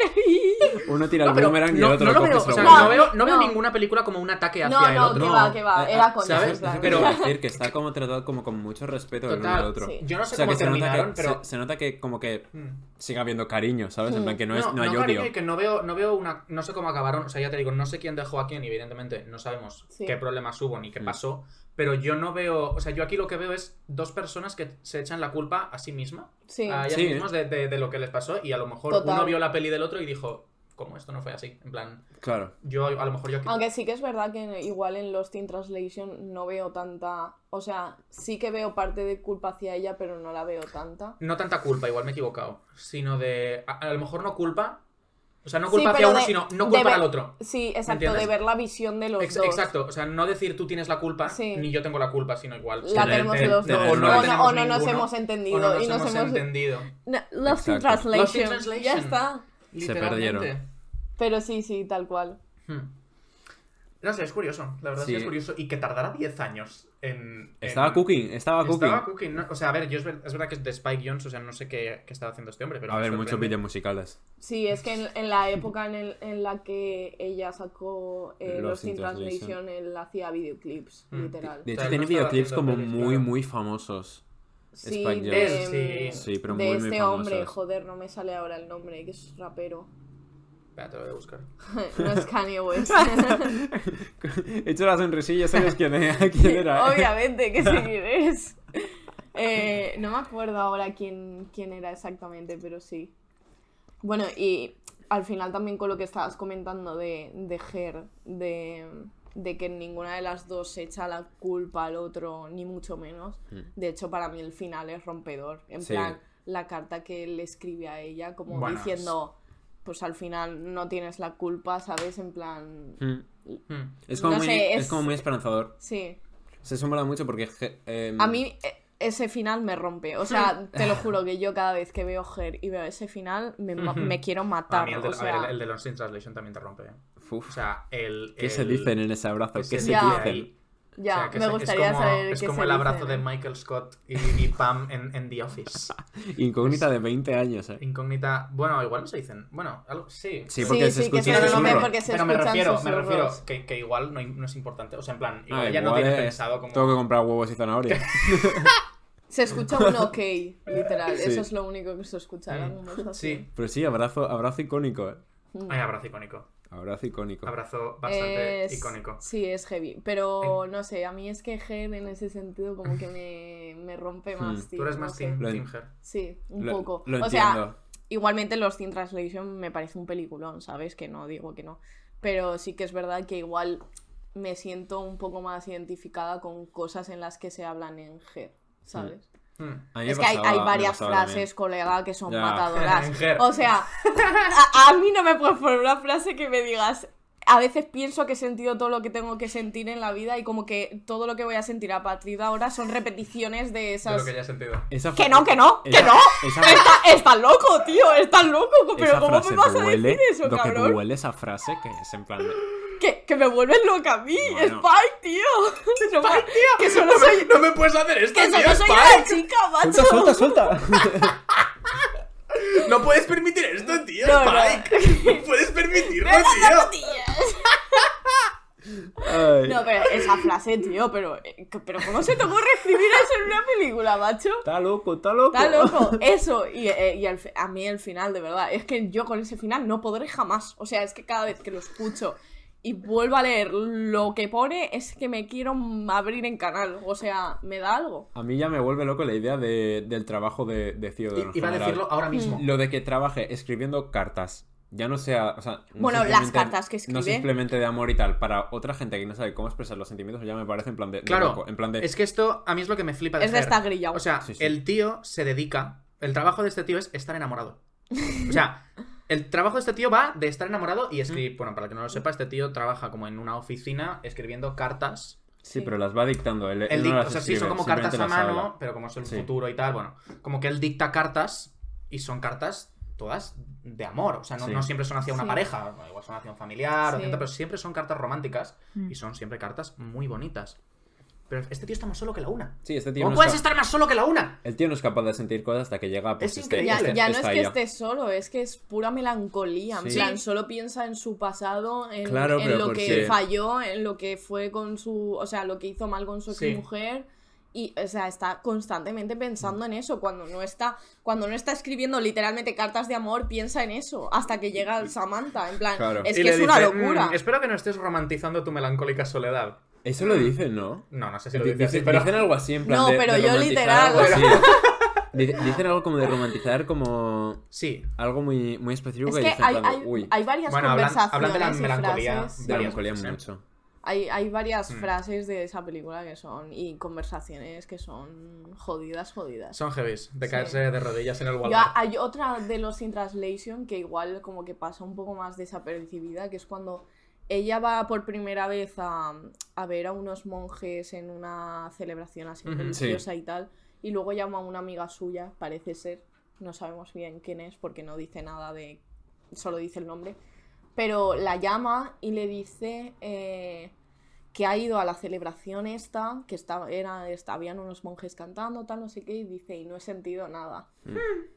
[SPEAKER 1] uno tira el
[SPEAKER 3] pero
[SPEAKER 1] boomerang y el
[SPEAKER 3] no-
[SPEAKER 1] otro
[SPEAKER 3] no
[SPEAKER 1] lo
[SPEAKER 3] lo
[SPEAKER 1] coge
[SPEAKER 3] veo,
[SPEAKER 1] y se lo
[SPEAKER 3] o sea,
[SPEAKER 1] vuelve.
[SPEAKER 3] no, veo, no veo
[SPEAKER 2] No.
[SPEAKER 3] ninguna película como un ataque hacia
[SPEAKER 2] No,
[SPEAKER 3] el
[SPEAKER 2] no,
[SPEAKER 3] otro.
[SPEAKER 2] que va, que va,
[SPEAKER 1] eh,
[SPEAKER 2] era
[SPEAKER 1] eh,
[SPEAKER 2] con
[SPEAKER 3] ¿sabes?
[SPEAKER 2] eso, claro.
[SPEAKER 1] Pero
[SPEAKER 3] Pero-
[SPEAKER 1] decir que está como tratado como con mucho respeto el uno
[SPEAKER 3] Total,
[SPEAKER 1] al otro.
[SPEAKER 2] sí.
[SPEAKER 3] Yo no
[SPEAKER 1] O
[SPEAKER 3] sé
[SPEAKER 1] sea,
[SPEAKER 3] cómo
[SPEAKER 1] que se nota
[SPEAKER 3] terminaron,
[SPEAKER 1] que,
[SPEAKER 3] pero.
[SPEAKER 1] se, se nota que como que
[SPEAKER 3] Mm.
[SPEAKER 1] sigue habiendo cariño, ¿sabes? En
[SPEAKER 2] Mm.
[SPEAKER 1] plan que no, es, no, hay
[SPEAKER 3] cariño,
[SPEAKER 1] odio.
[SPEAKER 3] y que Hmm. no veo, no veo una. No sé cómo acabaron. O sea, ya te digo, no sé quién dejó a quién, y evidentemente no sabemos
[SPEAKER 2] Sí.
[SPEAKER 3] qué problemas hubo ni qué
[SPEAKER 1] Mm.
[SPEAKER 3] pasó. Pero yo no veo. O sea, yo aquí lo que veo es dos personas que se echan la culpa a sí misma.
[SPEAKER 2] Sí.
[SPEAKER 3] A ellas
[SPEAKER 1] Sí.
[SPEAKER 3] mismas de, de- de lo que les pasó. Y a lo mejor
[SPEAKER 2] Total.
[SPEAKER 3] uno vio la peli del otro y dijo. ¿Cómo esto no fue así? En plan,
[SPEAKER 1] Claro.
[SPEAKER 3] yo a lo mejor yo aquí.
[SPEAKER 2] Aunque sí que es verdad que igual en Lost in Translation no veo tanta. O sea, sí que veo parte de culpa hacia ella, pero no la veo tanta.
[SPEAKER 3] No tanta culpa, igual me he equivocado. Sino de. A, a lo mejor no culpa. O sea, no
[SPEAKER 2] Sí,
[SPEAKER 3] culpa hacia
[SPEAKER 2] pero
[SPEAKER 3] uno,
[SPEAKER 2] de-
[SPEAKER 3] sino
[SPEAKER 2] de
[SPEAKER 3] no culpa
[SPEAKER 2] ver-
[SPEAKER 3] al otro.
[SPEAKER 2] Sí, exacto,
[SPEAKER 3] entiendes?
[SPEAKER 2] de ver la visión de los
[SPEAKER 3] Ex-
[SPEAKER 2] dos.
[SPEAKER 3] Exacto, o sea, no decir tú tienes la culpa,
[SPEAKER 2] Sí.
[SPEAKER 3] ni yo tengo la culpa, sino igual.
[SPEAKER 2] La
[SPEAKER 1] Tener-
[SPEAKER 2] tenemos
[SPEAKER 1] tener-
[SPEAKER 2] los
[SPEAKER 1] tener-
[SPEAKER 2] dos.
[SPEAKER 1] o
[SPEAKER 2] O
[SPEAKER 1] no
[SPEAKER 2] no,
[SPEAKER 1] la
[SPEAKER 3] tenemos
[SPEAKER 2] o no nos
[SPEAKER 3] ninguno,
[SPEAKER 2] hemos
[SPEAKER 3] O
[SPEAKER 2] entendido.
[SPEAKER 3] no nos
[SPEAKER 2] y nos
[SPEAKER 3] hemos
[SPEAKER 2] hemos.
[SPEAKER 3] entendido.
[SPEAKER 2] No, Lost in
[SPEAKER 1] Exacto.
[SPEAKER 2] Translation.
[SPEAKER 3] Lost in Translation.
[SPEAKER 2] Ya está.
[SPEAKER 1] perdieron.
[SPEAKER 2] Pero sí, sí, tal cual.
[SPEAKER 3] Hmm. No sé, es curioso, la verdad
[SPEAKER 1] Sí.
[SPEAKER 3] sí. es curioso. Y que tardara 10 años en. en-
[SPEAKER 1] Estaba cooking, estaba cooking.
[SPEAKER 3] Eh, Estaba cooking, ¿no? O sea, a ver, yo es, ver- es verdad que es de Spike Jones, o sea, no sé qué, qué estaba haciendo este hombre, pero.
[SPEAKER 1] A
[SPEAKER 3] me
[SPEAKER 1] ver, muchos
[SPEAKER 3] sorprende.
[SPEAKER 1] vídeos musicales.
[SPEAKER 2] Sí, es que en, en la época en, el- en la que ella sacó eh,
[SPEAKER 1] Lost
[SPEAKER 2] Lost
[SPEAKER 1] in
[SPEAKER 2] in Translation, él hacía videoclips,
[SPEAKER 3] Mm.
[SPEAKER 2] literal.
[SPEAKER 1] De
[SPEAKER 3] O
[SPEAKER 1] hecho,
[SPEAKER 3] sea, él
[SPEAKER 1] tiene
[SPEAKER 3] no estaba
[SPEAKER 1] videoclips
[SPEAKER 3] haciendo
[SPEAKER 1] como
[SPEAKER 3] pelis,
[SPEAKER 1] muy,
[SPEAKER 3] claro.
[SPEAKER 1] muy famosos.
[SPEAKER 2] Sí,
[SPEAKER 1] Spike
[SPEAKER 2] de,
[SPEAKER 3] Jonze.
[SPEAKER 1] Sí, pero
[SPEAKER 2] de
[SPEAKER 1] muy, muy
[SPEAKER 2] este
[SPEAKER 1] famosos.
[SPEAKER 2] hombre, joder, no me sale ahora el nombre, que es rapero.
[SPEAKER 3] Espera, te lo voy a buscar.
[SPEAKER 2] No es Kanye West.
[SPEAKER 1] He hecho la sonrisilla, sabes quién era. Quién era ¿eh?
[SPEAKER 2] Obviamente que sí quién es. Eh, no me acuerdo ahora quién, quién era exactamente, pero sí. Bueno, y al final también con lo que estabas comentando de, de Her, de, de que ninguna de las dos se echa la culpa al otro, ni mucho menos.
[SPEAKER 1] Mm.
[SPEAKER 2] De hecho, para mí el final es rompedor. En
[SPEAKER 1] Sí.
[SPEAKER 2] plan, la carta que él escribe a ella, como
[SPEAKER 3] Bueno,
[SPEAKER 2] diciendo, pues al final no tienes la culpa, ¿sabes? En plan...
[SPEAKER 1] Mm.
[SPEAKER 3] Hmm.
[SPEAKER 1] Es como,
[SPEAKER 2] No
[SPEAKER 1] muy,
[SPEAKER 2] sé,
[SPEAKER 1] es...
[SPEAKER 2] es-
[SPEAKER 1] como muy esperanzador.
[SPEAKER 2] Sí.
[SPEAKER 1] Se asombra mucho porque. je- eh,
[SPEAKER 3] Mm.
[SPEAKER 2] A mí eh, ese final me rompe. O sea, te lo juro que yo cada vez que veo Her y veo ese final me, ma-
[SPEAKER 3] Ujú.
[SPEAKER 2] me quiero
[SPEAKER 3] A
[SPEAKER 2] matar.
[SPEAKER 3] mí el de,
[SPEAKER 2] o
[SPEAKER 3] a
[SPEAKER 2] sea,
[SPEAKER 3] ver, el- el de Lost in Translation también te rompe. ¿eh?
[SPEAKER 1] uf,
[SPEAKER 3] O sea, el.
[SPEAKER 1] ¿Qué se
[SPEAKER 3] el-
[SPEAKER 1] dicen en ese abrazo? ¿Qué se
[SPEAKER 2] Ya.
[SPEAKER 1] dicen?
[SPEAKER 3] ahí.
[SPEAKER 2] ya,
[SPEAKER 3] O sea, que
[SPEAKER 2] me
[SPEAKER 3] es- es
[SPEAKER 2] gustaría
[SPEAKER 3] como-
[SPEAKER 2] saber
[SPEAKER 3] Es
[SPEAKER 2] qué
[SPEAKER 3] como
[SPEAKER 2] se
[SPEAKER 3] el abrazo
[SPEAKER 2] dice.
[SPEAKER 3] de Michael Scott y, y Pam en, en The Office.
[SPEAKER 1] Incógnita de 20 años, ¿eh?
[SPEAKER 3] Incógnita. Bueno, igual no se dicen. Bueno, algo, sí.
[SPEAKER 1] Sí,
[SPEAKER 2] Sí,
[SPEAKER 1] porque se
[SPEAKER 2] sí, que
[SPEAKER 1] escucha
[SPEAKER 2] se
[SPEAKER 1] el
[SPEAKER 2] rompe
[SPEAKER 1] susurro.
[SPEAKER 2] porque se
[SPEAKER 3] pero me
[SPEAKER 2] escuchan
[SPEAKER 3] refiero, me
[SPEAKER 2] susurros.
[SPEAKER 3] refiero que, que igual no, no es importante. O sea, en plan, igual
[SPEAKER 1] Ah,
[SPEAKER 3] ella no
[SPEAKER 1] igual
[SPEAKER 3] tiene
[SPEAKER 1] es-
[SPEAKER 3] pensado como.
[SPEAKER 1] Tengo que comprar huevos y zanahorias.
[SPEAKER 2] Se escucha un ok, literal.
[SPEAKER 1] Sí.
[SPEAKER 2] Eso es lo único que se escucha en la
[SPEAKER 3] Mm.
[SPEAKER 2] conversación.
[SPEAKER 3] Sí.
[SPEAKER 1] Pero sí, abrazo, abrazo icónico, ¿eh?
[SPEAKER 2] Mm.
[SPEAKER 3] Ay, abrazo icónico.
[SPEAKER 1] Abrazo icónico.
[SPEAKER 3] Abrazo bastante
[SPEAKER 2] Es-
[SPEAKER 3] icónico.
[SPEAKER 2] Sí, es heavy. Pero no sé, a mí es que Her en ese sentido como que me, me rompe
[SPEAKER 1] Mm.
[SPEAKER 2] más. tío,
[SPEAKER 3] Tú eres
[SPEAKER 2] no
[SPEAKER 3] más
[SPEAKER 2] sé.
[SPEAKER 3] Team,
[SPEAKER 1] Lo-
[SPEAKER 3] team Her.
[SPEAKER 2] Sí, un
[SPEAKER 1] Lo-
[SPEAKER 2] poco.
[SPEAKER 1] Lo
[SPEAKER 2] o sea,
[SPEAKER 1] entiendo.
[SPEAKER 2] Igualmente los Thin Translation me parece un peliculón, ¿sabes? Que no digo que no. Pero sí que es verdad que igual me siento un poco más identificada con cosas en las que se hablan en Her, ¿sabes?
[SPEAKER 3] Hmm.
[SPEAKER 1] A mí me
[SPEAKER 2] Es que hay,
[SPEAKER 1] pasaba-
[SPEAKER 2] hay
[SPEAKER 1] me
[SPEAKER 2] varias
[SPEAKER 1] pasaba también.
[SPEAKER 2] frases, colega, que son
[SPEAKER 1] Ya.
[SPEAKER 2] matadoras.
[SPEAKER 3] En Her.
[SPEAKER 2] O sea, a, a mí no me puedes poner una frase que me digas. A veces pienso que he sentido todo lo que tengo que sentir en la vida y como que todo lo que voy a sentir a partir de ahora son repeticiones de
[SPEAKER 3] De lo
[SPEAKER 2] esas.
[SPEAKER 3] que ya he sentido.
[SPEAKER 1] Esa
[SPEAKER 2] Que
[SPEAKER 1] fra-
[SPEAKER 2] no, que no, que
[SPEAKER 1] esa-
[SPEAKER 2] no.
[SPEAKER 1] Esa,
[SPEAKER 2] Está, está loco, tío, está loco. Pero
[SPEAKER 1] esa
[SPEAKER 2] ¿cómo
[SPEAKER 1] frase
[SPEAKER 2] me vas
[SPEAKER 1] te
[SPEAKER 2] a
[SPEAKER 1] huele,
[SPEAKER 2] decir eso,
[SPEAKER 1] lo que te
[SPEAKER 2] cabrón?
[SPEAKER 1] huele esa frase que es en plan de,
[SPEAKER 2] Que, que me vuelves loca a mí,
[SPEAKER 1] Bueno.
[SPEAKER 2] Spike, tío. No me- Que solo soy,
[SPEAKER 3] No me puedes hacer esto,
[SPEAKER 2] que
[SPEAKER 3] tío,
[SPEAKER 2] solo soy
[SPEAKER 3] Spike.
[SPEAKER 2] una chica, macho.
[SPEAKER 1] Suelta, suelta, suelta.
[SPEAKER 3] No puedes permitir esto, tío,
[SPEAKER 2] No, no.
[SPEAKER 3] Spike. No puedes permitirlo, tío.
[SPEAKER 1] Ay.
[SPEAKER 2] No, pero esa frase, tío, pero, eh, que- pero ¿cómo se te ocurre escribir eso en una película, macho?
[SPEAKER 1] Está loco, está loco.
[SPEAKER 2] Está loco, eso. Y, eh, y al fi- a mí el final, de verdad, es que yo con ese final no podré jamás. O sea, es que cada vez que lo escucho y vuelvo a leer lo que pone, es que me quiero m- abrir en canal. O sea, me da algo.
[SPEAKER 1] A mí ya me vuelve loco la idea de- del trabajo de, de Theodore. en
[SPEAKER 3] Iba a
[SPEAKER 1] general.
[SPEAKER 3] decirlo ahora mismo.
[SPEAKER 1] Lo de que trabaje escribiendo cartas. Ya no sea. O sea no
[SPEAKER 2] Bueno, las
[SPEAKER 1] simplemente-
[SPEAKER 2] cartas que escribe.
[SPEAKER 1] No simplemente de amor y tal. Para otra gente que no sabe cómo expresar los sentimientos, ya me parece en plan de. de
[SPEAKER 3] Claro,
[SPEAKER 1] loco, en plan de.
[SPEAKER 3] Es que esto a mí es lo que me flipa de
[SPEAKER 2] Es de
[SPEAKER 3] Her.
[SPEAKER 2] esta grilla.
[SPEAKER 3] O sea,
[SPEAKER 1] Sí, sí.
[SPEAKER 3] el tío se dedica el trabajo de este tío es estar enamorado. O sea, el trabajo de este tío va de estar enamorado y escribir. Bueno, para el que no lo sepa, este tío trabaja como en una oficina escribiendo cartas
[SPEAKER 1] Sí, pero las va dictando. Él, él
[SPEAKER 3] Él
[SPEAKER 1] Eh, no
[SPEAKER 3] dic-
[SPEAKER 1] las
[SPEAKER 3] o sea, sí, son
[SPEAKER 1] escribe,
[SPEAKER 3] como cartas a
[SPEAKER 1] simplemente las
[SPEAKER 3] mano,
[SPEAKER 1] habla.
[SPEAKER 3] pero como es el
[SPEAKER 1] Sí.
[SPEAKER 3] futuro y tal, bueno, como que él dicta cartas y son cartas todas de amor, o sea, no,
[SPEAKER 1] Sí.
[SPEAKER 3] no siempre son hacia una
[SPEAKER 2] Sí.
[SPEAKER 3] pareja, bueno, igual son hacia un familiar, o
[SPEAKER 2] Sí.
[SPEAKER 3] cierta, pero siempre son cartas románticas
[SPEAKER 4] Mm.
[SPEAKER 3] y son siempre cartas muy bonitas. Pero este tío está más solo que la una.
[SPEAKER 1] Sí, este tío
[SPEAKER 3] ¿Cómo
[SPEAKER 1] no
[SPEAKER 3] puedes
[SPEAKER 1] es ca-
[SPEAKER 3] estar más solo que la una?
[SPEAKER 1] El tío no es capaz de sentir cosas hasta que llega. Pues, este-
[SPEAKER 3] increíble.
[SPEAKER 2] Ya,
[SPEAKER 1] este-
[SPEAKER 2] ya no es
[SPEAKER 1] esta
[SPEAKER 2] que
[SPEAKER 1] IA.
[SPEAKER 2] esté solo, es que es pura melancolía. En
[SPEAKER 1] Sí.
[SPEAKER 2] plan, solo piensa en su pasado, en,
[SPEAKER 1] Claro,
[SPEAKER 2] en
[SPEAKER 1] pero
[SPEAKER 2] lo
[SPEAKER 1] porque-
[SPEAKER 2] que falló, en lo que fue con su. O sea, lo que hizo mal con su
[SPEAKER 3] Sí.
[SPEAKER 2] mujer. Y, o sea, está constantemente pensando en eso. Cuando no está. Cuando no está escribiendo literalmente cartas de amor, piensa en eso. Hasta que llega Samantha. En plan,
[SPEAKER 1] Claro.
[SPEAKER 2] es
[SPEAKER 3] Y
[SPEAKER 2] que
[SPEAKER 3] le
[SPEAKER 2] es una
[SPEAKER 3] dice,
[SPEAKER 2] locura.
[SPEAKER 3] "Mm, espero que no estés romantizando tu melancólica soledad.
[SPEAKER 1] Eso lo dicen, ¿no?
[SPEAKER 3] No, no sé si lo
[SPEAKER 1] Di-
[SPEAKER 3] dice así,
[SPEAKER 1] dicen-
[SPEAKER 3] pero...
[SPEAKER 1] Dicen algo así, en plan.
[SPEAKER 2] No,
[SPEAKER 1] de- de
[SPEAKER 2] pero yo
[SPEAKER 1] romantizar algo
[SPEAKER 2] literal.
[SPEAKER 1] así. Dice- Dicen algo como de romantizar, como.
[SPEAKER 3] Sí,
[SPEAKER 1] Algo muy, muy específico
[SPEAKER 2] Es
[SPEAKER 1] que,
[SPEAKER 2] que
[SPEAKER 1] dicen. en
[SPEAKER 2] hay,
[SPEAKER 1] plan de,
[SPEAKER 2] hay-
[SPEAKER 1] uy,
[SPEAKER 2] hay varias
[SPEAKER 3] Bueno, hablan-
[SPEAKER 2] conversaciones
[SPEAKER 3] hablan de la
[SPEAKER 2] y
[SPEAKER 3] melancolía,
[SPEAKER 2] frases.
[SPEAKER 1] de la
[SPEAKER 3] varias
[SPEAKER 1] melancolía
[SPEAKER 3] cosas, ¿eh?
[SPEAKER 1] mucho.
[SPEAKER 2] Hay, hay varias
[SPEAKER 3] Mm.
[SPEAKER 2] frases de esa película que son. y conversaciones que son jodidas, jodidas.
[SPEAKER 3] son heavies, de
[SPEAKER 2] Sí.
[SPEAKER 3] caerse de rodillas en el
[SPEAKER 2] Yo-
[SPEAKER 3] Walmart.
[SPEAKER 2] hay otra de los In Translation que igual como que pasa un poco más desapercibida, que es cuando ella va por primera vez a, a ver a unos monjes en una celebración así
[SPEAKER 3] Ujú, sí.
[SPEAKER 2] religiosa y tal, y luego llama a una amiga suya, parece ser, no sabemos bien quién es porque no dice nada de, solo dice el nombre, pero la llama y le dice... eh, que ha ido a la celebración esta, que estaba, era, esta- habían unos monjes cantando, tal, no sé qué, y dice, y no he sentido nada.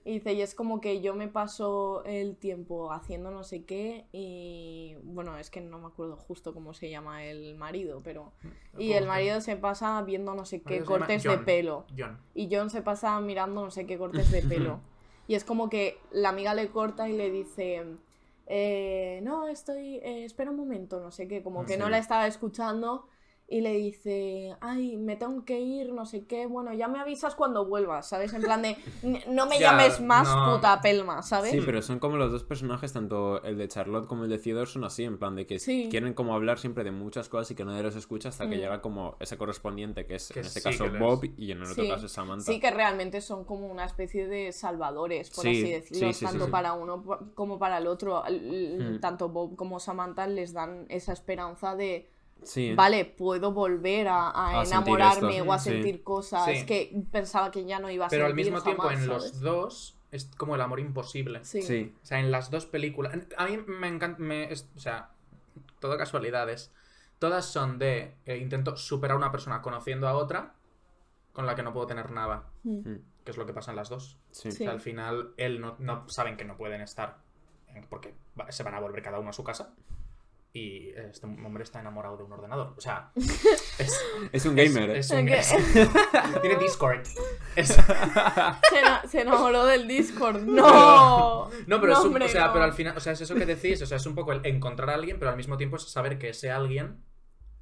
[SPEAKER 2] Y dice, y es como que yo me paso el tiempo haciendo no sé qué, y bueno, es que no me acuerdo justo cómo se llama el marido, pero... Y el
[SPEAKER 3] ¿Cómo se-
[SPEAKER 2] marido se pasa viendo no sé qué
[SPEAKER 3] Marido se llama
[SPEAKER 2] cortes de
[SPEAKER 3] John.
[SPEAKER 2] pelo.
[SPEAKER 3] John.
[SPEAKER 2] Y John se pasa mirando no sé qué cortes de pelo. Y es como que la amiga le corta y le dice, eh, no, estoy, eh, espera un momento, no sé qué, como que no
[SPEAKER 1] Sí.
[SPEAKER 2] la estaba escuchando. Y le dice, ay, me tengo que ir, no sé qué, bueno, ya me avisas cuando vuelvas, ¿sabes? En plan de, "N- no me
[SPEAKER 3] Ya,
[SPEAKER 2] llames más
[SPEAKER 3] no.
[SPEAKER 2] puta pelma, ¿sabes?
[SPEAKER 1] Sí, pero son como los dos personajes, tanto el de Charlotte como el de Theodore, son así, en plan de que
[SPEAKER 2] Sí.
[SPEAKER 1] quieren como hablar siempre de muchas cosas y que nadie los escucha hasta que
[SPEAKER 2] Mm.
[SPEAKER 1] llega como ese correspondiente, que es
[SPEAKER 3] Que
[SPEAKER 1] en este
[SPEAKER 3] sí
[SPEAKER 1] caso
[SPEAKER 3] que les-
[SPEAKER 1] Bob y en el otro
[SPEAKER 2] Sí.
[SPEAKER 1] caso es Samantha.
[SPEAKER 2] Sí que realmente son como una especie de salvadores, por
[SPEAKER 1] Sí,
[SPEAKER 2] así decirlo,
[SPEAKER 1] sí, sí, sí,
[SPEAKER 2] tanto
[SPEAKER 1] sí.
[SPEAKER 2] para uno pa- como para el otro. L- l-
[SPEAKER 1] Mm.
[SPEAKER 2] Tanto Bob como Samantha les dan esa esperanza de,
[SPEAKER 1] Sí.
[SPEAKER 2] vale, puedo volver a, a
[SPEAKER 1] A sentir
[SPEAKER 2] enamorarme
[SPEAKER 1] esto.
[SPEAKER 2] o a
[SPEAKER 1] Sí.
[SPEAKER 2] sentir cosas
[SPEAKER 3] Sí.
[SPEAKER 2] que pensaba que ya no iba a
[SPEAKER 3] Pero al
[SPEAKER 2] sentir
[SPEAKER 3] mismo tiempo,
[SPEAKER 2] jamás,
[SPEAKER 3] en
[SPEAKER 2] ¿sabes?
[SPEAKER 3] los dos es como el amor imposible.
[SPEAKER 2] Sí.
[SPEAKER 1] Sí.
[SPEAKER 3] O sea, en las dos películas. A mí me encanta. me- es- o sea, todo casualidades. Todas son de eh, intento superar a una persona conociendo a otra con la que no puedo tener nada.
[SPEAKER 2] Mm.
[SPEAKER 1] Mm.
[SPEAKER 3] Que es lo que pasa en las dos.
[SPEAKER 1] Sí.
[SPEAKER 2] Sí.
[SPEAKER 3] O sea, al final, él no, no- saben que no pueden estar. eh, Porque va- se van a volver cada uno a su casa. Y este hombre está enamorado de un ordenador. O sea, es,
[SPEAKER 1] Es un gamer,
[SPEAKER 3] es-
[SPEAKER 1] ¿eh?
[SPEAKER 3] es un-
[SPEAKER 2] Que-
[SPEAKER 3] tiene Discord. Es-
[SPEAKER 2] se, ena- se enamoró del Discord. ¡No!
[SPEAKER 3] No, pero, es un-
[SPEAKER 2] hombre,
[SPEAKER 3] o sea,
[SPEAKER 2] no.
[SPEAKER 3] pero al final, o sea, es eso que decís, o sea, es un poco el encontrar a alguien, pero al mismo tiempo es saber que ese alguien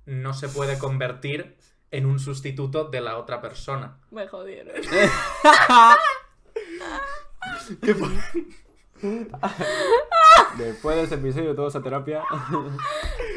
[SPEAKER 3] no se puede convertir en un sustituto de la otra persona.
[SPEAKER 2] Me jodieron.
[SPEAKER 1] Después de este episodio, todos a terapia.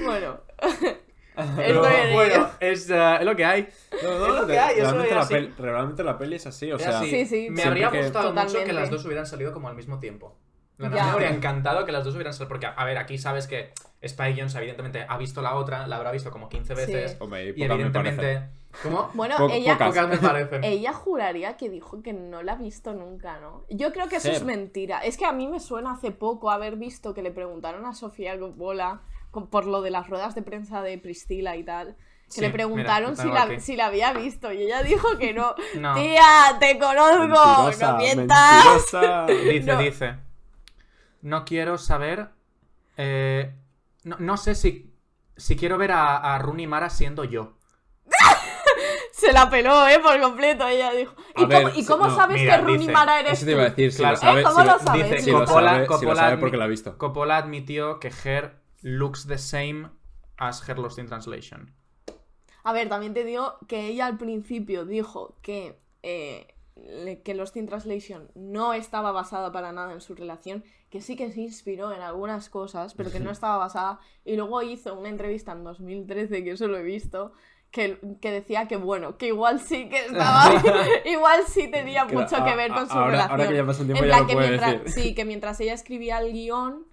[SPEAKER 2] Bueno.
[SPEAKER 3] Pero,
[SPEAKER 2] Estoy en
[SPEAKER 3] bueno,
[SPEAKER 2] ello.
[SPEAKER 3] es eh, es lo que hay. Es lo que hay, eso
[SPEAKER 1] realmente,
[SPEAKER 3] es
[SPEAKER 1] la
[SPEAKER 3] así.
[SPEAKER 1] peli, realmente la peli es así, o
[SPEAKER 3] Es
[SPEAKER 1] sea,
[SPEAKER 3] así.
[SPEAKER 2] Sí, sí.
[SPEAKER 3] me
[SPEAKER 1] Siempre
[SPEAKER 3] habría
[SPEAKER 1] que-
[SPEAKER 3] gustado mucho
[SPEAKER 2] Totalmente.
[SPEAKER 3] que las dos hubieran salido como al mismo tiempo. La verdad,
[SPEAKER 2] Ya.
[SPEAKER 3] me habría encantado que las dos hubieran salido, porque, a ver, aquí sabes que Spy Jones evidentemente ha visto la otra, la habrá visto como 15
[SPEAKER 2] Sí.
[SPEAKER 3] veces,
[SPEAKER 1] hombre, y
[SPEAKER 3] y
[SPEAKER 1] poca me parece.
[SPEAKER 3] evidentemente... ¿Cómo?
[SPEAKER 2] Bueno,
[SPEAKER 1] Po-
[SPEAKER 2] ella,
[SPEAKER 1] pocas.
[SPEAKER 3] Pocas me parecen.
[SPEAKER 2] Ella juraría que dijo que no la ha visto nunca, ¿no? Yo creo que eso
[SPEAKER 1] Ser.
[SPEAKER 2] es mentira. Es que a mí me suena hace poco haber visto que le preguntaron a Sofía Coppola con- por lo de las ruedas de prensa de Priscila y tal. Que
[SPEAKER 3] Sí,
[SPEAKER 2] le
[SPEAKER 3] mira,
[SPEAKER 2] preguntaron
[SPEAKER 3] lo
[SPEAKER 2] si,
[SPEAKER 3] tengo aquí.
[SPEAKER 2] la, si la había visto y ella dijo que no.
[SPEAKER 3] No.
[SPEAKER 2] Tía, te conozco, no mientas.
[SPEAKER 1] mentirosa.
[SPEAKER 3] Dice,
[SPEAKER 2] No.
[SPEAKER 3] dice. No quiero saber. eh, no, no sé si, si quiero ver a, a Rooney Mara siendo yo.
[SPEAKER 2] Se la peló, ¿eh? Por completo, ella dijo.
[SPEAKER 1] A
[SPEAKER 2] ¿Y,
[SPEAKER 1] ver,
[SPEAKER 2] cómo, ¿y
[SPEAKER 1] sí,
[SPEAKER 2] cómo
[SPEAKER 1] no,
[SPEAKER 2] sabes
[SPEAKER 3] mira,
[SPEAKER 2] que Rooney
[SPEAKER 3] dice,
[SPEAKER 2] Mara eres
[SPEAKER 1] Eso te iba a
[SPEAKER 2] tú?
[SPEAKER 1] decir, si
[SPEAKER 3] Claro.
[SPEAKER 1] lo sabe,
[SPEAKER 2] ¿Eh? ¿Cómo
[SPEAKER 1] si
[SPEAKER 2] lo sabe?
[SPEAKER 3] Dice
[SPEAKER 1] si lo
[SPEAKER 3] Coppola-
[SPEAKER 1] sabe, si lo
[SPEAKER 3] Coppola
[SPEAKER 1] sabe
[SPEAKER 3] admi-
[SPEAKER 1] porque la ha visto.
[SPEAKER 3] Coppola admitió que Her looks the same as Her Lost in Translation.
[SPEAKER 2] A ver, también te digo que ella al principio dijo que, eh, le- que Lost in Translation no estaba basada para nada en su relación, que sí que se inspiró en algunas cosas, pero que no estaba basada. Y luego hizo una entrevista en 2013, que eso lo he visto, que, que decía que bueno, que igual sí que estaba, igual sí tenía
[SPEAKER 1] Claro,
[SPEAKER 2] mucho
[SPEAKER 1] a-
[SPEAKER 2] que ver con
[SPEAKER 1] a-
[SPEAKER 2] su
[SPEAKER 1] ah, ahora-
[SPEAKER 2] relación.
[SPEAKER 1] ahora que ya pasa un tiempo
[SPEAKER 2] En
[SPEAKER 1] ya
[SPEAKER 2] plan
[SPEAKER 1] lo
[SPEAKER 2] que
[SPEAKER 1] puede
[SPEAKER 2] mientras,
[SPEAKER 1] decir.
[SPEAKER 2] Sí, que mientras ella escribía el guión,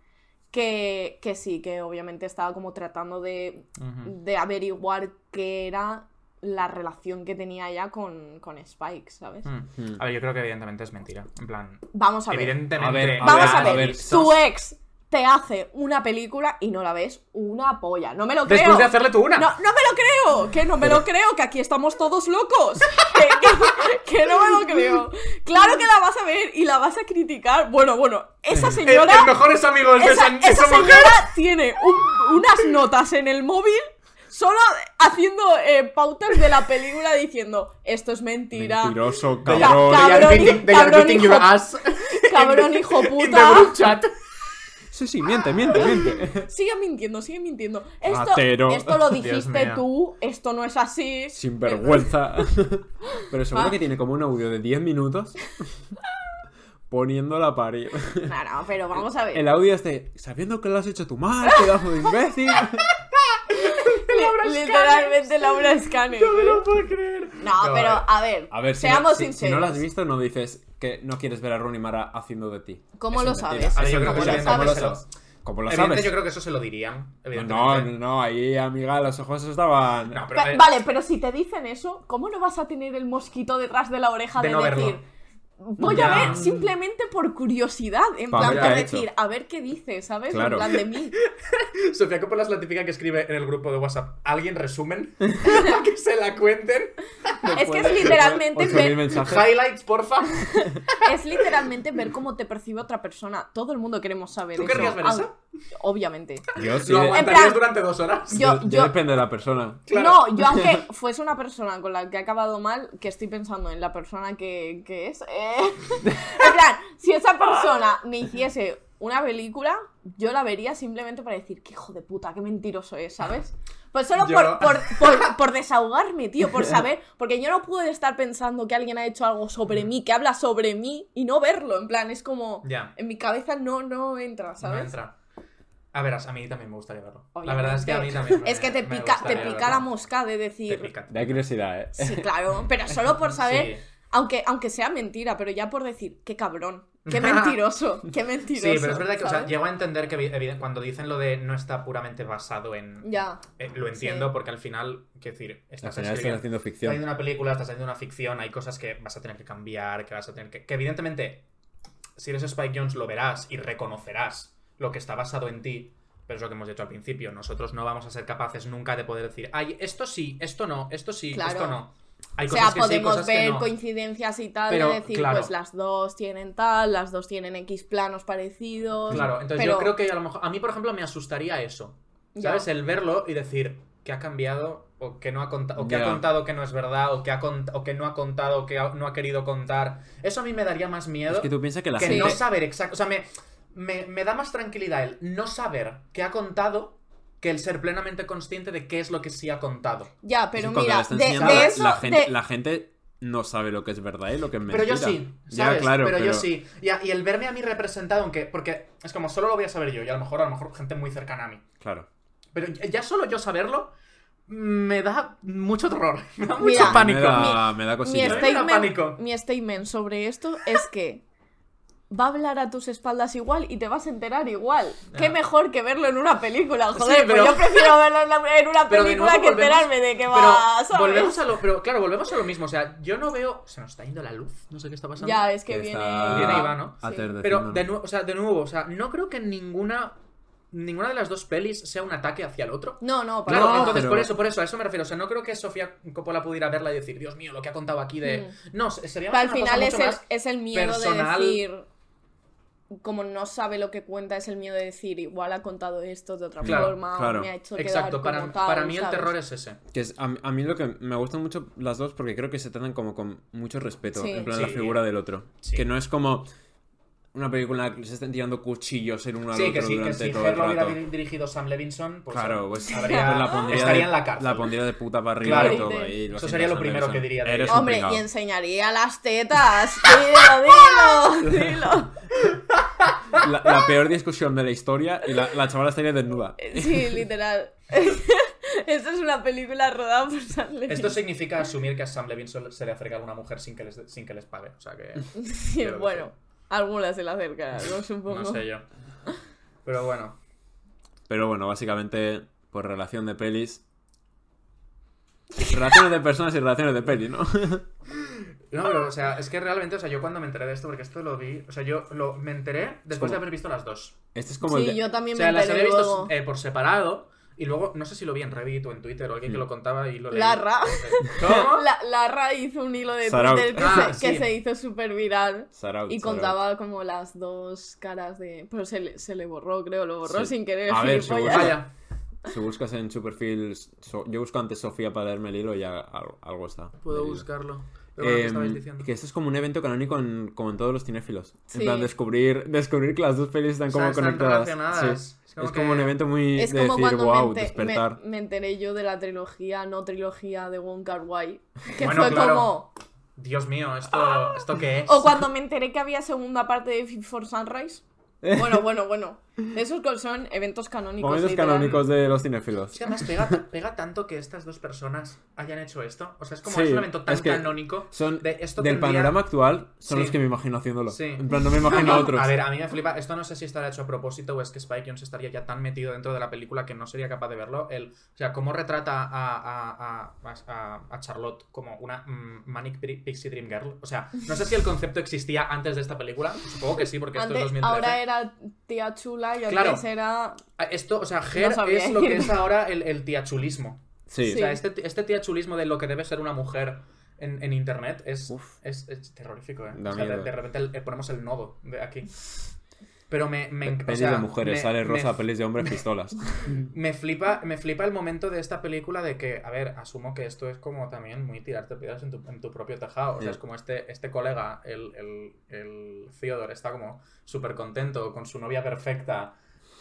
[SPEAKER 2] que, que sí, que obviamente estaba como tratando de,
[SPEAKER 3] Ujú.
[SPEAKER 2] de averiguar qué era la relación que tenía ella con, con Spike, ¿sabes?
[SPEAKER 3] Mm. A ver, yo creo que evidentemente es mentira. En plan,
[SPEAKER 2] Vamos a ver.
[SPEAKER 3] evidentemente.
[SPEAKER 1] A ver,
[SPEAKER 2] Vamos a
[SPEAKER 1] a
[SPEAKER 2] ver,
[SPEAKER 1] ver,
[SPEAKER 2] tu ex te hace una película y no la ves una polla. No me lo creo.
[SPEAKER 3] Después de hacerle tú una. Eh,
[SPEAKER 2] No, no me lo creo, que no me lo creo, que aquí estamos todos locos. Que, que- que no me lo creo. Claro que la vas a ver y la vas a criticar. Bueno, bueno, esa
[SPEAKER 3] Eh,
[SPEAKER 2] señora.
[SPEAKER 3] los mejores amigos de
[SPEAKER 2] esa,
[SPEAKER 3] esa, de
[SPEAKER 2] esa
[SPEAKER 3] esa mujer.
[SPEAKER 2] señora tiene un- unas notas en el móvil solo haciendo eh, pautas de la película diciendo esto es mentira.
[SPEAKER 1] Mentiroso,
[SPEAKER 3] They are
[SPEAKER 1] cabrón.
[SPEAKER 2] Ca- cabrón,
[SPEAKER 3] beating- they are
[SPEAKER 2] cabrón,
[SPEAKER 3] beating your
[SPEAKER 2] hijo-
[SPEAKER 3] ass
[SPEAKER 2] Cabrón,
[SPEAKER 3] in-
[SPEAKER 2] hijo
[SPEAKER 3] in
[SPEAKER 2] puta.
[SPEAKER 3] the group chat.
[SPEAKER 1] Sí, sí, miente, miente, miente.
[SPEAKER 2] Sigue mintiendo, sigue mintiendo. Esto,
[SPEAKER 1] Ratero.
[SPEAKER 2] esto lo
[SPEAKER 3] Dios
[SPEAKER 2] dijiste
[SPEAKER 3] mío.
[SPEAKER 2] tú, esto no es así.
[SPEAKER 1] Sin vergüenza. Pero seguro
[SPEAKER 2] Va.
[SPEAKER 1] que tiene como un audio de 10 minutos poniendo la pari.
[SPEAKER 2] No, no, pero vamos a ver.
[SPEAKER 1] El audio es de, sabiendo que lo has hecho tú mal, pedazo de imbécil.
[SPEAKER 2] Li- Literalmente Laura Scanner.
[SPEAKER 3] No me lo puedo creer.
[SPEAKER 2] No,
[SPEAKER 3] No,
[SPEAKER 2] pero
[SPEAKER 3] vale.
[SPEAKER 2] a ver,
[SPEAKER 1] eh, A ver, si no-
[SPEAKER 2] seamos
[SPEAKER 1] si, si
[SPEAKER 2] sinceros.
[SPEAKER 1] no lo has visto, no dices que no quieres ver a Rooney Mara haciendo de ti.
[SPEAKER 2] ¿Cómo
[SPEAKER 1] Es
[SPEAKER 2] lo
[SPEAKER 1] mentira.
[SPEAKER 2] sabes?
[SPEAKER 3] A ver, yo
[SPEAKER 1] Eso
[SPEAKER 3] creo
[SPEAKER 1] es
[SPEAKER 2] que
[SPEAKER 1] mentira. ¿Cómo lo
[SPEAKER 3] evidentemente
[SPEAKER 1] sabes? ¿Cómo lo
[SPEAKER 3] Evidentemente,
[SPEAKER 1] sabes?
[SPEAKER 3] yo creo que eso se lo dirían.
[SPEAKER 1] No,
[SPEAKER 3] Evidentemente.
[SPEAKER 1] no, no, ahí, amiga, los ojos estaban.
[SPEAKER 3] No, pero,
[SPEAKER 2] Pe-
[SPEAKER 3] eh,
[SPEAKER 2] vale, pero si te dicen eso, ¿cómo no vas a tener el mosquito detrás de la oreja de,
[SPEAKER 3] De no verlo.
[SPEAKER 2] decir? Voy
[SPEAKER 3] Ya.
[SPEAKER 2] a ver simplemente por curiosidad, en
[SPEAKER 1] Pa'
[SPEAKER 2] plan
[SPEAKER 1] ver
[SPEAKER 2] de
[SPEAKER 1] qué ha hecho.
[SPEAKER 2] decir, a ver qué dice, ¿sabes?
[SPEAKER 1] Claro.
[SPEAKER 2] En plan de mí.
[SPEAKER 3] Sofía Coppola es la típica que escribe en el grupo de WhatsApp. ¿Alguien resumen? Para que se la cuenten.
[SPEAKER 2] es que es literalmente
[SPEAKER 1] 8.000
[SPEAKER 2] ver,
[SPEAKER 1] mensajes.
[SPEAKER 3] Highlights, porfa.
[SPEAKER 2] es literalmente ver cómo te percibe otra persona. Todo el mundo queremos saber
[SPEAKER 3] ¿Tú
[SPEAKER 2] eso.
[SPEAKER 3] querrías ver
[SPEAKER 2] Ah,
[SPEAKER 3] eso?
[SPEAKER 2] Obviamente.
[SPEAKER 1] Yo sí.
[SPEAKER 3] Lo
[SPEAKER 2] aguanto.
[SPEAKER 3] aguantarías
[SPEAKER 2] En plan-
[SPEAKER 3] durante dos horas.
[SPEAKER 2] Yo,
[SPEAKER 1] yo-
[SPEAKER 2] yo,
[SPEAKER 1] depende de la persona.
[SPEAKER 3] Claro.
[SPEAKER 2] No, yo aunque fuese una persona con la que he acabado mal, que estoy pensando en la persona que, que es. eh, en plan, si esa persona me hiciese una película, yo la vería simplemente para decir, qué hijo de puta, qué mentiroso es, ¿sabes? Pues solo
[SPEAKER 3] Yo-
[SPEAKER 2] por, por, por- por desahogarme, tío, por saber, porque yo no puedo estar pensando que alguien ha hecho algo sobre mí, que habla sobre mí y no verlo, en plan, es como...
[SPEAKER 3] Ya.
[SPEAKER 2] En mi cabeza no, no entra,
[SPEAKER 3] No
[SPEAKER 2] ¿sabes?
[SPEAKER 3] entra. A ver, a mí también me gustaría verlo. La
[SPEAKER 2] Obviamente.
[SPEAKER 3] verdad es que a mí también.
[SPEAKER 2] es que te
[SPEAKER 3] me
[SPEAKER 2] pica, te
[SPEAKER 3] gustaría
[SPEAKER 2] pica
[SPEAKER 3] verlo.
[SPEAKER 2] la mosca de decir...
[SPEAKER 3] Te pica.
[SPEAKER 1] Da curiosidad, eh.
[SPEAKER 2] Sí, claro, pero solo por saber,
[SPEAKER 3] Sí.
[SPEAKER 2] aunque, aunque sea mentira, pero ya por decir, qué cabrón, qué mentiroso, qué mentiroso.
[SPEAKER 3] Sí, pero es verdad que o sea,
[SPEAKER 2] ¿sabes?
[SPEAKER 3] llego a entender que evi- evi- cuando dicen lo de no está puramente basado en...
[SPEAKER 2] Ya,
[SPEAKER 3] eh, lo entiendo
[SPEAKER 2] Sí.
[SPEAKER 3] porque al final, quiero decir,
[SPEAKER 1] Al
[SPEAKER 3] estás
[SPEAKER 1] final están haciendo
[SPEAKER 3] escribiendo estás haciendo
[SPEAKER 1] ficción.
[SPEAKER 3] una película, estás haciendo una ficción, hay cosas que vas a tener que cambiar, que vas a tener que... Que evidentemente, si eres Spike Jones lo verás y reconocerás lo que está basado en ti, pero es lo que hemos dicho al principio, nosotros no vamos a ser capaces nunca de poder decir, ay, esto sí, esto no, esto sí,
[SPEAKER 2] Claro.
[SPEAKER 3] esto no. Hay
[SPEAKER 2] o sea,
[SPEAKER 3] cosas que sí,
[SPEAKER 2] podemos
[SPEAKER 3] cosas que
[SPEAKER 2] ver
[SPEAKER 3] no.
[SPEAKER 2] coincidencias y tal,
[SPEAKER 3] Pero,
[SPEAKER 2] de decir,
[SPEAKER 3] claro.
[SPEAKER 2] pues las dos tienen tal, las dos tienen X planos parecidos.
[SPEAKER 3] Claro, entonces
[SPEAKER 2] pero-
[SPEAKER 3] yo creo que a lo mejor... A mí, por ejemplo, me asustaría eso.
[SPEAKER 2] Ya.
[SPEAKER 3] ¿Sabes? El verlo y decir que ha cambiado o que no ha contado o que
[SPEAKER 1] Ya.
[SPEAKER 3] ha contado que no es verdad o que ha cont- o que no ha contado o que ha- no ha querido contar. Eso a mí me daría más miedo
[SPEAKER 1] Es que tú piensas que la
[SPEAKER 3] que
[SPEAKER 1] gente.
[SPEAKER 3] no saber exacto, o sea, me, me, me da más tranquilidad el no saber qué ha contado que el ser plenamente consciente de qué es lo que sí ha contado.
[SPEAKER 2] Ya,
[SPEAKER 1] Es que
[SPEAKER 2] pero
[SPEAKER 1] cuando la
[SPEAKER 2] mira,
[SPEAKER 1] están
[SPEAKER 2] de,
[SPEAKER 1] enseñando,
[SPEAKER 2] de
[SPEAKER 1] la-
[SPEAKER 2] eso,
[SPEAKER 1] la, gente,
[SPEAKER 2] de-
[SPEAKER 1] la gente no sabe lo que es verdad y lo que es mentira.
[SPEAKER 3] Pero yo sí,
[SPEAKER 1] Ya,
[SPEAKER 3] ¿sabes?
[SPEAKER 1] claro,
[SPEAKER 3] pero, yo sí. Y, a- y el verme a mí representado, aunque. Porque es como solo lo voy a saber yo, y a lo mejor, a lo mejor gente muy cercana a mí.
[SPEAKER 1] Claro.
[SPEAKER 3] Pero ya ya solo yo saberlo me da mucho terror. Me da mucho
[SPEAKER 2] Mira,
[SPEAKER 3] pánico.
[SPEAKER 1] Me da, me da
[SPEAKER 2] mi,
[SPEAKER 1] cosilla.
[SPEAKER 3] estoy-
[SPEAKER 2] statement,
[SPEAKER 3] pánico.
[SPEAKER 2] mi statement sobre esto es que va a hablar a tus espaldas igual y te vas a enterar igual. Qué
[SPEAKER 3] Ya.
[SPEAKER 2] mejor que verlo en una película, joder. pues
[SPEAKER 3] pero-
[SPEAKER 2] yo prefiero verlo en, la- en una
[SPEAKER 3] Pero de
[SPEAKER 2] película
[SPEAKER 3] nuevo
[SPEAKER 2] que
[SPEAKER 3] volvemos-
[SPEAKER 2] enterarme de que
[SPEAKER 3] Pero
[SPEAKER 2] va, ¿sabes?
[SPEAKER 3] volvemos a lo, pero claro, volvemos a lo mismo. O sea, yo no veo. Se nos está yendo la luz. No sé qué está pasando.
[SPEAKER 2] Ya, es que
[SPEAKER 1] Está-
[SPEAKER 2] viene...
[SPEAKER 3] Viene Iván, ¿no?
[SPEAKER 2] Sí.
[SPEAKER 1] atardeciendo,
[SPEAKER 3] Pero de
[SPEAKER 1] ¿no?
[SPEAKER 3] nuevo, o sea, de nuevo, o sea, no creo que ninguna ninguna de las dos pelis sea un ataque hacia el otro.
[SPEAKER 2] No, no, para
[SPEAKER 3] Claro,
[SPEAKER 2] nada.
[SPEAKER 3] entonces
[SPEAKER 1] pero-
[SPEAKER 3] por eso, por eso, a eso me refiero. O sea, no creo que Sofía Coppola pudiera verla y decir, Dios mío, lo que ha contado aquí de. No, se- sería
[SPEAKER 2] Mm. Pero al
[SPEAKER 3] una cosa
[SPEAKER 2] final es
[SPEAKER 3] mucho
[SPEAKER 2] el,
[SPEAKER 3] más-
[SPEAKER 2] es el miedo
[SPEAKER 3] personal.
[SPEAKER 2] de decir... Como no sabe lo que cuenta, es el miedo de decir, igual ha contado esto de otra
[SPEAKER 3] Claro,
[SPEAKER 2] forma, o
[SPEAKER 1] claro.
[SPEAKER 2] me ha hecho quedar
[SPEAKER 3] Exacto, para,
[SPEAKER 2] como tal,
[SPEAKER 3] para mí el
[SPEAKER 2] ¿sabes?
[SPEAKER 3] terror es ese.
[SPEAKER 1] Que es- a, mí- a mí lo que me gustan mucho las dos porque creo que se tratan como con mucho respeto,
[SPEAKER 2] Sí.
[SPEAKER 1] en plan
[SPEAKER 3] Sí.
[SPEAKER 1] la figura del otro.
[SPEAKER 3] Sí.
[SPEAKER 1] Que no es como una película en la que se estén tirando cuchillos en uno al
[SPEAKER 3] Sí,
[SPEAKER 1] otro
[SPEAKER 3] que sí, que
[SPEAKER 1] durante
[SPEAKER 3] si
[SPEAKER 1] todo el
[SPEAKER 3] Herlo hubiera
[SPEAKER 1] rato.
[SPEAKER 3] dir- dirigido Sam Levinson, pues.
[SPEAKER 1] claro, pues,
[SPEAKER 3] habría-
[SPEAKER 1] pues la pondría
[SPEAKER 3] estaría
[SPEAKER 1] de,
[SPEAKER 3] en la cárcel.
[SPEAKER 1] pondría de puta para arriba
[SPEAKER 3] Claro.
[SPEAKER 1] y todo. y
[SPEAKER 3] Eso
[SPEAKER 1] siento,
[SPEAKER 3] sería lo
[SPEAKER 1] Sam
[SPEAKER 3] primero
[SPEAKER 1] Levinson.
[SPEAKER 3] que diría de
[SPEAKER 1] Eres
[SPEAKER 3] ella.
[SPEAKER 1] un
[SPEAKER 2] Hombre,
[SPEAKER 1] pringao.
[SPEAKER 2] y enseñaría las tetas. Dilo, dilo, dilo.
[SPEAKER 1] la, la peor discusión de la historia y la, la chavala estaría desnuda.
[SPEAKER 2] Sí, literal. Esto es una película rodada por Sam Levin.
[SPEAKER 3] Esto significa asumir que a Sam Levin solo se le acerca a una mujer sin que les, sin que les pague. O sea que.
[SPEAKER 2] Sí,
[SPEAKER 3] quiero
[SPEAKER 2] bueno, algunas se le acerca, no supongo.
[SPEAKER 3] No sé yo. Pero bueno.
[SPEAKER 1] Pero bueno, básicamente, por relación de pelis. Relaciones de personas y relaciones de pelis, ¿no?
[SPEAKER 3] No, pero, o sea, es que realmente, o sea, yo cuando me enteré de esto, porque esto lo vi, o sea, yo lo, me enteré después de haber visto las dos.
[SPEAKER 1] Este es como
[SPEAKER 2] sí,
[SPEAKER 1] el de-
[SPEAKER 2] yo
[SPEAKER 3] O
[SPEAKER 2] también
[SPEAKER 3] sea,
[SPEAKER 2] me
[SPEAKER 3] las había
[SPEAKER 2] enteré
[SPEAKER 3] visto
[SPEAKER 2] luego.
[SPEAKER 3] eh, por separado y luego, no sé si lo vi en Reddit o en Twitter o alguien que
[SPEAKER 1] Hmm.
[SPEAKER 3] lo contaba y lo leí.
[SPEAKER 2] Larra.
[SPEAKER 3] ¿Cómo?
[SPEAKER 2] La, Larra hizo un hilo de
[SPEAKER 1] Sarau.
[SPEAKER 2] Twitter que,
[SPEAKER 3] Ah,
[SPEAKER 2] se, que
[SPEAKER 3] sí.
[SPEAKER 2] se hizo súper viral.
[SPEAKER 1] Shout out,
[SPEAKER 2] Y
[SPEAKER 1] shout out.
[SPEAKER 2] contaba como las dos caras de... Pero se le, se le borró, creo, lo borró
[SPEAKER 1] Sí.
[SPEAKER 2] sin querer.
[SPEAKER 1] A ver,
[SPEAKER 2] gilipollas.
[SPEAKER 1] seguro.
[SPEAKER 3] Vaya.
[SPEAKER 1] Si buscas en su perfil, so- yo busco antes Sofía para leerme el hilo y ya al- algo está.
[SPEAKER 3] Puedo
[SPEAKER 1] del hilo.
[SPEAKER 3] buscarlo. Pero bueno, ¿qué
[SPEAKER 1] Em,
[SPEAKER 3] estabais diciendo?
[SPEAKER 1] que esto es como un evento canónico en, como en todos los cinéfilos. En
[SPEAKER 2] Sí.
[SPEAKER 1] plan, descubrir, descubrir que las dos pelis están
[SPEAKER 3] O sea,
[SPEAKER 1] como
[SPEAKER 3] están
[SPEAKER 1] conectadas.
[SPEAKER 3] relacionadas.
[SPEAKER 1] Sí.
[SPEAKER 3] Es
[SPEAKER 1] Es
[SPEAKER 3] como
[SPEAKER 1] como,
[SPEAKER 3] que-
[SPEAKER 1] un evento muy
[SPEAKER 2] Es
[SPEAKER 1] de
[SPEAKER 2] como
[SPEAKER 1] decir,
[SPEAKER 2] cuando
[SPEAKER 1] wow,
[SPEAKER 2] me, enter- me-
[SPEAKER 1] despertar.
[SPEAKER 2] me enteré yo de la trilogía, no trilogía de Wong Kar Wai. Que
[SPEAKER 3] Bueno,
[SPEAKER 2] fue
[SPEAKER 3] claro.
[SPEAKER 2] como...
[SPEAKER 3] Dios mío, ¿esto, ¿esto qué es?
[SPEAKER 2] O cuando me enteré que había segunda parte de Before Sunrise. Bueno, bueno, bueno. Esos co- son eventos canónicos.
[SPEAKER 1] Momentos
[SPEAKER 2] literal.
[SPEAKER 1] canónicos de los
[SPEAKER 3] Es
[SPEAKER 1] cinéfilos.
[SPEAKER 3] que además pega, ta- pega tanto que estas dos personas hayan hecho esto. O sea, es como
[SPEAKER 1] Sí,
[SPEAKER 3] es un evento tan
[SPEAKER 1] es que
[SPEAKER 3] canónico.
[SPEAKER 1] Son,
[SPEAKER 3] De esto
[SPEAKER 1] del
[SPEAKER 3] tendría-
[SPEAKER 1] panorama actual, son
[SPEAKER 3] Sí.
[SPEAKER 1] los que me imagino haciéndolo.
[SPEAKER 3] Sí.
[SPEAKER 1] En plan, no me imagino a otros.
[SPEAKER 3] A ver, a mí me flipa. Esto no sé si estará hecho a propósito o es que Spike Jones estaría ya tan metido dentro de la película que no sería capaz de verlo. El, o sea, cómo retrata a, a- a- a- a Charlotte como una mm, Manic Pri- Pixie Dream Girl. O sea, no sé si el concepto existía antes de esta película. Supongo que sí, porque esto es
[SPEAKER 2] Antes-
[SPEAKER 3] 2013.
[SPEAKER 2] ahora era tía chula y antes
[SPEAKER 3] Claro.
[SPEAKER 2] era.
[SPEAKER 3] Ah, Esto, o sea, Ger
[SPEAKER 2] sabría
[SPEAKER 3] es lo que
[SPEAKER 2] decir.
[SPEAKER 3] es ahora el, el tiachulismo.
[SPEAKER 1] Sí.
[SPEAKER 3] O sea, este, este tiachulismo de lo que debe ser una mujer en, en internet es,
[SPEAKER 1] Uf.
[SPEAKER 3] es, es terrorífico, ¿eh?
[SPEAKER 1] Da
[SPEAKER 3] o sea, de,
[SPEAKER 1] miedo.
[SPEAKER 3] de repente le ponemos el nodo de aquí. Pero me, me enc- o
[SPEAKER 1] Pelis
[SPEAKER 3] sea,
[SPEAKER 1] de mujeres,
[SPEAKER 3] me-
[SPEAKER 1] sale rosa,
[SPEAKER 3] me-
[SPEAKER 1] pelis de hombres, pistolas.
[SPEAKER 3] me flipa, me flipa el momento de esta película de que, a ver, asumo que esto es como también muy tirarte piedras en tu, en tu propio tejado. O sea,
[SPEAKER 1] Ya.
[SPEAKER 3] es como este, este colega, el, el, el Theodore, está como súper contento con su novia perfecta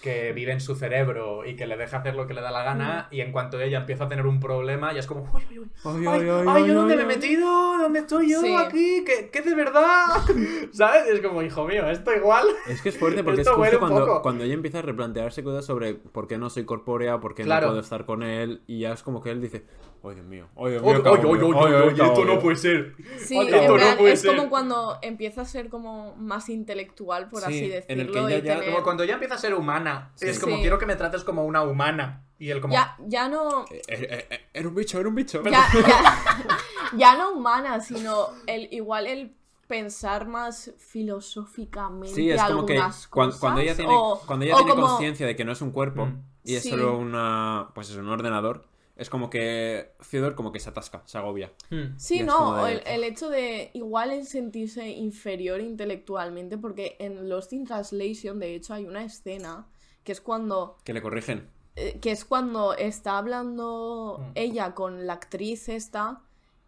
[SPEAKER 3] que vive en su cerebro y que le deja hacer lo que le da la gana
[SPEAKER 1] Mm.
[SPEAKER 3] y en cuanto ella empieza a tener un problema ya es como, uy, uy, uy,
[SPEAKER 1] Ay,
[SPEAKER 3] ay,
[SPEAKER 1] ay, ay,
[SPEAKER 3] ay,
[SPEAKER 1] ay,
[SPEAKER 3] ¿yo dónde
[SPEAKER 1] ay,
[SPEAKER 3] me he
[SPEAKER 1] ay.
[SPEAKER 3] metido? ¿Dónde estoy yo
[SPEAKER 2] Sí.
[SPEAKER 3] aquí? ¿Qué, qué de verdad? ¿Sabes? Y es como, hijo mío, esto igual.
[SPEAKER 1] Es que es fuerte porque
[SPEAKER 3] Esto
[SPEAKER 1] es
[SPEAKER 3] huele
[SPEAKER 1] justo
[SPEAKER 3] un poco.
[SPEAKER 1] cuando, cuando ella empieza a replantearse cosas sobre por qué no soy corpórea, por qué
[SPEAKER 3] Claro.
[SPEAKER 1] no puedo estar con él, y ya es como que él dice, ¡ay, Dios mío! ¡ay, Dios mío!
[SPEAKER 3] Oye,
[SPEAKER 1] cabrón,
[SPEAKER 3] oye, oye,
[SPEAKER 1] ay, ay,
[SPEAKER 3] oye, esto
[SPEAKER 1] cabrón".
[SPEAKER 3] no puede ser.
[SPEAKER 2] Sí,
[SPEAKER 3] Otra.
[SPEAKER 2] en
[SPEAKER 3] Esto no
[SPEAKER 2] plan,
[SPEAKER 3] puede
[SPEAKER 2] es
[SPEAKER 3] ser.
[SPEAKER 2] como cuando empieza a ser como más intelectual, por
[SPEAKER 1] Sí,
[SPEAKER 2] así
[SPEAKER 1] en el que
[SPEAKER 2] decirlo.
[SPEAKER 1] ella
[SPEAKER 2] y
[SPEAKER 1] ya-
[SPEAKER 2] tener-
[SPEAKER 3] Como cuando ya empieza a ser humana.
[SPEAKER 1] Sí.
[SPEAKER 3] Es como
[SPEAKER 2] Sí.
[SPEAKER 3] quiero que me trates como una humana. Y él como.
[SPEAKER 2] ya, ya no.
[SPEAKER 1] Eh, eh, eh, Era un bicho, era un bicho.
[SPEAKER 2] Ya, ya- ya no humana, sino el, igual el pensar más filosóficamente
[SPEAKER 1] Sí, es como que
[SPEAKER 2] algunas
[SPEAKER 1] cuan-
[SPEAKER 2] cosas.
[SPEAKER 1] cuando ella tiene,
[SPEAKER 2] o-
[SPEAKER 1] cuando ella
[SPEAKER 2] o
[SPEAKER 1] tiene
[SPEAKER 2] como-
[SPEAKER 1] conciencia de que no es un cuerpo
[SPEAKER 3] Mm.
[SPEAKER 1] y es
[SPEAKER 2] Sí.
[SPEAKER 1] solo una, pues es un ordenador, es como que Theodore como que se atasca, se agobia.
[SPEAKER 3] hmm,
[SPEAKER 1] Y
[SPEAKER 2] Sí,
[SPEAKER 1] es
[SPEAKER 2] no,
[SPEAKER 1] como de-
[SPEAKER 2] o el, el hecho de igual el sentirse inferior intelectualmente, porque en Lost in Translation, de hecho, hay una escena que es cuando,
[SPEAKER 1] Que le corrigen.
[SPEAKER 2] eh, que es cuando está hablando
[SPEAKER 3] Mm.
[SPEAKER 2] ella con la actriz esta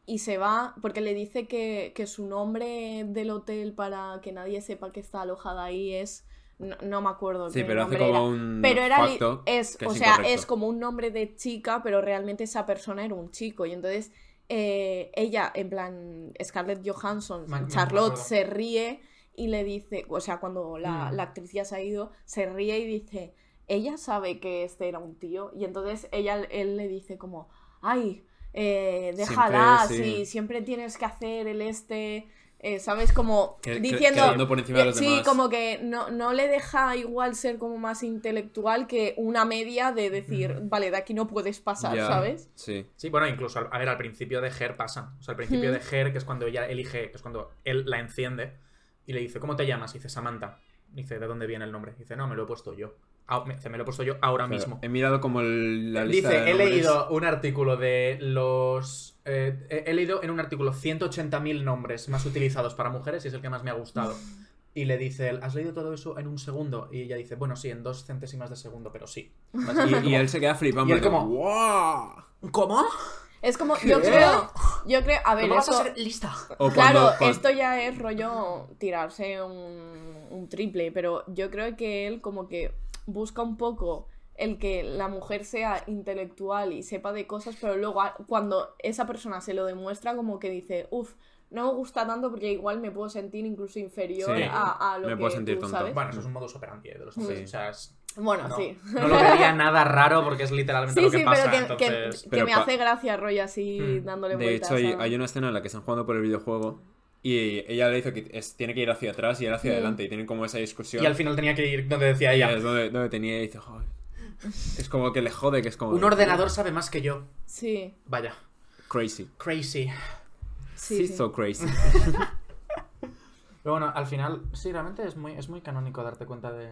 [SPEAKER 2] y se va, porque le dice que, que su nombre del hotel para que nadie sepa que está alojada ahí es, no, no me acuerdo.
[SPEAKER 1] Sí,
[SPEAKER 2] qué
[SPEAKER 1] pero hace
[SPEAKER 2] nombre era.
[SPEAKER 1] como un
[SPEAKER 2] Pero era li- eh,
[SPEAKER 1] facto
[SPEAKER 2] es,
[SPEAKER 1] que
[SPEAKER 2] o
[SPEAKER 1] es
[SPEAKER 2] sea,
[SPEAKER 1] incorrecto.
[SPEAKER 2] es como un nombre de chica, pero realmente esa persona era un chico. Y entonces eh, ella, en plan, Scarlett Johansson,
[SPEAKER 3] Me- me
[SPEAKER 2] Charlotte,
[SPEAKER 3] acuerdo.
[SPEAKER 2] se ríe y le dice, o sea, cuando la,
[SPEAKER 3] Mm.
[SPEAKER 2] la actriz ya se ha ido, se ríe y dice, ella sabe que este era un tío. Y entonces ella, él le dice como, ay, eh, déjala,
[SPEAKER 1] Siempre, sí.
[SPEAKER 2] sí, siempre tienes que hacer el este, eh, ¿sabes? Como
[SPEAKER 1] Que- que-
[SPEAKER 2] diciendo,
[SPEAKER 1] quedando por encima de los
[SPEAKER 2] sí,
[SPEAKER 1] demás.
[SPEAKER 2] como que no, no le deja igual ser como más intelectual que una media de decir,
[SPEAKER 3] Ujú.
[SPEAKER 2] vale, de aquí no puedes pasar,
[SPEAKER 1] Ya,
[SPEAKER 2] ¿sabes?
[SPEAKER 1] Sí.
[SPEAKER 3] Sí, bueno, incluso, al- a ver, al principio de Ger pasa. O sea, al principio
[SPEAKER 2] Hmm.
[SPEAKER 3] de Ger, que es cuando ella elige, que es cuando él la enciende y le dice, ¿cómo te llamas? Y dice, Samantha. Y dice, ¿de dónde viene el nombre? Y dice, no, me lo he puesto yo. Ah, me, dice, "Me lo he puesto yo ahora
[SPEAKER 1] Pero
[SPEAKER 3] mismo.
[SPEAKER 1] He mirado como el- la lista
[SPEAKER 3] Dice,
[SPEAKER 1] de
[SPEAKER 3] he
[SPEAKER 1] nombres.
[SPEAKER 3] leído un artículo de los... eh, he- he leído en un artículo 180.000 nombres más utilizados para mujeres y es el que más me ha gustado. Y le dice, él, ¿has leído todo eso en un segundo? Y ella dice, bueno, sí, en dos centésimas de segundo, pero sí.
[SPEAKER 1] Y, y él se queda flipando.
[SPEAKER 3] Y él
[SPEAKER 1] de,
[SPEAKER 3] como-
[SPEAKER 1] "Guau".
[SPEAKER 3] ¿Cómo?
[SPEAKER 2] Es como, yo
[SPEAKER 3] ¿Qué?
[SPEAKER 2] creo, yo creo, a ver,
[SPEAKER 3] ¿Cómo vas a
[SPEAKER 2] eso,
[SPEAKER 3] ser lista?
[SPEAKER 1] O cuando-
[SPEAKER 2] claro,
[SPEAKER 1] cuando-
[SPEAKER 2] esto ya es rollo tirarse un, un triple, pero yo creo que él como que busca un poco el que la mujer sea intelectual y sepa de cosas, pero luego a- cuando esa persona se lo demuestra, como que dice, uff, no me gusta tanto porque igual me puedo sentir incluso inferior
[SPEAKER 1] Sí,
[SPEAKER 2] a, a lo
[SPEAKER 1] me
[SPEAKER 2] que
[SPEAKER 1] puedo sentir
[SPEAKER 2] tú,
[SPEAKER 1] tonto.
[SPEAKER 2] ¿sabes?
[SPEAKER 3] Bueno, eso es un modus operandi ¿eh? de los hombres.
[SPEAKER 1] Sí.
[SPEAKER 3] O sea, es-
[SPEAKER 2] Bueno,
[SPEAKER 3] No,
[SPEAKER 2] ¿Eh? Ah, sí.
[SPEAKER 3] no lo vería nada raro porque es literalmente
[SPEAKER 2] Sí,
[SPEAKER 3] lo que
[SPEAKER 2] sí, pero
[SPEAKER 3] pasa.
[SPEAKER 2] que, que-
[SPEAKER 3] entonces,
[SPEAKER 2] que
[SPEAKER 1] Pero
[SPEAKER 2] me
[SPEAKER 1] pa-
[SPEAKER 2] hace gracia rollo así
[SPEAKER 3] Hmm.
[SPEAKER 2] dándole
[SPEAKER 1] De
[SPEAKER 2] vueltas.
[SPEAKER 1] hecho, hay,
[SPEAKER 2] a-
[SPEAKER 1] hay una escena en la que están jugando por el videojuego y ella le dice que es- tiene que ir hacia atrás y él hacia
[SPEAKER 2] Mm.
[SPEAKER 1] adelante y tienen como esa discusión.
[SPEAKER 3] Y al final tenía que ir donde decía
[SPEAKER 1] Y
[SPEAKER 3] ella.
[SPEAKER 1] es donde, donde tenía y dice, "Joder". Es como que le jode, que es como...
[SPEAKER 3] Un ordenador sabe más que yo.
[SPEAKER 2] Sí,
[SPEAKER 3] Vaya,
[SPEAKER 1] Crazy.
[SPEAKER 3] crazy.
[SPEAKER 2] sí.
[SPEAKER 1] Sí,
[SPEAKER 2] sí.
[SPEAKER 1] so crazy.
[SPEAKER 3] Pero bueno, al final, sí, realmente es muy, es muy canónico darte cuenta de,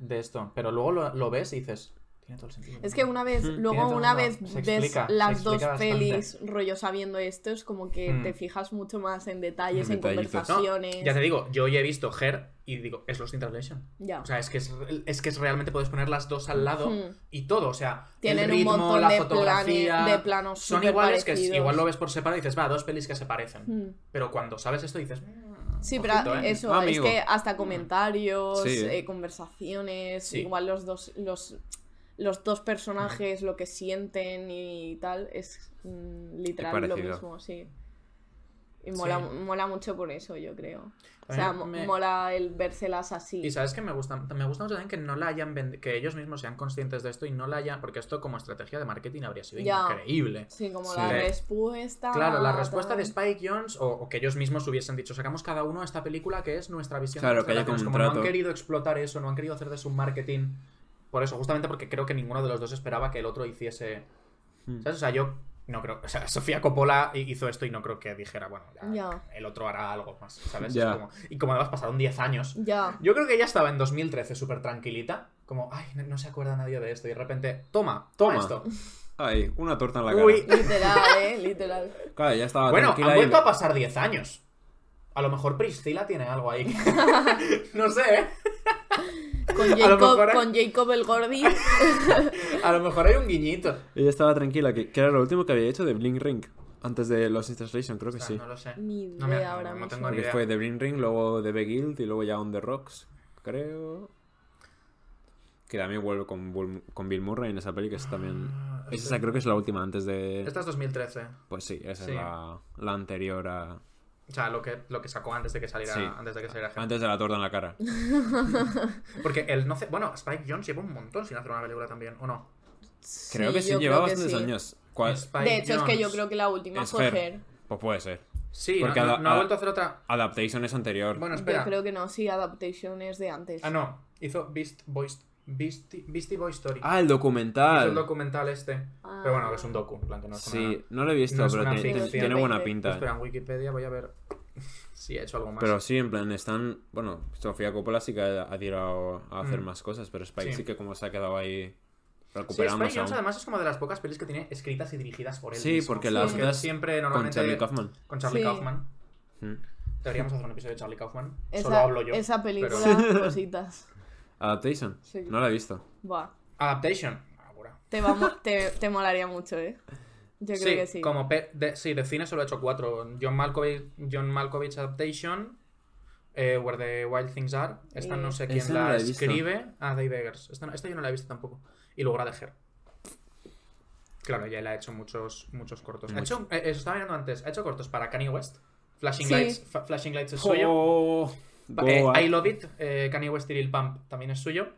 [SPEAKER 3] de esto. Pero luego lo, lo ves y dices, tiene todo el sentido. del
[SPEAKER 2] Es que
[SPEAKER 3] mundo".
[SPEAKER 2] una vez,
[SPEAKER 1] Mm,
[SPEAKER 2] luego
[SPEAKER 3] tiene
[SPEAKER 2] una
[SPEAKER 3] todo una-
[SPEAKER 2] vez
[SPEAKER 3] se
[SPEAKER 2] ves
[SPEAKER 3] explica, se
[SPEAKER 2] las dos
[SPEAKER 3] explica bastante.
[SPEAKER 2] pelis rollo sabiendo esto, es como que
[SPEAKER 3] Mm.
[SPEAKER 2] te fijas mucho más en detalles,
[SPEAKER 1] En
[SPEAKER 2] en,
[SPEAKER 1] detallitos.
[SPEAKER 3] No,
[SPEAKER 2] conversaciones.
[SPEAKER 3] ya te digo, yo ya he visto Her y digo, es Lost in Translation.
[SPEAKER 2] Ya.
[SPEAKER 3] O sea, es que es, es que es realmente puedes poner las dos al lado
[SPEAKER 2] Hmm.
[SPEAKER 3] y todo, o sea,
[SPEAKER 2] Tienen
[SPEAKER 3] el
[SPEAKER 2] un
[SPEAKER 3] ritmo,
[SPEAKER 2] montón
[SPEAKER 3] la
[SPEAKER 2] de
[SPEAKER 3] fotografía,
[SPEAKER 2] plane- de planos
[SPEAKER 3] son
[SPEAKER 2] súper
[SPEAKER 3] iguales que es-
[SPEAKER 2] parecidos.
[SPEAKER 3] igual lo ves por separado y dices, va, dos pelis que se parecen.
[SPEAKER 2] Mm.
[SPEAKER 3] Pero cuando sabes esto dices, "Mm,
[SPEAKER 2] Sí,
[SPEAKER 3] ojito,
[SPEAKER 2] pero
[SPEAKER 3] ¿eh".
[SPEAKER 2] eso,
[SPEAKER 1] Ah,
[SPEAKER 2] es
[SPEAKER 1] amigo.
[SPEAKER 2] que hasta comentarios,
[SPEAKER 1] Sí.
[SPEAKER 2] eh, conversaciones,
[SPEAKER 3] Sí.
[SPEAKER 2] igual los dos, los, los dos personajes, lo que sienten y tal, es mm, literal lo
[SPEAKER 1] parecido.
[SPEAKER 2] mismo, sí. Y mola,
[SPEAKER 3] Sí.
[SPEAKER 2] mola mucho por eso, yo creo. O
[SPEAKER 3] A
[SPEAKER 2] sea,
[SPEAKER 3] mí
[SPEAKER 2] mo-
[SPEAKER 3] me-
[SPEAKER 2] mola el vérselas así.
[SPEAKER 3] Y sabes que me gusta, me gusta mucho también que no la hayan vendi- que ellos mismos sean conscientes de esto y no la hayan, porque esto como estrategia de marketing habría sido
[SPEAKER 2] Ya. Ah,
[SPEAKER 3] increíble.
[SPEAKER 2] Sí, como
[SPEAKER 1] Sí.
[SPEAKER 2] la
[SPEAKER 3] Sí.
[SPEAKER 2] respuesta.
[SPEAKER 3] Claro, la respuesta de
[SPEAKER 2] tal.
[SPEAKER 3] Spike Jones, o, o que ellos mismos hubiesen dicho, sacamos cada uno esta película que es nuestra visión. de
[SPEAKER 1] Claro,
[SPEAKER 3] nuestras
[SPEAKER 1] que haya como
[SPEAKER 3] relaciones.
[SPEAKER 1] un
[SPEAKER 3] como no han
[SPEAKER 1] trato.
[SPEAKER 3] querido explotar eso, no han querido hacer de su marketing. Por eso, justamente porque creo que ninguno de los dos esperaba que el otro hiciese.
[SPEAKER 1] Mm.
[SPEAKER 3] ¿Sabes? O sea, yo no creo. O sea, Sofía Coppola hi- hizo esto y no creo que dijera, bueno, ya,
[SPEAKER 2] Ya.
[SPEAKER 3] el otro hará algo más, ¿sabes?
[SPEAKER 1] Ya.
[SPEAKER 3] Es como- y como además pasaron 10 años.
[SPEAKER 2] Ya.
[SPEAKER 3] Yo creo que ella estaba en 2013 súper tranquilita. Como, ay, no, no se acuerda nadie de esto. Y de repente, toma, toma,
[SPEAKER 1] Toma.
[SPEAKER 3] esto.
[SPEAKER 1] Ay, una torta en la cara.
[SPEAKER 3] Uy,
[SPEAKER 2] Literal, eh, literal.
[SPEAKER 1] Claro, ya estaba
[SPEAKER 3] Bueno,
[SPEAKER 1] Ah, tranquila
[SPEAKER 3] han
[SPEAKER 1] y-
[SPEAKER 3] vuelto a pasar 10 años. A lo mejor Priscila tiene algo ahí. que- no sé, ¿eh?
[SPEAKER 2] Con
[SPEAKER 3] A lo
[SPEAKER 2] Jacob,
[SPEAKER 3] mejor, eh.
[SPEAKER 2] con Jacob el Gordi.
[SPEAKER 3] A lo mejor hay un guiñito.
[SPEAKER 1] Ella estaba tranquila, que, que era lo último que había hecho de Blink Ring. Antes de Los in Translation, creo que
[SPEAKER 3] O sea,
[SPEAKER 1] sí.
[SPEAKER 3] Ah, No lo sé.
[SPEAKER 2] Ni idea
[SPEAKER 3] No me-
[SPEAKER 2] ahora
[SPEAKER 3] no
[SPEAKER 2] mismo.
[SPEAKER 3] tengo ni
[SPEAKER 1] Porque
[SPEAKER 3] idea.
[SPEAKER 1] fue The Blink Ring, luego The Guild y luego ya On The Rocks, creo. Que también vuelve con, Bull- con Bill Murray en esa peli, que es también...
[SPEAKER 3] Ah,
[SPEAKER 1] es
[SPEAKER 3] este-
[SPEAKER 1] Esa creo que es la última antes de...
[SPEAKER 3] Esta es 2013.
[SPEAKER 1] Pues sí, esa
[SPEAKER 3] Sí.
[SPEAKER 1] es la, la anterior a...
[SPEAKER 3] O sea, lo que, lo que sacó antes de que saliera.
[SPEAKER 1] Sí.
[SPEAKER 3] Antes de que saliera Her.
[SPEAKER 1] Antes de la torta en la cara.
[SPEAKER 3] Porque él no. ce- Bueno, Spike Jones lleva un montón sin hacer una película también, ¿o no?
[SPEAKER 1] Creo que sí,
[SPEAKER 2] yo
[SPEAKER 1] llevaba
[SPEAKER 2] creo que
[SPEAKER 1] bastantes
[SPEAKER 2] sí.
[SPEAKER 1] años. ¿Cuál?
[SPEAKER 3] Spike
[SPEAKER 2] De hecho, es que yo
[SPEAKER 3] Jonze.
[SPEAKER 2] creo que la última
[SPEAKER 1] Es
[SPEAKER 2] fue
[SPEAKER 1] Fer.
[SPEAKER 2] Her.
[SPEAKER 1] Pues puede ser.
[SPEAKER 3] Sí,
[SPEAKER 1] porque
[SPEAKER 3] no,
[SPEAKER 1] a la-
[SPEAKER 3] no ha
[SPEAKER 1] a-
[SPEAKER 3] vuelto a hacer otra.
[SPEAKER 1] Adaptation es anterior.
[SPEAKER 3] Bueno,
[SPEAKER 2] Yo
[SPEAKER 3] Ah, espera.
[SPEAKER 2] creo que no, sí, Adaptation es de antes.
[SPEAKER 3] Ah, no. Hizo Beast Boy, Beastie, Beastie Boy Story.
[SPEAKER 1] Ah, el
[SPEAKER 3] Hizo el
[SPEAKER 1] documental.
[SPEAKER 3] documental este.
[SPEAKER 2] Ah.
[SPEAKER 3] Pero bueno, que es un docu. En plan, que no es una-
[SPEAKER 1] Sí, no lo he visto,
[SPEAKER 3] No es
[SPEAKER 1] pero
[SPEAKER 3] una
[SPEAKER 1] te- te-
[SPEAKER 3] ficción.
[SPEAKER 1] tiene buena
[SPEAKER 2] Veinte.
[SPEAKER 1] pinta. ¿eh?
[SPEAKER 3] Espera, en Wikipedia voy a ver si he hecho algo más.
[SPEAKER 1] Pero sí, en plan, están. Bueno, Sofía Coppola sí que ha ha tirado a hacer
[SPEAKER 3] Mm.
[SPEAKER 1] más cosas, pero Spike
[SPEAKER 3] Sí.
[SPEAKER 1] sí. que como se ha quedado ahí
[SPEAKER 3] sí, Spike
[SPEAKER 1] recuperándose
[SPEAKER 3] Jonze
[SPEAKER 1] aún.
[SPEAKER 3] además es como de las pocas pelis que tiene escritas y dirigidas por él.
[SPEAKER 1] Sí,
[SPEAKER 3] mismo.
[SPEAKER 1] porque
[SPEAKER 2] Sí.
[SPEAKER 1] las
[SPEAKER 2] Porque
[SPEAKER 1] otras
[SPEAKER 3] siempre
[SPEAKER 1] con
[SPEAKER 3] normalmente
[SPEAKER 1] Charlie Kaufman.
[SPEAKER 3] con Charlie
[SPEAKER 2] Sí.
[SPEAKER 3] Kaufman.
[SPEAKER 1] Mm.
[SPEAKER 3] Deberíamos hacer un episodio de Charlie Kaufman.
[SPEAKER 2] Esa,
[SPEAKER 3] Solo hablo yo.
[SPEAKER 2] esa película,
[SPEAKER 1] pero-
[SPEAKER 2] cositas.
[SPEAKER 1] Adaptation.
[SPEAKER 2] Sí.
[SPEAKER 1] No la he visto.
[SPEAKER 2] Va.
[SPEAKER 3] Adaptation. Ah, Ahora.
[SPEAKER 2] Te, va mo- te, te molaría mucho, ¿eh? Yo creo
[SPEAKER 3] sí,
[SPEAKER 2] que sí.
[SPEAKER 3] Como pe- de, sí, de cine solo he hecho cuatro. John Malkovich, John Malkovich Adaptation, eh, Where the Wild Things Are. Esta
[SPEAKER 2] Y-
[SPEAKER 3] no sé quién
[SPEAKER 1] Esa no
[SPEAKER 3] la,
[SPEAKER 1] la he visto.
[SPEAKER 3] escribe. Ah, Dave Eggers. Esta, no- esta yo no la he visto tampoco. Y luego la de Her. Claro, ya él ha hecho muchos, muchos cortos. Ha
[SPEAKER 1] Mucho.
[SPEAKER 3] hecho, eh, eso estaba mirando antes. Ha hecho cortos para Kanye West. Flashing
[SPEAKER 2] Sí.
[SPEAKER 3] Lights, Fa- Flashing Lights es suyo.
[SPEAKER 1] Oh,
[SPEAKER 3] Pa- eh,
[SPEAKER 1] Goa.
[SPEAKER 3] I Love It, eh, Kanye West y Lil Pump también es suyo.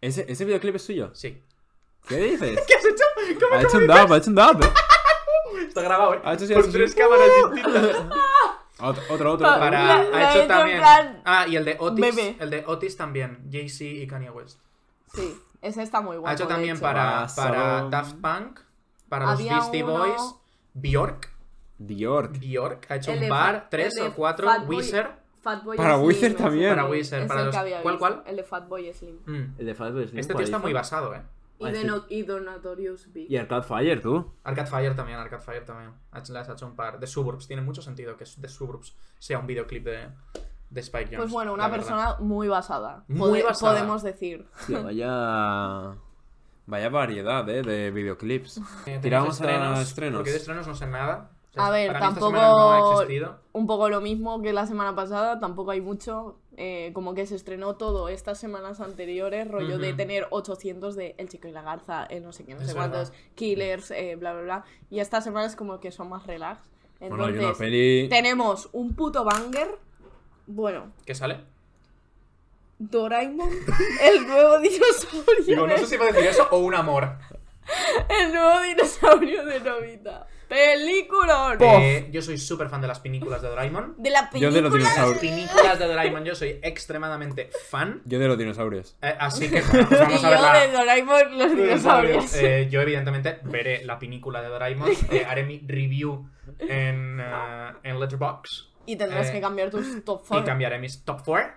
[SPEAKER 1] ¿Ese, ese videoclip es suyo.
[SPEAKER 3] Sí.
[SPEAKER 1] ¿Qué dices?
[SPEAKER 3] ¿Qué has hecho? ¿Cómo
[SPEAKER 1] ha hecho un dab, ha hecho un dab.
[SPEAKER 3] está grabado, eh?
[SPEAKER 1] Ha hecho sí, ha
[SPEAKER 3] Por
[SPEAKER 1] hecho
[SPEAKER 3] tres
[SPEAKER 1] sí.
[SPEAKER 3] cámaras distintas.
[SPEAKER 1] Otro, otro, otro.
[SPEAKER 2] Pa-
[SPEAKER 3] Para,
[SPEAKER 2] La- la
[SPEAKER 3] ha hecho
[SPEAKER 2] he hecho en
[SPEAKER 3] también.
[SPEAKER 2] plan-
[SPEAKER 3] Ah, y el de Otis.
[SPEAKER 2] Bebé.
[SPEAKER 3] El de Otis también. Jay-Z y Kanye West.
[SPEAKER 2] Sí, esa está muy guapa.
[SPEAKER 3] ha hecho
[SPEAKER 2] de
[SPEAKER 3] también
[SPEAKER 2] hecho.
[SPEAKER 3] para,
[SPEAKER 1] Pásalo.
[SPEAKER 3] para Daft Punk, para
[SPEAKER 2] Había
[SPEAKER 3] los Beastie
[SPEAKER 2] uno-
[SPEAKER 3] Boys, Bjork.
[SPEAKER 1] Dior.
[SPEAKER 3] Bjork ha hecho
[SPEAKER 2] El
[SPEAKER 3] un
[SPEAKER 2] de
[SPEAKER 3] par,
[SPEAKER 2] Fat-
[SPEAKER 3] tres
[SPEAKER 2] el de
[SPEAKER 3] o cuatro.
[SPEAKER 2] Fatboy-
[SPEAKER 3] Wizard.
[SPEAKER 2] Fatboy
[SPEAKER 1] Para
[SPEAKER 2] Slim,
[SPEAKER 1] Wizard
[SPEAKER 2] no sé
[SPEAKER 1] también.
[SPEAKER 2] cuál
[SPEAKER 3] Para Wizard,
[SPEAKER 2] es
[SPEAKER 3] para
[SPEAKER 2] el
[SPEAKER 3] los-
[SPEAKER 2] que había
[SPEAKER 3] ¿Cuál,
[SPEAKER 2] visto,
[SPEAKER 3] cuál?
[SPEAKER 2] El de Fatboy Slim.
[SPEAKER 3] Mm.
[SPEAKER 1] El de Fatboy Slim.
[SPEAKER 3] Este tío está muy basado, eh.
[SPEAKER 2] Y,
[SPEAKER 1] Ah,
[SPEAKER 2] de
[SPEAKER 1] sí.
[SPEAKER 2] no, y de Notorious B.I.G.
[SPEAKER 1] Y el Catfire, tú.
[SPEAKER 3] Arcade Fire también, Arcade Fire también. Ha hecho- Las ha hecho un par. De Suburbs. Tiene mucho sentido que de Suburbs sea un videoclip de, de Spike Jonze.
[SPEAKER 2] Pues bueno,
[SPEAKER 3] la
[SPEAKER 2] una
[SPEAKER 3] verdad.
[SPEAKER 2] persona muy basada.
[SPEAKER 3] Muy
[SPEAKER 2] Pode-
[SPEAKER 3] basada.
[SPEAKER 2] Podemos decir.
[SPEAKER 1] Tío, vaya. Vaya variedad, eh, de videoclips.
[SPEAKER 3] Eh, tenéis
[SPEAKER 1] Tiramos a estrenos.
[SPEAKER 3] Porque de estrenos no sé nada. O
[SPEAKER 2] A ver,
[SPEAKER 3] para mí esta
[SPEAKER 2] tampoco-
[SPEAKER 3] semana no ha existido.
[SPEAKER 2] Un poco lo mismo que la semana pasada, tampoco hay mucho. eh, como que se estrenó todo estas semanas anteriores, rollo de
[SPEAKER 3] Ujú.
[SPEAKER 2] tener 800 de El Chico y la Garza, eh, no sé qué, no
[SPEAKER 3] Es
[SPEAKER 2] sé cuántos,
[SPEAKER 3] verdad.
[SPEAKER 2] Killers, eh, bla, bla, bla. Y estas semanas como que son más relax.
[SPEAKER 1] Bueno, hay una
[SPEAKER 2] Entonces,
[SPEAKER 1] peli.
[SPEAKER 2] tenemos un puto banger. Bueno,
[SPEAKER 3] ¿Qué sale?
[SPEAKER 2] Doraemon, el nuevo dinosaurio.
[SPEAKER 3] Digo, no
[SPEAKER 2] de-
[SPEAKER 3] sé si va a decir eso o un amor.
[SPEAKER 2] El nuevo dinosaurio de Novita. Película.
[SPEAKER 3] Eh, yo soy súper fan de las películas de Doraemon.
[SPEAKER 2] De la película.
[SPEAKER 1] Yo de los
[SPEAKER 3] Las
[SPEAKER 1] dinosaurios.
[SPEAKER 3] películas de Doraemon yo soy extremadamente fan.
[SPEAKER 1] Yo de los dinosaurios.
[SPEAKER 3] Eh, así que bueno, pues
[SPEAKER 2] Y
[SPEAKER 3] vamos a ver
[SPEAKER 2] yo
[SPEAKER 3] la-
[SPEAKER 2] de Doraemon, los dinosaurios.
[SPEAKER 3] Eh, yo, evidentemente, veré la película de Doraemon, eh, haré mi review en, eh, en Letterboxd
[SPEAKER 2] Y tendrás
[SPEAKER 3] eh,
[SPEAKER 2] que cambiar tus top
[SPEAKER 3] y
[SPEAKER 2] 4.
[SPEAKER 3] cambiaré mis top 4.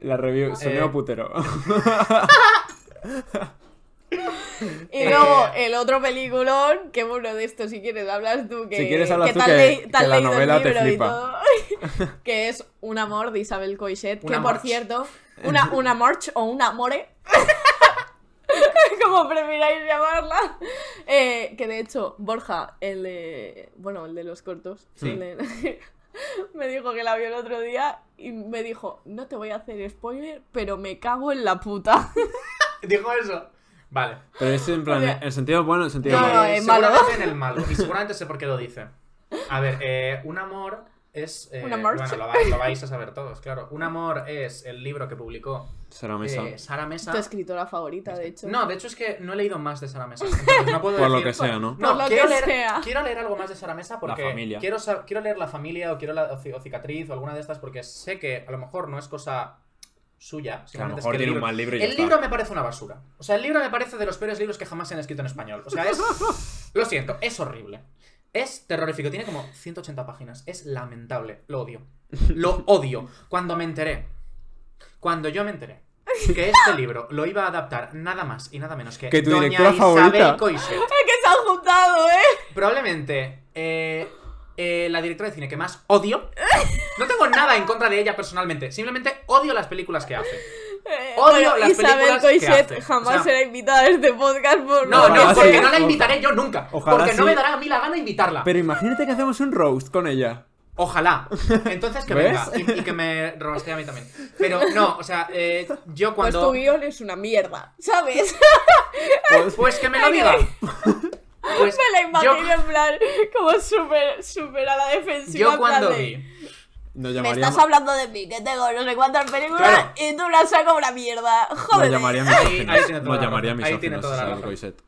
[SPEAKER 1] La review, sonido
[SPEAKER 3] Eh.
[SPEAKER 1] putero.
[SPEAKER 2] Y,
[SPEAKER 3] eh,
[SPEAKER 2] luego el otro peliculón, que bueno, de esto si quieres hablas tú. Que,
[SPEAKER 1] Si quieres, hablas
[SPEAKER 2] que
[SPEAKER 1] tú
[SPEAKER 2] te has
[SPEAKER 1] que-
[SPEAKER 2] leí- te
[SPEAKER 1] que
[SPEAKER 2] has
[SPEAKER 1] la
[SPEAKER 2] leído el
[SPEAKER 1] novela te
[SPEAKER 2] libro y
[SPEAKER 1] flipa.
[SPEAKER 2] todo. que es Un amor de Isabel Coixet.
[SPEAKER 3] Un
[SPEAKER 2] que
[SPEAKER 3] amor.
[SPEAKER 2] por cierto, una, una march o una amore. como prefiráis llamarla. eh, que de hecho, Borja, el de. Bueno, el de los cortos.
[SPEAKER 1] Sí.
[SPEAKER 2] el de- me dijo que la vio el otro día y me dijo: No te voy a hacer spoiler, pero me cago en la puta.
[SPEAKER 3] Dijo eso. Vale.
[SPEAKER 1] Pero es en plan,
[SPEAKER 2] O sea,
[SPEAKER 1] en sentido bueno, en sentido
[SPEAKER 2] No,
[SPEAKER 1] malo.
[SPEAKER 2] no, eh, es malo.
[SPEAKER 3] seguramente en el malo. Y seguramente sé por qué lo dice. A ver, eh, un amor es. eh,
[SPEAKER 2] Un amor.
[SPEAKER 3] Bueno, lo, vais, lo vais a saber todos, claro. Un amor es el libro que publicó
[SPEAKER 1] Será mesa.
[SPEAKER 3] eh, Sara Mesa.
[SPEAKER 2] Tu escritora favorita, de hecho.
[SPEAKER 3] No, de hecho es que no he leído más de Sara Mesa. entonces no puedo
[SPEAKER 1] Por lo
[SPEAKER 3] decir-
[SPEAKER 1] que sea, ¿no?
[SPEAKER 3] No,
[SPEAKER 2] Por lo
[SPEAKER 3] quiero,
[SPEAKER 2] que
[SPEAKER 3] leer,
[SPEAKER 2] sea.
[SPEAKER 3] quiero leer algo más de Sara Mesa porque
[SPEAKER 1] La familia.
[SPEAKER 3] Quiero, sa- quiero leer La Familia o quiero la o ci- o Cicatriz o alguna de estas porque sé que a lo mejor no es cosa suya.
[SPEAKER 1] Que a lo
[SPEAKER 3] simplemente es
[SPEAKER 1] mejor
[SPEAKER 3] que el
[SPEAKER 1] tiene un
[SPEAKER 3] libro-
[SPEAKER 1] mal libro y ya
[SPEAKER 3] el
[SPEAKER 1] está.
[SPEAKER 3] libro me parece una basura. O sea, el libro me parece de los peores libros que jamás se han escrito en español. O sea, es. Lo siento, es horrible. Es terrorífico. Tiene como 180 páginas. Es lamentable. Lo odio. Lo odio. Cuando me enteré. Cuando yo me enteré. Que este libro lo iba a adaptar nada más y nada menos que,
[SPEAKER 1] Que tu
[SPEAKER 3] Doña
[SPEAKER 1] directora
[SPEAKER 3] Isabel
[SPEAKER 1] favorita.
[SPEAKER 3] Coixet.
[SPEAKER 2] que se han juntado, ¿eh?
[SPEAKER 3] Probablemente eh, eh, la directora de cine que más odio. No tengo nada en contra de ella personalmente. Simplemente odio las películas que hace.
[SPEAKER 2] Eh,
[SPEAKER 3] Odio las
[SPEAKER 2] Isabel
[SPEAKER 3] películas que hace.
[SPEAKER 2] Coixet jamás
[SPEAKER 3] O sea-
[SPEAKER 2] será invitada a este podcast por
[SPEAKER 3] No,
[SPEAKER 1] Ojalá
[SPEAKER 3] no, porque
[SPEAKER 1] sí.
[SPEAKER 2] pues,
[SPEAKER 3] no la invitaré yo nunca.
[SPEAKER 1] Ojalá
[SPEAKER 3] porque no
[SPEAKER 1] sí.
[SPEAKER 3] me dará a mí la gana invitarla.
[SPEAKER 1] Pero imagínate que hacemos un roast con ella.
[SPEAKER 3] Ojalá. Entonces que
[SPEAKER 1] ¿Ves?
[SPEAKER 3] venga y, y que me robaste a mí también. Pero no, o sea, eh, yo
[SPEAKER 2] Pues
[SPEAKER 3] cuando.
[SPEAKER 2] tu guión es una mierda, ¿sabes?
[SPEAKER 1] Pues-
[SPEAKER 3] Pues que me lo diga. Pues
[SPEAKER 2] Me la
[SPEAKER 3] yo,
[SPEAKER 2] imagino en plan como súper, súper a la defensiva.
[SPEAKER 3] yo
[SPEAKER 2] en plan
[SPEAKER 3] cuando
[SPEAKER 2] de,
[SPEAKER 3] vi.
[SPEAKER 1] Nos
[SPEAKER 2] Me
[SPEAKER 1] llamaría,
[SPEAKER 2] estás hablando de mí, que tengo no sé cuántas películas
[SPEAKER 3] Claro.
[SPEAKER 2] y tú las sacas una mierda.
[SPEAKER 1] nos
[SPEAKER 2] Joder.
[SPEAKER 1] llamaría
[SPEAKER 3] ahí
[SPEAKER 1] misóginos.
[SPEAKER 3] tiene toda la
[SPEAKER 1] Nos
[SPEAKER 3] razón.
[SPEAKER 1] llamaría
[SPEAKER 3] Ahí
[SPEAKER 1] misóginos.
[SPEAKER 3] tiene toda la
[SPEAKER 1] Isabel
[SPEAKER 3] razón.
[SPEAKER 1] Coixet.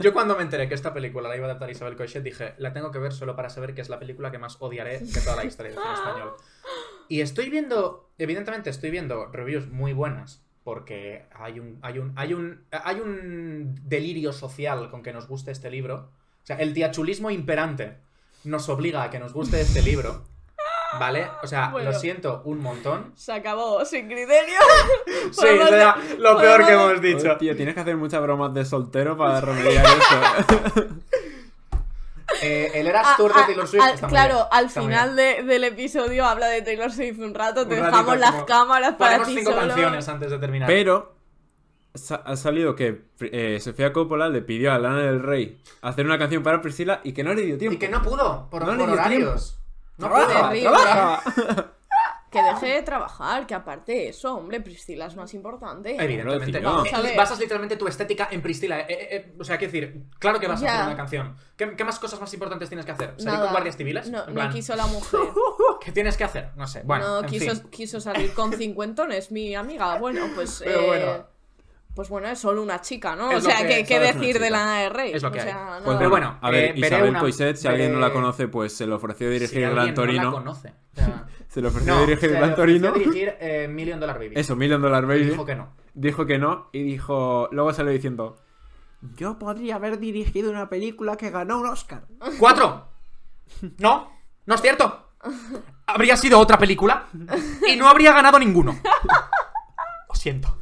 [SPEAKER 3] Yo cuando me enteré que esta película la iba a adaptar Isabel Coixet dije, la tengo que ver solo para saber que es la película que más odiaré de toda la historia del cine español. Y estoy viendo, evidentemente estoy viendo reviews muy buenas, porque hay un, hay un, hay un, hay un delirio social con que nos guste este libro. O sea, el tiachulismo imperante nos obliga a que nos guste este libro. ¿Vale? O sea,
[SPEAKER 2] Bueno.
[SPEAKER 3] lo siento un montón.
[SPEAKER 2] Se acabó, sin criterio.
[SPEAKER 3] Sí, o sea, lo peor que hemos dicho.
[SPEAKER 1] Oh, tío, tienes que hacer muchas bromas de soltero para remediar eso.
[SPEAKER 3] Eh, el Eras Tour de
[SPEAKER 2] Ah,
[SPEAKER 3] Taylor
[SPEAKER 2] ah,
[SPEAKER 3] Swift.
[SPEAKER 2] ah,
[SPEAKER 3] está muy
[SPEAKER 2] claro,
[SPEAKER 3] bien,
[SPEAKER 2] al
[SPEAKER 3] está muy bien.
[SPEAKER 2] final de- del episodio habla de Taylor Swift un rato, te
[SPEAKER 3] Un ratito,
[SPEAKER 2] dejamos las
[SPEAKER 3] como-
[SPEAKER 2] cámaras para
[SPEAKER 3] Ponemos
[SPEAKER 2] ti
[SPEAKER 3] cinco
[SPEAKER 2] solo.
[SPEAKER 3] canciones antes de terminar.
[SPEAKER 1] Pero sa- ha salido que eh, Sofía Coppola le pidió a Lana del Rey hacer una canción para Priscila y que no le dio tiempo.
[SPEAKER 3] Y que no pudo, por,
[SPEAKER 1] No le
[SPEAKER 3] por
[SPEAKER 1] dio
[SPEAKER 3] horarios. No
[SPEAKER 1] ¡Trabaja!
[SPEAKER 3] pudo.
[SPEAKER 2] Terrible.
[SPEAKER 1] ¡Trabaja!
[SPEAKER 2] Que deje de trabajar, que aparte de eso, hombre, Priscila es más importante.
[SPEAKER 3] Evidentemente,
[SPEAKER 1] Claro,
[SPEAKER 3] no.
[SPEAKER 2] tío. Vamos a ver.
[SPEAKER 3] Basas literalmente tu estética en Priscila. eh, eh, eh, o sea, quiero decir, claro que vas
[SPEAKER 2] Ya.
[SPEAKER 3] a hacer una canción. ¿Qué, qué más cosas más importantes tienes que hacer? ¿Salir
[SPEAKER 2] Nada.
[SPEAKER 3] con guardias civiles?
[SPEAKER 2] No,
[SPEAKER 3] En
[SPEAKER 2] no
[SPEAKER 3] plan, "Uh,
[SPEAKER 2] quiso la mujer.
[SPEAKER 3] ¿Qué tienes que hacer? No sé. Bueno,
[SPEAKER 2] no
[SPEAKER 3] en
[SPEAKER 2] quiso,
[SPEAKER 3] fin.
[SPEAKER 2] quiso salir con cincuentones, mi amiga. Bueno, pues.
[SPEAKER 3] Pero
[SPEAKER 2] eh,
[SPEAKER 3] bueno.
[SPEAKER 2] Pues bueno, es solo una chica, ¿no?
[SPEAKER 3] Es
[SPEAKER 2] o
[SPEAKER 3] lo
[SPEAKER 2] sea,
[SPEAKER 3] que-
[SPEAKER 2] ¿qué, qué
[SPEAKER 1] solo es una
[SPEAKER 2] decir de
[SPEAKER 1] chica.
[SPEAKER 2] la de Rey?
[SPEAKER 3] Es lo que
[SPEAKER 2] o
[SPEAKER 3] hay.
[SPEAKER 2] sea,
[SPEAKER 3] Pues
[SPEAKER 2] nada.
[SPEAKER 3] Pero bueno,
[SPEAKER 1] a ver,
[SPEAKER 3] eh, veré
[SPEAKER 1] Isabel
[SPEAKER 3] una-
[SPEAKER 1] Coixet, si
[SPEAKER 3] veré-
[SPEAKER 1] alguien no la conoce, pues se le ofreció dirigir
[SPEAKER 3] Si
[SPEAKER 1] Gran
[SPEAKER 3] alguien
[SPEAKER 1] Torino.
[SPEAKER 3] No la conoce. o sea,
[SPEAKER 1] se le ofreció
[SPEAKER 3] no,
[SPEAKER 1] dirigir
[SPEAKER 3] se le
[SPEAKER 1] Gran
[SPEAKER 3] ofreció
[SPEAKER 1] Torino.
[SPEAKER 3] dirigir eh, Million Dollar Baby.
[SPEAKER 1] Eso, Million Dollar
[SPEAKER 3] Y
[SPEAKER 1] Baby.
[SPEAKER 3] Dijo que no.
[SPEAKER 1] dijo que no y dijo luego salió diciendo yo podría haber dirigido una película que ganó un Oscar
[SPEAKER 3] ¡Cuatro! No, no es cierto. Habría sido otra película y no habría ganado ninguno. Lo siento.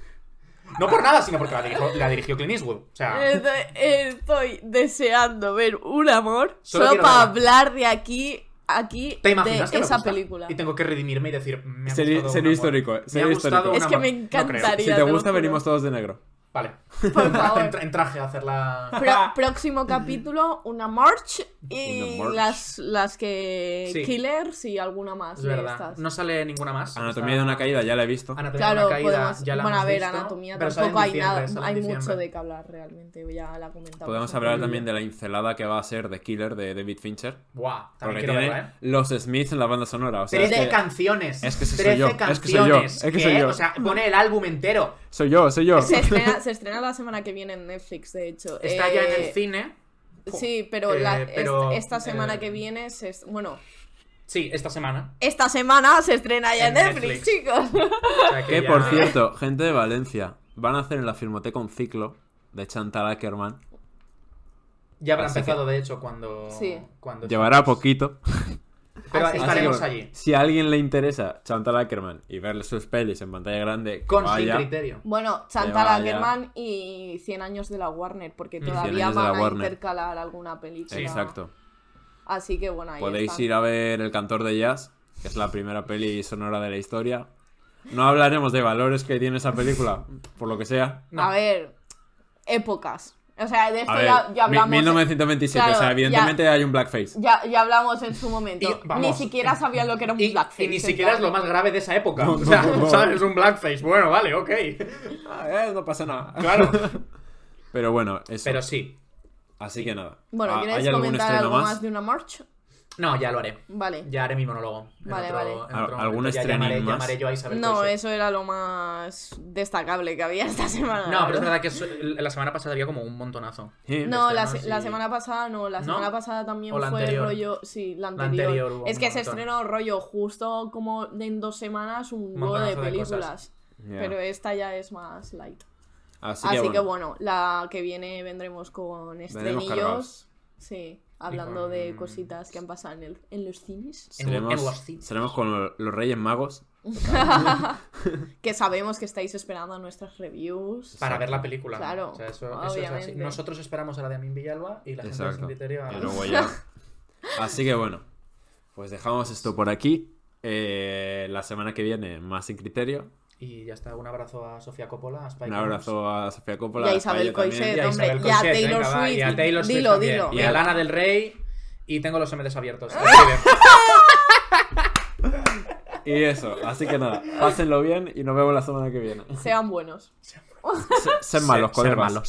[SPEAKER 3] No por nada, sino porque la dirigió, la dirigió Clint Eastwood. O sea,
[SPEAKER 2] Estoy, estoy deseando ver un amor
[SPEAKER 3] Solo
[SPEAKER 2] solo,
[SPEAKER 3] quiero
[SPEAKER 2] para
[SPEAKER 3] verla.
[SPEAKER 2] hablar de aquí, aquí,
[SPEAKER 3] ¿te
[SPEAKER 2] de
[SPEAKER 3] imaginas que me
[SPEAKER 2] esa
[SPEAKER 3] gusta?
[SPEAKER 2] película.
[SPEAKER 3] Y tengo que redimirme y decir, me ha
[SPEAKER 1] Sería-
[SPEAKER 3] gustado
[SPEAKER 1] sería
[SPEAKER 3] un amor.
[SPEAKER 1] histórico, eh,
[SPEAKER 3] Me ha
[SPEAKER 1] sería
[SPEAKER 3] gustado
[SPEAKER 1] histórico.
[SPEAKER 3] un
[SPEAKER 2] Es que
[SPEAKER 3] amor.
[SPEAKER 2] me
[SPEAKER 3] No creo.
[SPEAKER 2] encantaría.
[SPEAKER 1] si
[SPEAKER 2] te
[SPEAKER 1] te
[SPEAKER 2] lo
[SPEAKER 1] gusta
[SPEAKER 2] juro.
[SPEAKER 1] venimos todos de negro
[SPEAKER 3] Vale.
[SPEAKER 2] Por favor.
[SPEAKER 3] En, tra- en traje a hacer la.
[SPEAKER 2] Pro- próximo capítulo, una march y
[SPEAKER 1] Una march.
[SPEAKER 2] Las, las que.
[SPEAKER 3] Sí.
[SPEAKER 2] Killers y alguna más
[SPEAKER 3] Es
[SPEAKER 2] de
[SPEAKER 3] verdad.
[SPEAKER 2] estas.
[SPEAKER 3] No sale ninguna más.
[SPEAKER 1] Anatomía de una caída, ya la he visto.
[SPEAKER 3] Anatomía
[SPEAKER 2] Claro,
[SPEAKER 3] de una caída.
[SPEAKER 2] podemos.
[SPEAKER 3] ya la
[SPEAKER 2] bueno,
[SPEAKER 3] hemos
[SPEAKER 2] a ver,
[SPEAKER 3] visto,
[SPEAKER 2] anatomía
[SPEAKER 3] pero sale en
[SPEAKER 2] tampoco hay
[SPEAKER 3] diciembre,
[SPEAKER 2] nada.
[SPEAKER 3] sale en
[SPEAKER 2] Hay mucho
[SPEAKER 3] diciembre.
[SPEAKER 2] de que hablar realmente. Ya la comentamos.
[SPEAKER 1] Podemos
[SPEAKER 2] en
[SPEAKER 1] hablar
[SPEAKER 2] otro
[SPEAKER 1] también
[SPEAKER 2] vídeo.
[SPEAKER 1] de la incelada que va a ser de Killer de David Fincher.
[SPEAKER 3] Buah, también
[SPEAKER 1] Porque
[SPEAKER 3] quiero
[SPEAKER 1] tiene
[SPEAKER 3] verla, ¿eh?
[SPEAKER 1] los Smiths en la banda sonora. O sea, es
[SPEAKER 3] Trece
[SPEAKER 1] que-
[SPEAKER 3] canciones.
[SPEAKER 1] es que ese soy
[SPEAKER 3] Trece
[SPEAKER 1] yo, es que soy yo,
[SPEAKER 3] canciones.
[SPEAKER 1] es que soy
[SPEAKER 3] ¿Qué?
[SPEAKER 1] yo.
[SPEAKER 3] O sea, pone el álbum entero.
[SPEAKER 1] soy yo, soy yo.
[SPEAKER 2] Se estrena, se estrena la semana que viene en Netflix, de hecho.
[SPEAKER 3] Está ya en el
[SPEAKER 2] cine.
[SPEAKER 3] cine.
[SPEAKER 2] Sí, pero,
[SPEAKER 3] Eh,
[SPEAKER 2] la- est-
[SPEAKER 3] pero,
[SPEAKER 2] esta semana
[SPEAKER 3] eh,
[SPEAKER 2] que viene se est- Bueno,
[SPEAKER 3] Sí, esta semana.
[SPEAKER 2] esta semana se estrena ya en,
[SPEAKER 3] en
[SPEAKER 2] Netflix, chicos.
[SPEAKER 3] O sea,
[SPEAKER 1] Que
[SPEAKER 3] ya-
[SPEAKER 1] por cierto, gente de Valencia, van a hacer en la Filmoteca un ciclo de Chantal Ackerman.
[SPEAKER 3] Pues Ya habrá
[SPEAKER 1] Así
[SPEAKER 3] empezado, de hecho, cuando.
[SPEAKER 2] Sí.
[SPEAKER 3] cuando
[SPEAKER 1] Llevará poquito.
[SPEAKER 3] Pero
[SPEAKER 2] Así que-
[SPEAKER 3] estaremos
[SPEAKER 1] Así que,
[SPEAKER 3] allí.
[SPEAKER 1] Si a alguien le interesa Chantal Ackerman y verle sus pelis en pantalla grande, que
[SPEAKER 3] Con
[SPEAKER 1] vaya.
[SPEAKER 3] sin criterio.
[SPEAKER 2] Bueno,
[SPEAKER 1] Que
[SPEAKER 2] Chantal
[SPEAKER 1] vaya.
[SPEAKER 2] Ackerman y 100 años de la Warner, porque
[SPEAKER 3] Mm. 100
[SPEAKER 2] todavía
[SPEAKER 1] años de
[SPEAKER 2] van
[SPEAKER 1] la
[SPEAKER 2] a
[SPEAKER 1] Warner.
[SPEAKER 2] intercalar alguna película.
[SPEAKER 1] Sí, Exacto.
[SPEAKER 2] Así que bueno, ahí
[SPEAKER 1] Podéis
[SPEAKER 2] están.
[SPEAKER 1] ir a ver El cantor de jazz, que es la primera peli sonora de la historia. No hablaremos de valores que tiene esa película, por lo que sea.
[SPEAKER 3] No.
[SPEAKER 2] A ver, épocas. O sea, de esto
[SPEAKER 1] A ver,
[SPEAKER 2] ya, ya
[SPEAKER 1] mi-
[SPEAKER 2] hablamos.
[SPEAKER 1] 1927, o sea,
[SPEAKER 2] Claro,
[SPEAKER 1] evidentemente hay un blackface.
[SPEAKER 2] Ya, ya hablamos en su momento.
[SPEAKER 3] Y- vamos.
[SPEAKER 2] ni siquiera sabían lo que era un
[SPEAKER 3] Y, y
[SPEAKER 2] blackface.
[SPEAKER 3] ni siquiera es lo
[SPEAKER 2] entonces-
[SPEAKER 3] más grave de esa época.
[SPEAKER 1] No,
[SPEAKER 3] o
[SPEAKER 1] no,
[SPEAKER 3] sea,
[SPEAKER 1] no, no.
[SPEAKER 3] ¿sabes? Un blackface. Bueno, vale, ok.
[SPEAKER 1] Ah, eh, no pasa nada.
[SPEAKER 3] Claro.
[SPEAKER 1] Pero bueno, eso.
[SPEAKER 3] Pero sí.
[SPEAKER 1] Así que nada.
[SPEAKER 2] Bueno,
[SPEAKER 1] Ah,
[SPEAKER 2] ¿quieres
[SPEAKER 1] ¿Hay algún
[SPEAKER 2] comentar
[SPEAKER 1] estreno
[SPEAKER 2] algo más?
[SPEAKER 1] más?
[SPEAKER 2] de una march?
[SPEAKER 3] No, ya lo haré.
[SPEAKER 2] Vale.
[SPEAKER 3] Ya haré mi monólogo. en
[SPEAKER 2] Vale, vale.
[SPEAKER 3] en
[SPEAKER 1] Al-
[SPEAKER 3] momento.
[SPEAKER 1] ¿algún
[SPEAKER 3] ya
[SPEAKER 1] estrenín
[SPEAKER 3] llamaré,
[SPEAKER 1] más?
[SPEAKER 3] llamaré yo a Isabel
[SPEAKER 2] No,
[SPEAKER 3] Coixet.
[SPEAKER 2] eso era lo más destacable que había esta semana.
[SPEAKER 3] No,
[SPEAKER 2] la
[SPEAKER 3] pero es
[SPEAKER 2] verdad.
[SPEAKER 3] verdad que es- la semana pasada había como un montonazo.
[SPEAKER 1] Sí,
[SPEAKER 2] No, la,
[SPEAKER 3] estrenos
[SPEAKER 2] se- la
[SPEAKER 3] y-
[SPEAKER 2] semana pasada no, la
[SPEAKER 3] este ¿No?
[SPEAKER 2] semana pasada también
[SPEAKER 3] O la
[SPEAKER 2] fue
[SPEAKER 3] anterior.
[SPEAKER 2] rollo. Sí, la
[SPEAKER 3] La
[SPEAKER 2] anterior.
[SPEAKER 3] anterior hubo
[SPEAKER 2] es
[SPEAKER 3] un
[SPEAKER 2] que se
[SPEAKER 3] montón.
[SPEAKER 2] estrenó rollo justo como en dos semanas un huevo
[SPEAKER 3] Montonazo
[SPEAKER 2] de
[SPEAKER 3] de
[SPEAKER 2] películas.
[SPEAKER 1] Ya.
[SPEAKER 2] Pero esta ya es más light.
[SPEAKER 1] Así,
[SPEAKER 2] Así
[SPEAKER 1] que, bueno,
[SPEAKER 2] la que viene vendremos con
[SPEAKER 1] cargados.
[SPEAKER 2] estrenillos. Sí, hablando de
[SPEAKER 3] con-
[SPEAKER 2] cositas que han pasado en, el- en los cines.
[SPEAKER 3] En- en los
[SPEAKER 1] seremos,
[SPEAKER 3] cines.
[SPEAKER 1] seremos con lo- los Reyes Magos.
[SPEAKER 2] Que sabemos que estáis esperando nuestras reviews.
[SPEAKER 3] Para
[SPEAKER 1] Exacto.
[SPEAKER 3] ver la película.
[SPEAKER 2] Claro,
[SPEAKER 3] O sea, eso, eso es así.
[SPEAKER 2] obviamente.
[SPEAKER 3] Nosotros esperamos a la de Amin Villalba y la gente de
[SPEAKER 1] Exacto.
[SPEAKER 3] sin criterio a
[SPEAKER 1] Y luego ya. Así que bueno, pues dejamos esto por aquí. Eh, la semana que viene, más sin criterio.
[SPEAKER 3] Y ya está. Un abrazo a Sofía Coppola, a Spike
[SPEAKER 1] Un
[SPEAKER 3] Jonze.
[SPEAKER 1] abrazo a Sofía
[SPEAKER 2] Y
[SPEAKER 1] Coppola.
[SPEAKER 2] a
[SPEAKER 1] a Paya
[SPEAKER 2] Isabel
[SPEAKER 1] también.
[SPEAKER 2] Coixet,
[SPEAKER 3] Y a
[SPEAKER 2] hombre.
[SPEAKER 3] Isabel
[SPEAKER 2] y a
[SPEAKER 3] Coixet,
[SPEAKER 2] Taylor
[SPEAKER 3] venga, va,
[SPEAKER 2] Swift.
[SPEAKER 3] Y a Taylor Swift
[SPEAKER 2] Dilo,
[SPEAKER 3] también.
[SPEAKER 2] dilo.
[SPEAKER 3] Y a
[SPEAKER 1] Venga.
[SPEAKER 3] Lana del Rey. Y tengo los MDs abiertos.
[SPEAKER 1] Y eso, así que nada, pásenlo bien y nos vemos la semana que viene.
[SPEAKER 2] Sean buenos.
[SPEAKER 1] Se- Sed malos,
[SPEAKER 3] con
[SPEAKER 1] colegas.
[SPEAKER 3] malos.